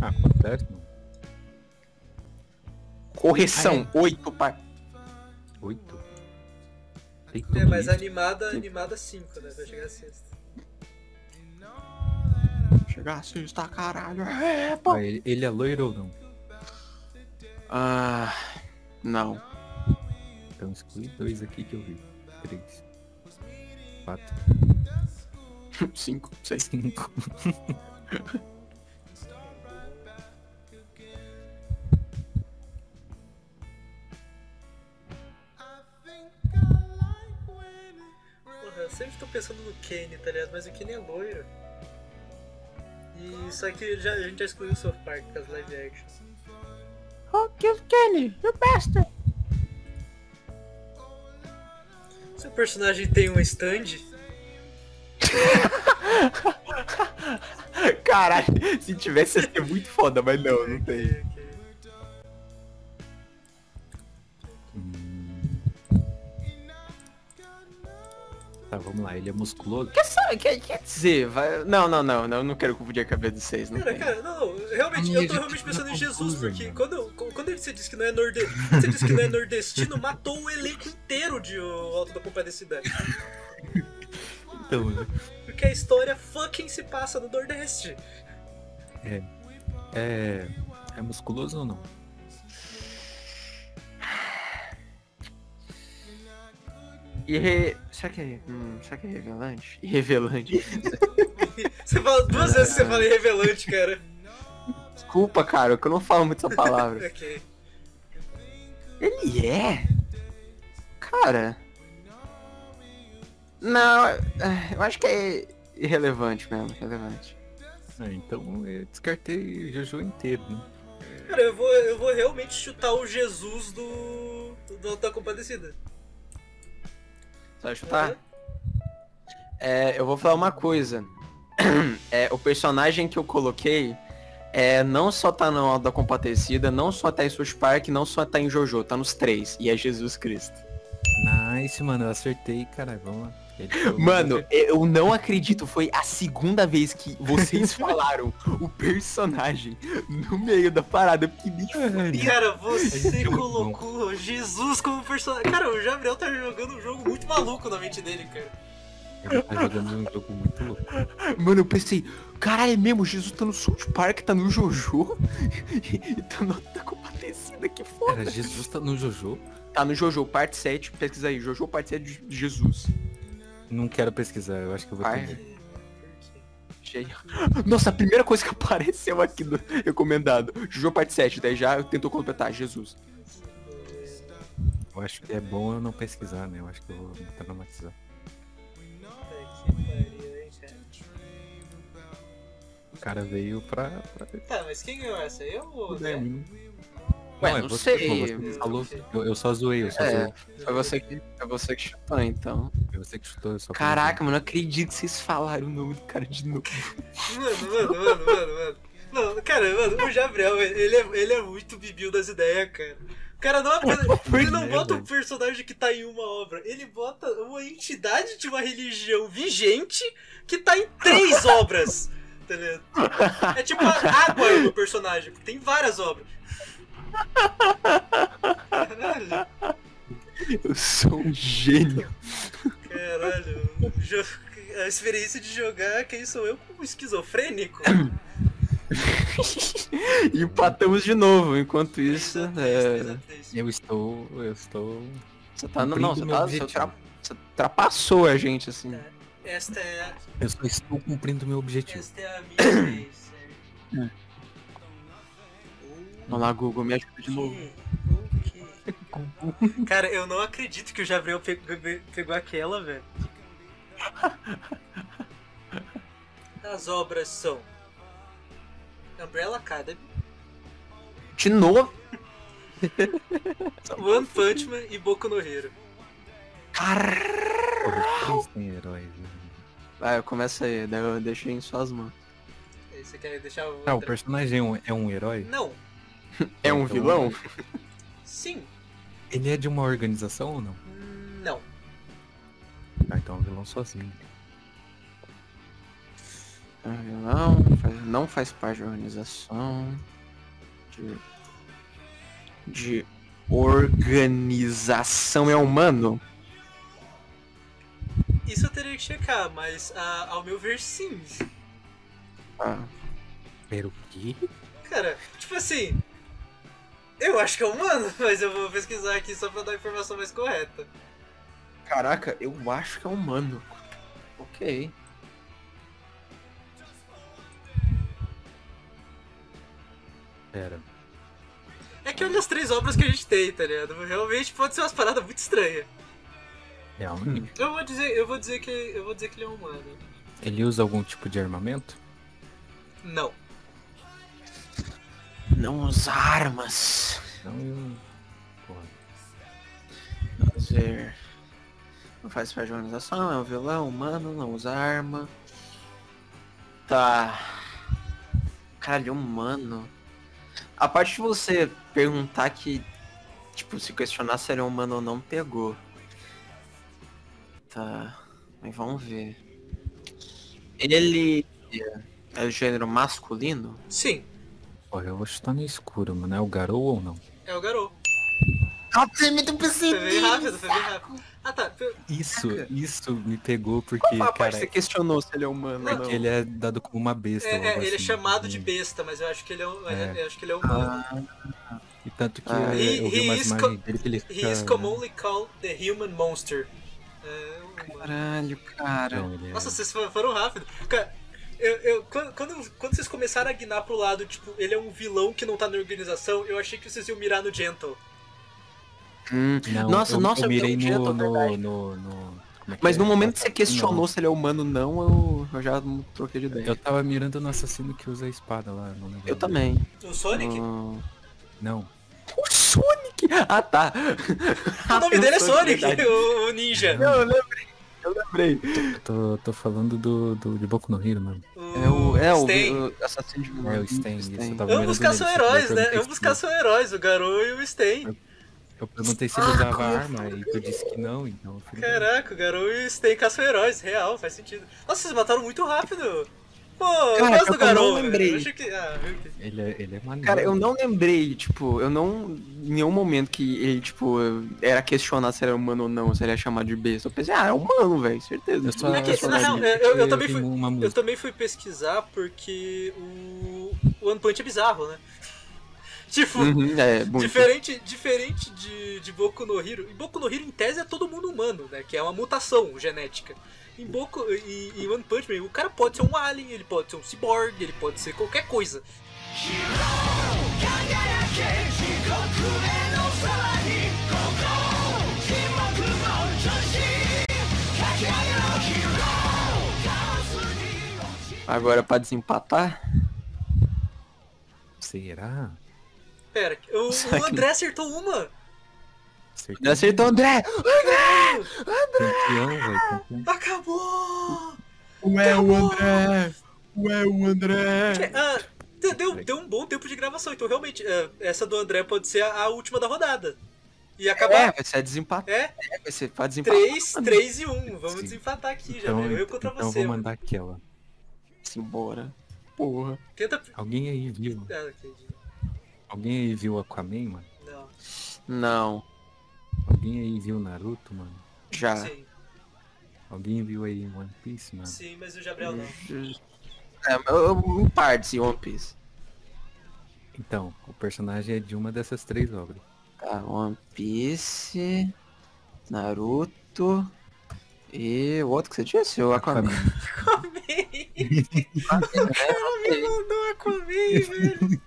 S2: Ah, acontece, mano.
S3: Correção, 8 par.
S2: Oito. Tem
S1: É,
S2: tudo
S1: mas
S2: isso.
S1: animada, animada 5, né? Vai chegar a sexta.
S3: Chegar assim, está caralho. É,
S1: tipo-
S3: pô.
S2: Ah, ele, ele é loiro ou não?
S3: Ah, não.
S2: Então exclui dois aqui que eu vi. Três. Quatro.
S3: 5, 6.
S2: Cinco.
S1: Porra, eu sempre tô pensando no Kane, tá ligado? Mas o Kane é loiro. E E só que já, a gente já excluiu o South Park com as live action.
S3: Oh, kill Kenny, you bastard!
S1: Seu personagem tem um stand?
S3: Caralho, se tivesse ia ser muito foda, mas não, não tem.
S2: Tá, vamos lá, ele é musculoso.
S3: Quer, sa- quer, quer dizer, vai... Não, não, não, não, eu não quero confundir a cabeça de vocês, não
S1: Cara,
S3: tem.
S1: cara, não, não, realmente,
S2: Ai,
S1: eu
S2: gente,
S1: tô realmente
S2: tá
S1: pensando em Jesus,
S2: confuso,
S1: porque quando, quando ele- você disse que não é nordestino, você disse que não é nordestino, matou o elenco inteiro de O Alto da Compadecida.
S2: Então, né?
S1: Porque a história fucking se passa no Nordeste.
S2: é, é. É musculoso ou não?
S3: E re... Será que é... Hum, será que é revelante? Revelante.
S1: Você fala duas vezes que você fala em revelante, cara.
S3: Desculpa, cara, que eu não falo muito essa palavra.
S1: ok.
S3: Ele é? Cara... Não, é- eu acho que é irrelevante mesmo, relevante.
S2: Ah, então eu descartei o Jojo inteiro, né?
S1: Cara, eu vou, eu vou realmente chutar o Jesus do. do Alto da Compadecida.
S3: Você vai chutar? É, eu vou falar uma coisa. É, o personagem que eu coloquei é, não só tá na Alda Compadecida, não só tá em South Park, não só tá em Jojo, tá nos três. E é Jesus Cristo.
S2: né? Nice, mano, eu acertei, caralho, vamos lá. Ele tá foi o-
S3: Mano, eu não acredito, foi a segunda vez que vocês falaram o personagem no meio da parada, porque nem
S1: Cara, você colocou Jesus como personagem. Cara, o Gabriel tá jogando um jogo muito maluco na mente dele, cara.
S2: Ele tá jogando um jogo muito louco.
S3: Mano, eu pensei, caralho, é mesmo, Jesus tá no South Park, tá no Jojo, e tá na Alda Compadecida, que foda.
S2: Cara, Jesus tá no Jojo.
S3: Tá no Jojo, parte 7, pesquisa aí. Jojo, parte 7 de Jesus.
S2: Não quero pesquisar, eu acho que eu vou
S3: Ai.
S2: ter.
S3: Cheio. Nossa, a primeira coisa que apareceu aqui no recomendado. Jojo, parte 7, daí já tentou completar, Jesus.
S2: Eu acho que é bom eu não pesquisar, né? Eu acho que eu vou me traumatizar. O cara veio pra. pra...
S1: Tá, mas quem ganhou essa? Eu ou
S2: Né?
S1: né?
S3: Ué,
S2: é
S3: não
S2: você,
S3: sei.
S2: pô, você que falou. Eu, eu só zoei, eu só
S3: É,
S2: zoei.
S3: foi você que, foi você que chutou, então.
S2: Foi você que chutou, eu só assim,
S3: Caraca, mano, não acredito que vocês falaram o nome do cara de novo.
S1: Mano, mano, mano, mano, mano. Não, cara, mano, o Gabriel, ele é, ele é muito bibiu das ideias, cara. O cara não apenas. Ele não
S2: ideia,
S1: bota um
S2: velho.
S1: personagem que tá em uma obra, ele bota uma entidade de uma religião vigente que tá em três obras. Tá ligado? É tipo a água no personagem, porque tem várias obras. Caralho,
S3: Eu sou um gênio.
S1: caralho. Jo- A experiência de jogar quem sou eu como esquizofrênico?
S3: E empatamos de novo, enquanto isso. É,
S2: Eu estou. Eu estou.
S3: você tá no. Não, você,
S2: Cumprindo
S3: tá,
S2: meu
S3: você
S2: objetivo.
S3: tra- você trapassou a gente, assim.
S1: Esta é a
S2: Eu só estou cumprindo meu objetivo.
S1: Esta é a minha vez, sério.
S3: Vamos lá, Google, me ajuda de novo.
S1: Cara, eu não acredito que o Gabriel pe- pe- pegou aquela, velho. As obras são Umbrella Academy,
S3: De novo? Tá
S1: One Punch Man e Boku no Hero.
S3: Caralho!
S2: Porra, três tem heróis. né?
S3: Vai, começa Ah, aí, daí eu deixo em suas mãos.
S1: Aí Você quer deixar o.
S2: Ah, o personagem é um, é um herói?
S1: Não,
S3: É um
S2: Então,
S3: vilão?
S1: sim,
S2: Ele é de uma organização ou não?
S1: não.
S2: Ah, então é um vilão sozinho.
S3: É um vilão, faz- não faz parte da organização. De. De organização é humano?
S1: Isso eu teria que checar, mas ah, ao meu ver, sim.
S3: Ah,
S2: Pero que?
S1: Cara, tipo assim. Eu acho que é humano, mas eu vou pesquisar aqui só pra dar a informação mais correta.
S3: caraca, eu acho que é humano. Ok.
S2: Pera.
S1: É que olha as três obras que a gente tem, tá ligado? Realmente pode ser umas paradas muito estranhas.
S2: Realmente.
S1: Eu vou é um dizer, eu vou dizer que eu vou dizer que ele é humano.
S2: Ele usa algum tipo de armamento?
S1: Não.
S3: Não usar armas.
S2: Não,
S3: Fazer. Não faz parte de uma organização, é um vilão humano, não usa arma. Tá. Caralho, humano. A parte de você perguntar que. Tipo, se questionar se ele é humano ou não, pegou. Tá. Mas vamos ver. Ele. É o gênero masculino?
S1: Sim,
S2: Olha, eu vou chutar no escuro, mano. É o Garou ou não?
S1: é o Garou.
S3: Ah, você me deu
S1: Foi bem rápido, foi bem rápido. Ah tá, pe-
S2: Isso, isso me pegou porque,
S3: Qual a parte
S2: cara,
S3: que você questionou se ele é humano ou não?
S2: ele é dado como uma besta.
S1: é,
S2: ou algo
S1: é, ele é
S2: assim.
S1: chamado de besta, mas eu acho que ele é, um- é,
S2: É.
S1: eu acho que ele é humano.
S2: E tanto que
S3: Ah.
S2: é,
S1: He-
S2: eu vi
S1: he
S2: umas
S1: is
S2: imagens dele que ele
S1: He is
S2: fica-
S1: commonly called the human monster. É, um-
S3: Caralho, cara.
S2: Não, ele é-
S1: Nossa, vocês fo- foram rápido. Cara, eu, eu- quan- quando, quando vocês começaram a guinar pro lado, tipo, ele é um vilão que não tá na organização, eu achei que vocês iam mirar no Gentle.
S3: Hum,
S2: Não,
S3: nossa,
S2: eu,
S3: nossa,
S2: eu mirei
S3: vi
S2: no,
S3: um dia, tô
S2: no,
S3: verdade.
S2: no, no- como é
S3: Mas
S2: é?
S3: no momento que você
S2: Não.
S3: questionou se ele é humano ou não, eu, eu já troquei de ideia.
S2: Eu tava mirando no assassino que usa a espada lá. Não lembro.
S3: Eu também.
S1: O Sonic?
S3: Ah,
S2: Não.
S3: O Sonic! Ah, tá.
S1: o nome dele é Sonic,
S3: verdade.
S1: o, o ninja.
S3: Não, eu lembrei. Eu lembrei.
S2: Eu tô, tô falando do, do de Boku no Hero, mano.
S3: É o, é o,
S1: Stain.
S3: o assassino de
S2: É o Stain. isso, eu tava mirando
S1: Ambos cá
S2: nele,
S1: são
S2: só que eu
S1: heróis, né?
S2: perguntei
S1: Ambos
S2: se-
S1: cá são heróis, o Garou e o Stain.
S2: tipo, Eu perguntei
S1: Ah,
S2: se ele usava arma e tu disse que não, então... eu falei,
S1: Caraca, o Garou e o Stain cá são heróis, real, faz sentido. Nossa, vocês mataram muito rápido. Pô, eu
S3: Cara,
S1: gosto do
S3: eu não
S1: Garou. velho.
S3: lembrei.
S1: Eu acho que. Ah, viu que-
S2: Ele é, ele é maneiro.
S3: Cara, eu não lembrei, tipo, eu não. Em nenhum momento que ele, tipo, era questionar se era humano ou não, se ele ia chamar de besta. Eu pensei, ah, é humano, velho, certeza.
S2: Eu só,
S1: É que,
S2: eu só
S1: na real,
S2: lembrei
S1: é, eu- eu
S2: porque
S1: também
S2: vi
S1: fui-
S2: Uma
S1: Eu
S2: música.
S1: também fui pesquisar porque o, o One Punch é bizarro, né? tipo,
S3: Uhum, é, muito.
S1: diferente, diferente de, de Boku no Hero. E Boku no Hero, em tese, é todo mundo humano, né? Que é uma mutação genética. Em Boku e, e One Punch Man, o cara pode ser um alien, ele pode ser um cyborg, ele pode ser qualquer coisa.
S3: Agora, pra desempatar,
S2: Será?
S1: Pera, o,
S3: Será
S1: o
S3: que-
S1: André acertou uma!
S3: ele
S2: Certeza.
S3: acertou o André!
S2: é um Campeão, velho. campeão.
S1: Acabou!
S3: Ué, o André! Ué, o André!
S1: Ah, de- deu, deu um bom tempo de gravação, então realmente, é, essa do André pode ser a, a última da rodada. E
S3: É,
S1: acabar.
S3: vai ser desempatar,
S1: é
S3: vai ser pra desempatar.
S1: 3, 3 e 1. Vamos
S2: Sim.
S1: desempatar aqui já.
S2: Então,
S1: né? eu
S2: então,
S1: contra
S2: então eu
S1: você.
S2: vou
S1: mano.
S2: mandar aquela.
S3: Simbora. Assim, Porra.
S1: Tenta.
S2: Alguém aí viu?
S1: Ah, entendi.
S2: Alguém aí viu Aquaman, mano?
S1: Não.
S3: Não,
S2: Alguém aí viu Naruto, mano?
S3: já.
S1: Sim,
S2: Alguém viu aí One Piece, mano?
S1: sim, mas o Gabriel não.
S3: É, eu, eu, em partes em One Piece.
S2: Então, o personagem é de uma dessas três obras.
S3: Tá, One Piece, Naruto e o outro que você disse? O Aquaman.
S1: Me mandou a comer, velho.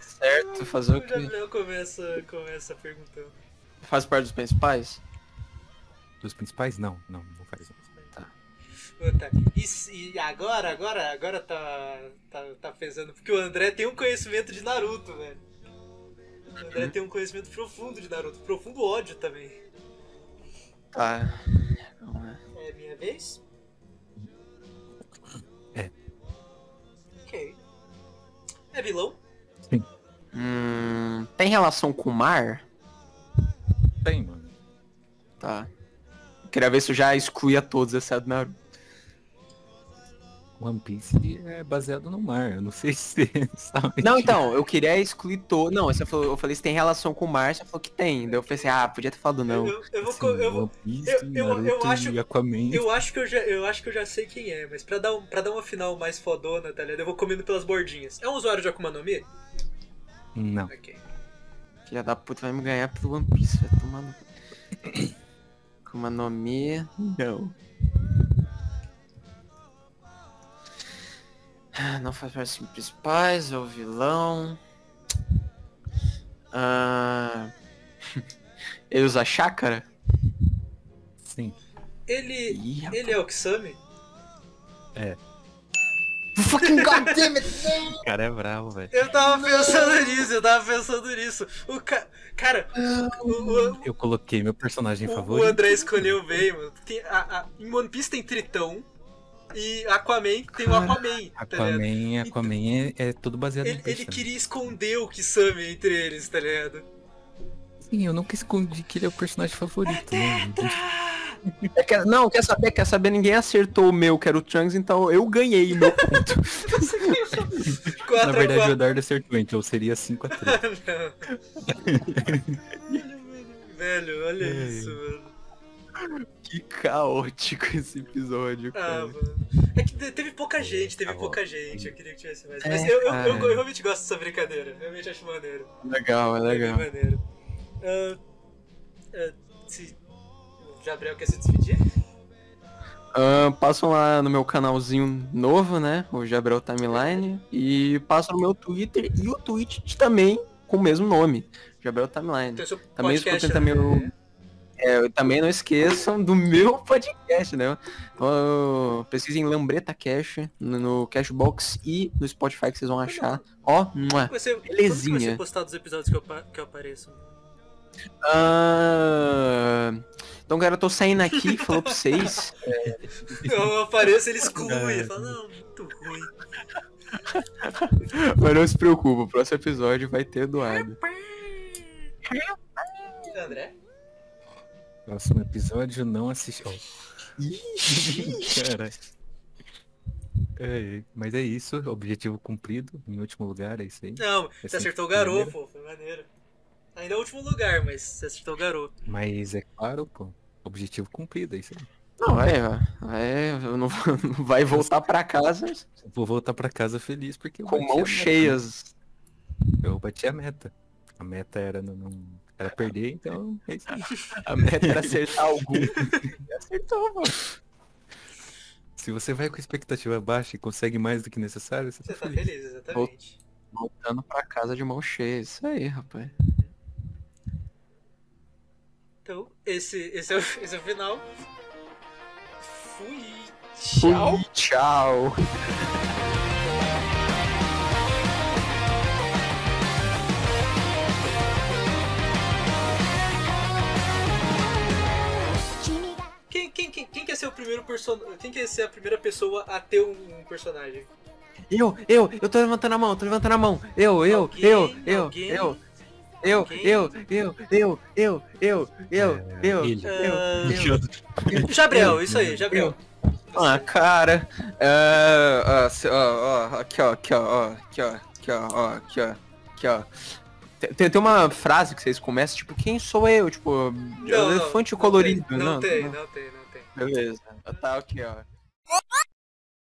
S3: certo, fazer o
S1: O
S3: que?
S1: Gabriel começa, começa perguntando.
S3: Faz parte dos principais?
S2: Dos principais? Não, não, não faz.
S1: Ô, tá. E, se- e agora, agora, agora tá, tá, tá pensando. Porque o André tem um conhecimento de Naruto, velho. O André tem um conhecimento profundo de Naruto. Profundo ódio também.
S3: Tá. Vamos lá.
S1: É minha vez?
S2: É.
S1: Ok. É vilão?
S3: Hum, tem relação com o mar?
S2: Tem, mano.
S3: Tá. Queria ver se eu já excluía todos, exceto Naruto.
S2: One Piece é baseado no mar. Eu não sei se você sabe.
S3: Não, então, eu queria excluir todos. Não, você falou, eu falei se tem relação com o mar, você falou que tem. Daí eu pensei, ah, podia ter falado não.
S1: Eu, eu vou.
S2: Assim,
S1: co- eu, vou-
S2: One Piece,
S1: eu- eu-
S2: Naruto
S1: eu acho-
S2: e Aquaman.
S1: eu acho que eu já, eu acho que eu já sei quem é, mas pra dar, um, pra dar uma final mais fodona, tá ligado? Eu vou comendo pelas bordinhas. É um usuário de Akuma no Mi?
S2: Não.
S1: Ok.
S3: Filha da puta vai me ganhar pelo One Piece, vai tomar no. Kuma no Mi. Não. Ah, Não faz parte dos principais, é o vilão. Ah... Ele usa chácara?
S2: Sim.
S1: Ele.
S3: Ih, rapaz.
S1: Ele é o Kisame?
S3: Fucking goddamn it!
S2: O cara é bravo, velho.
S1: Eu tava pensando nisso, eu tava pensando nisso. O ca... Cara, o, o-
S2: Eu coloquei meu personagem
S1: o, o
S2: favorito.
S1: André escolheu bem, mano. Tem a- a- em One Piece tem Tritão e Aquaman tem o Aquaman, tá ligado?
S2: Aquaman, Aquaman é, é tudo baseado
S1: Ele,
S2: em
S1: ele
S2: peixe. né?
S1: queria esconder o Kisame entre eles, tá ligado?
S2: Sim, eu nunca escondi que ele é o personagem favorito. né?
S3: É que- não, quer saber? Quer saber? Ninguém acertou o meu, que era o Trunks, então eu ganhei meu ponto.
S2: Na
S1: Quatro a
S2: verdade, o
S1: quatro.
S2: Eduardo acertou, então seria 5 a 3.
S1: Não. Caralho, velho. velho, olha
S2: Ei.
S1: isso, mano.
S3: que caótico esse episódio,
S1: Ah,
S3: cara.
S1: mano. É tá que te- teve pouca gente, teve pouca gente. Eu queria que tivesse mais. Mas
S3: É,
S1: eu, eu,
S3: cara.
S1: eu- eu realmente gosto dessa brincadeira. Realmente acho maneiro.
S3: legal, é
S1: É bem
S3: legal.
S1: maneiro. Ah, ah, se... O Gabriel quer se despedir?
S3: Ah, passam lá no meu canalzinho novo, né? O Jabrel Timeline. E passam no meu Twitter e o Twitch também, com o mesmo nome. Jabrel Timeline.
S1: Tem o Então, seu
S3: Também
S1: podcast,
S3: escutem também
S1: né?
S3: o. É, eu- também não esqueçam do meu podcast, né? Então, pesquisem Lambreta Cash no, no Cashbox e no Spotify que vocês vão achar. Ó, mua.
S1: Vai ser,
S3: Belezinha.
S1: Quando que vai ser postado os episódios que eu, pa- que eu apareço?
S3: Ah, Então, cara, eu tô saindo aqui, falou pra vocês.
S1: Eu apareço, ele exclui. Ele fala, não, muito ruim.
S3: Mas não se preocupa, o próximo episódio vai ter Eduardo.
S1: André?
S2: Próximo episódio, não assisti. Oh. Caralho. É, mas é isso, objetivo cumprido, em último lugar, é isso aí.
S1: Não,
S2: É
S1: você acertou o
S2: sempre primeiro,
S1: garoto, pô. Foi maneiro. Ainda é o último lugar, mas você acertou o garoto.
S2: Mas é claro, pô, objetivo cumprido, é isso aí.
S3: Não, é, ó, é, eu não, não vai voltar pra casa
S2: Eu Vou voltar pra casa feliz porque eu
S3: com
S2: bati a
S3: mãos
S2: meta. né?
S3: cheias.
S2: Eu bati a meta. A meta era não, não- era perder, então é isso aí.
S3: A meta era acertar algum. Acertou, mano.
S2: Se você vai com expectativa baixa e consegue mais do que necessário, você tá
S1: Você tá
S2: feliz.
S1: feliz, exatamente.
S3: Voltando pra casa de mão cheia, isso aí, rapaz.
S1: Então, esse, esse, é, o, esse é o final. Fui. Tchau.
S3: Fui, tchau.
S1: Quem, quem, quem, quem quer ser o primeiro personagem? Quem quer ser a primeira pessoa a ter um, um personagem?
S3: Eu, eu, eu tô levantando a mão, tô levantando a mão. Eu, eu,
S1: Alguém,
S3: eu, eu,
S1: alguém,
S3: eu. Eu,
S1: alguém?
S3: eu, eu, eu, eu, eu, eu, eu,
S2: ele.
S1: Ah,
S3: eu, eu.
S1: Jabriel, isso aí, Jabriel.
S3: Ah, cara. É, ó, se- ó, ó, aqui, ó, aqui, ó, ó, aqui, ó, aqui, ó, ó, aqui, ó, aqui, ó. Tem- Tem, tem uma frase que vocês começam, tipo, quem sou eu? Tipo, elefante
S1: não
S3: colorido. né?
S1: tem, Não, tem, não tem, não tem.
S3: Beleza. Tá, aqui, ó.